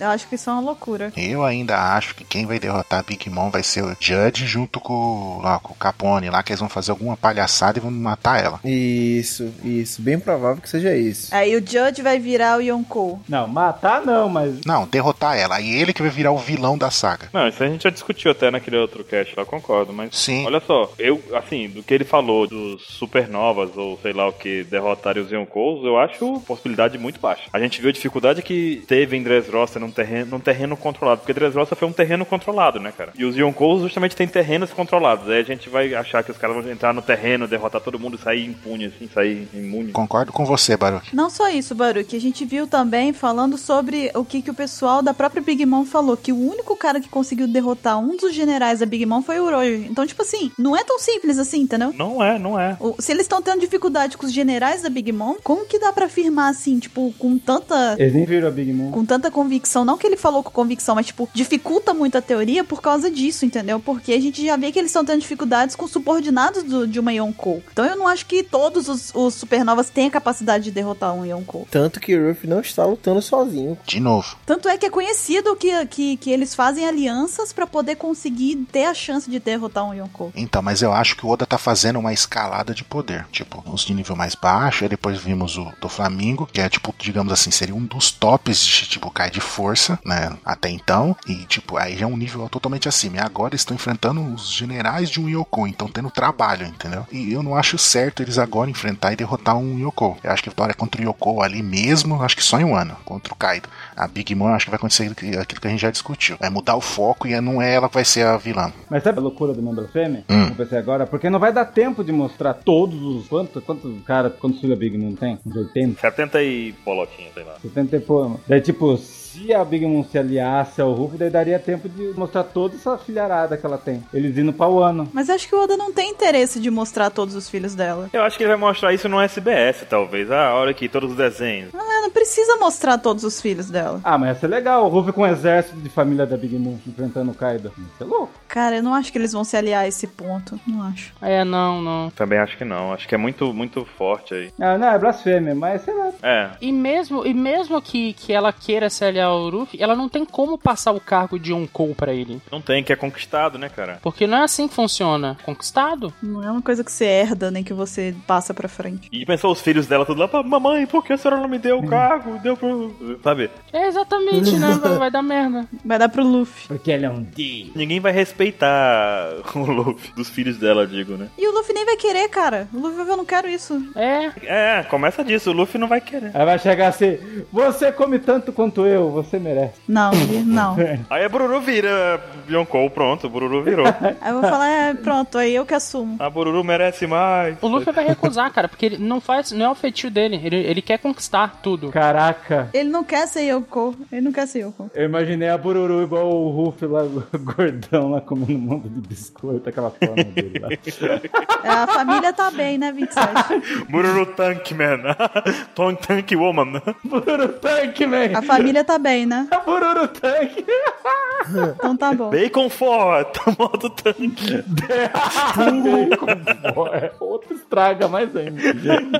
[SPEAKER 1] Eu acho que isso é uma loucura.
[SPEAKER 5] Eu ainda acho que quem vai derrotar a Big Mom vai ser o Judge junto com, o- lá, com o Capone lá, que eles vão fazer alguma palhaçada e vão matar ela.
[SPEAKER 3] Isso, isso. Bem provável que seja isso.
[SPEAKER 1] Aí o Judge vai virar o Yonkou.
[SPEAKER 6] Não, matar não, mas.
[SPEAKER 5] Não, derrotar ela. Aí ele que vai virar o vilão da saga.
[SPEAKER 4] Não, isso a gente já discutiu até naquele outro cast lá, concordo, mas.
[SPEAKER 5] Sim.
[SPEAKER 4] Olha só, eu, assim, do que ele falou dos supernovas ou sei lá o que derrotarem os Yonkous, eu acho possibilidade muito baixa. A gente viu a dificuldade que teve em Dressrosa no num terreno, num terreno controlado. Porque Dressrosa foi um terreno controlado, né, cara? E os Yonkous justamente têm terrenos controlados. Aí a gente vai achar que os caras vão entrar no terreno, derrotar todo mundo e sair impune, assim, sair imune.
[SPEAKER 5] Concordo com você, Baruch.
[SPEAKER 1] Não só isso, Baruque. A gente viu também falando sobre o que, que o pessoal da própria Big Mom falou: que o único cara que conseguiu derrotar um dos generais da Big Mom foi o Orochi. Então, tipo assim, não é tão simples assim, entendeu?
[SPEAKER 4] Não é, não é.
[SPEAKER 1] O- se eles estão tendo dificuldade com os generais da Big Mom, como que dá pra afirmar assim, tipo, com tanta.
[SPEAKER 6] Eles nem viram a Big Mom.
[SPEAKER 1] Com tanta convicção, não que ele falou com convicção, mas tipo, dificulta muito a teoria por causa disso, entendeu? Porque a gente já vê que eles estão tendo dificuldades com subordinados do- de uma Yonkou. Então eu não acho que todos os, os supernovas têm a capacidade de derrotar um Yonkou.
[SPEAKER 3] Tanto que o Ruff não está lutando sozinho.
[SPEAKER 5] De novo.
[SPEAKER 1] Tanto é que é conhecido que, que, que eles fazem alianças pra poder conseguir ter a chance de derrotar um Yonkou.
[SPEAKER 5] Então, mas eu acho que o Oda tá fazendo uma escalada de poder. Tipo, os de nível mais baixo, aí depois vimos o do Flamingo, que é tipo, digamos assim, seria um dos tops de Shichibukai de força, né? Até então. E tipo, aí já é um nível totalmente acima. E agora eles estão enfrentando os generais de um Yoko, então tendo trabalho, entendeu? E eu não acho certo eles agora enfrentar e derrotar um Yoko. Eu acho que a vitória contra o Yoko ali mesmo, acho que só em um ano, contra o Kaido. A Big Mom, eu acho que vai acontecer aquilo que a gente já discutiu. Vai mudar o foco e não é ela que vai ser a vilã.
[SPEAKER 6] Mas sabe a loucura do membro Fêmea?
[SPEAKER 5] Hum.
[SPEAKER 6] Vou
[SPEAKER 4] é
[SPEAKER 6] pensar agora, porque não vai dar tempo de mostrar todos os. Quantos, quantos caras, quantos filhos a Big Mom tem? Uns 80?
[SPEAKER 4] 70 e bolotinha, sei lá.
[SPEAKER 6] 70 e pô. Daí, tipo, se a Big Mom se aliasse ao Ruff, daí daria tempo de mostrar toda essa filharada que ela tem. Eles indo pra ano.
[SPEAKER 1] Mas acho que o Oda não tem interesse de mostrar todos os filhos dela.
[SPEAKER 4] Eu acho que ele vai mostrar isso no SBS, talvez. Ah, olha aqui, todos os desenhos.
[SPEAKER 1] Não, ela não precisa mostrar todos os filhos dela.
[SPEAKER 6] Ah, mas ia ser legal, o Ruff com o exército de família da Big Mom enfrentando o Kaido. Ia ser louco.
[SPEAKER 1] Cara, eu não acho que eles vão se aliar a esse ponto. Não acho.
[SPEAKER 2] É, não, não.
[SPEAKER 4] Também acho que não. Acho que é muito, muito forte aí.
[SPEAKER 6] Ah, não, é blasfêmia, mas sei lá.
[SPEAKER 4] É.
[SPEAKER 2] E mesmo, e mesmo que, que ela queira se aliar ao Uruk, ela não tem como passar o cargo de Yonkou pra ele.
[SPEAKER 4] Não tem, que é conquistado, né, cara?
[SPEAKER 2] Porque não é assim que funciona. Conquistado?
[SPEAKER 1] Não é uma coisa que você herda, nem que você passa pra frente.
[SPEAKER 4] E pensou os filhos dela tudo lá, "Pá, mamãe, por que a senhora não me
[SPEAKER 6] Hum.
[SPEAKER 4] deu o cargo? Deu pro. Sabe?
[SPEAKER 2] É exatamente, né? Vai, vai dar merda.
[SPEAKER 1] Vai dar pro Luffy.
[SPEAKER 6] Porque ele é um D.
[SPEAKER 4] Ninguém vai respeitar o Luffy dos filhos dela, eu digo, né?
[SPEAKER 1] E o Luffy nem vai querer, cara. O Luffy vai falar, eu não quero isso.
[SPEAKER 2] É.
[SPEAKER 4] É, começa disso, o Luffy não vai querer.
[SPEAKER 6] Aí vai chegar assim: você come tanto quanto eu, você merece.
[SPEAKER 1] Não, não.
[SPEAKER 6] assim.
[SPEAKER 4] Aí a Bururu vira Yonkou, pronto, a Bururu virou.
[SPEAKER 1] Aí eu vou falar, é, pronto, aí eu que assumo.
[SPEAKER 4] A Bururu merece mais.
[SPEAKER 2] O Luffy vai recusar, cara, porque ele não faz. Não é o feitio dele. Ele, ele quer conquistar tudo.
[SPEAKER 6] Caraca.
[SPEAKER 1] Ele não quer ser Yoko. Ele não quer ser Yoko.
[SPEAKER 6] Eu imaginei a Bururu igual o Ruff lá, gordão lá, comendo um monte de biscoito, aquela forma dele lá.
[SPEAKER 1] É, A família tá bem, né, 27?
[SPEAKER 4] Bururu Tank Man. Tank Tank Woman.
[SPEAKER 6] Bururu Tank, man!
[SPEAKER 1] A família tá bem, né?
[SPEAKER 6] Bururu Tank!
[SPEAKER 1] Então tá bom.
[SPEAKER 4] Bacon Fort, modo tanque.
[SPEAKER 2] É
[SPEAKER 6] Outro estraga mais ainda.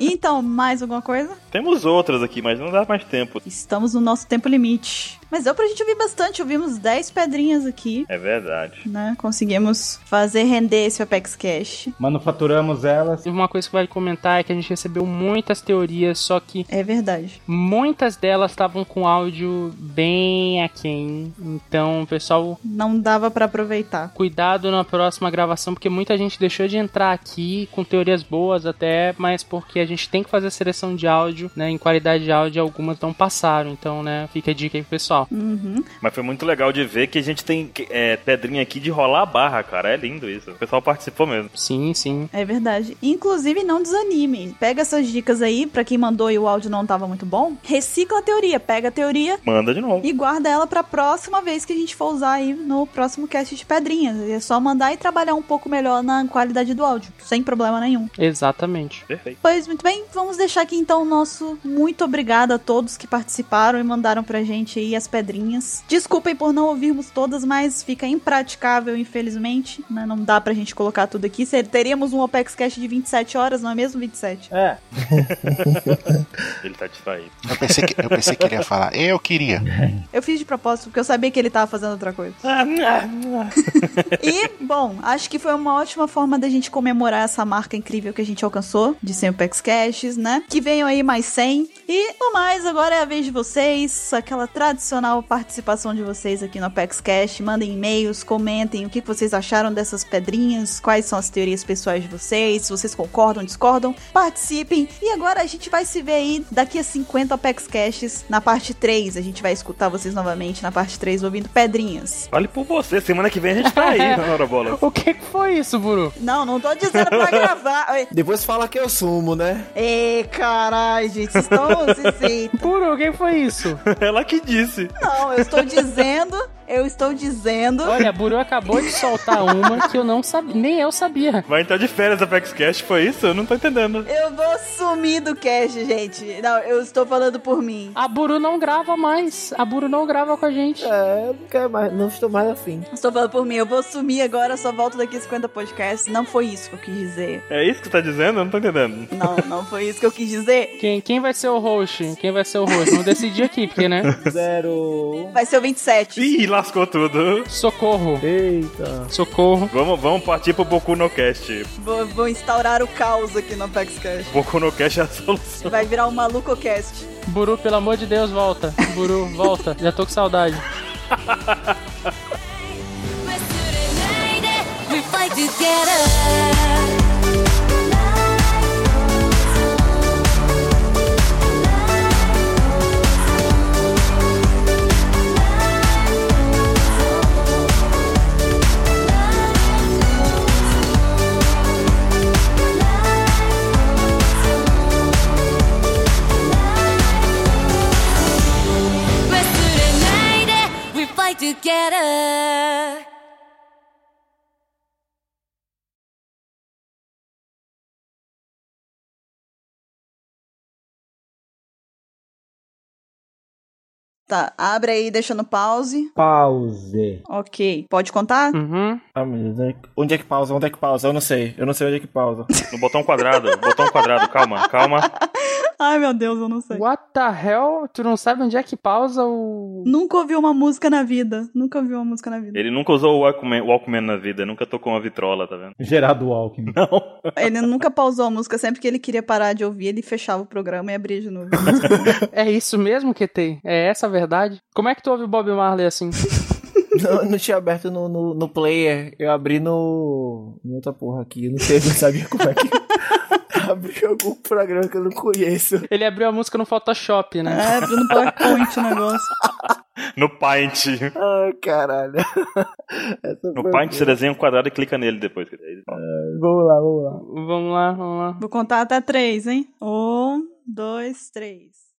[SPEAKER 1] E Então, mais alguma coisa?
[SPEAKER 4] Temos outras aqui, mas não dá mais tempo.
[SPEAKER 1] Estamos no nosso tempo limite. Mas deu pra gente ouvir bastante. Ouvimos 10 pedrinhas aqui,
[SPEAKER 4] É verdade.
[SPEAKER 1] né? Conseguimos fazer render esse Apex Cash.
[SPEAKER 6] Manufaturamos elas.
[SPEAKER 2] E Uma coisa que vale comentar é que a gente recebeu muitas teorias, só que
[SPEAKER 1] É verdade.
[SPEAKER 2] muitas delas estavam com áudio bem aquém. Então, pessoal,
[SPEAKER 1] Não dava pra aproveitar.
[SPEAKER 2] cuidado na próxima gravação, porque muita gente deixou de entrar aqui com teorias boas até, mas porque a gente tem que fazer a seleção de áudio, né? Em qualidade de áudio, algumas não passaram. Então, né, fica a dica aí pro pessoal.
[SPEAKER 1] Uhum.
[SPEAKER 4] Mas foi muito legal de ver que a gente tem é, pedrinha aqui de rolar a barra, cara. É lindo isso. O pessoal participou mesmo.
[SPEAKER 2] Sim, sim.
[SPEAKER 1] É verdade. Inclusive, não desanime. Pega essas dicas aí, pra quem mandou e o áudio não tava muito bom. Recicla a teoria. Pega a teoria
[SPEAKER 4] Manda de novo.
[SPEAKER 1] e guarda ela pra próxima vez que a gente for usar aí no próximo cast de pedrinhas. É só mandar e trabalhar um pouco melhor na qualidade do áudio, sem problema nenhum.
[SPEAKER 2] Exatamente.
[SPEAKER 4] Perfeito.
[SPEAKER 1] Pois muito bem, vamos deixar aqui então o nosso muito obrigado a todos que participaram e mandaram pra gente aí as pedrinhas. Desculpem por não ouvirmos todas, mas fica impraticável, infelizmente. né? Não dá pra gente colocar tudo aqui. Se- Teríamos um Opex Cash de 27 horas, não é mesmo? 27.
[SPEAKER 6] É,
[SPEAKER 4] Ele tá distraído.
[SPEAKER 5] Eu pensei que, eu pensei que ele ia falar, eu queria.
[SPEAKER 1] Eu fiz de propósito, porque eu sabia que ele tava fazendo outra coisa. E, bom, acho que foi uma ótima forma da gente comemorar essa marca incrível que a gente alcançou de 100 Pex Caches, né? Que venham aí mais 100. E, no mais, agora é a vez de vocês, aquela tradicional sensacional a participação de vocês aqui no Apex Cash. Mandem e-mails, comentem o que vocês acharam dessas pedrinhas, quais são as teorias pessoais de vocês, se vocês concordam, discordam, participem. E agora a gente vai se ver aí daqui a 50 Apex Caches na parte 3. A gente vai escutar vocês novamente na parte 3 ouvindo pedrinhas.
[SPEAKER 4] Vale por você, semana que vem a gente tá aí, Nora Bola.
[SPEAKER 2] O que que foi isso, Buru?
[SPEAKER 1] Não, não tô dizendo pra gravar. Ai,
[SPEAKER 3] Depois fala que eu sumo, né?
[SPEAKER 1] Ei, carai, gente, vocês estão assim.
[SPEAKER 2] Buru, o que foi isso?
[SPEAKER 4] Ela que disse.
[SPEAKER 1] Não, eu estou dizendo, eu estou dizendo.
[SPEAKER 2] Olha, Buru acabou de soltar uma que eu não sabia, nem eu sabia.
[SPEAKER 4] Vai entrar de férias a PaxCast, foi isso? Eu não tô entendendo.
[SPEAKER 1] Eu vou sumir do cast, gente. Não, eu estou falando por mim.
[SPEAKER 2] A Buru não grava mais. A Buru não grava com a gente.
[SPEAKER 3] É, eu não quero mais, não estou mais afim.
[SPEAKER 1] Estou falando por mim. Eu vou sumir agora, só volto daqui a 50 podcasts. Não foi isso que eu quis dizer.
[SPEAKER 4] É isso que você tá dizendo? Eu não tô entendendo.
[SPEAKER 1] Não, não foi isso que eu quis dizer.
[SPEAKER 2] Quem, quem vai ser o host? Quem vai ser o host? Vamos decidir aqui, porque, né?
[SPEAKER 6] Zero.
[SPEAKER 1] Vai ser o 27.
[SPEAKER 4] Ih, lascou tudo.
[SPEAKER 2] Socorro.
[SPEAKER 6] Eita.
[SPEAKER 2] Socorro.
[SPEAKER 4] Vamos, vamos partir pro Boku no Cast.
[SPEAKER 1] Vou, vou instaurar o caos aqui no Apex Cash.
[SPEAKER 4] Boku no Cast é a solução.
[SPEAKER 1] Vai virar um maluco cast.
[SPEAKER 2] Buru, pelo amor de Deus, volta. Buru, volta. Já tô com saudade.
[SPEAKER 1] Tá, abre aí deixando pause.
[SPEAKER 6] Pause.
[SPEAKER 1] Ok. Pode contar?
[SPEAKER 2] Uhum.
[SPEAKER 3] Ah, meu Deus, onde é que pausa? Onde é que pausa? Eu não sei. Eu não sei onde é que pausa.
[SPEAKER 4] No botão quadrado, botão quadrado, calma, calma.
[SPEAKER 1] Ai, meu Deus, eu não sei.
[SPEAKER 2] What the hell? Tu não sabe onde é que pausa o.
[SPEAKER 1] Nunca ouvi uma música na vida. Nunca ouvi uma música na vida.
[SPEAKER 4] Ele nunca usou o Walkman, Walkman na vida, nunca tocou uma vitrola, tá vendo?
[SPEAKER 6] Gerado Alckmin.
[SPEAKER 1] Ele nunca pausou a música. Sempre que ele queria parar de ouvir, ele fechava o programa e abria de novo.
[SPEAKER 2] É isso mesmo que tem? É essa a verdade? Como é que tu ouve o Bob Marley assim?
[SPEAKER 3] não, não tinha aberto no, no, no player. Eu abri no. Em outra porra aqui. Eu não sei, eu não sabia como é que. abri algum programa que eu não conheço.
[SPEAKER 2] Ele abriu a música no Photoshop, né?
[SPEAKER 1] é, abriu no PowerPoint o negócio.
[SPEAKER 4] No Paint.
[SPEAKER 3] Ai, caralho. Essa
[SPEAKER 4] No
[SPEAKER 3] foi
[SPEAKER 4] Paint
[SPEAKER 3] boa.
[SPEAKER 4] você desenha um quadrado e clica nele depois.
[SPEAKER 6] É.
[SPEAKER 3] Vamos lá, vamos lá.
[SPEAKER 2] Vamos lá, vamos lá.
[SPEAKER 1] Vou contar até três, hein? Um, dois, três.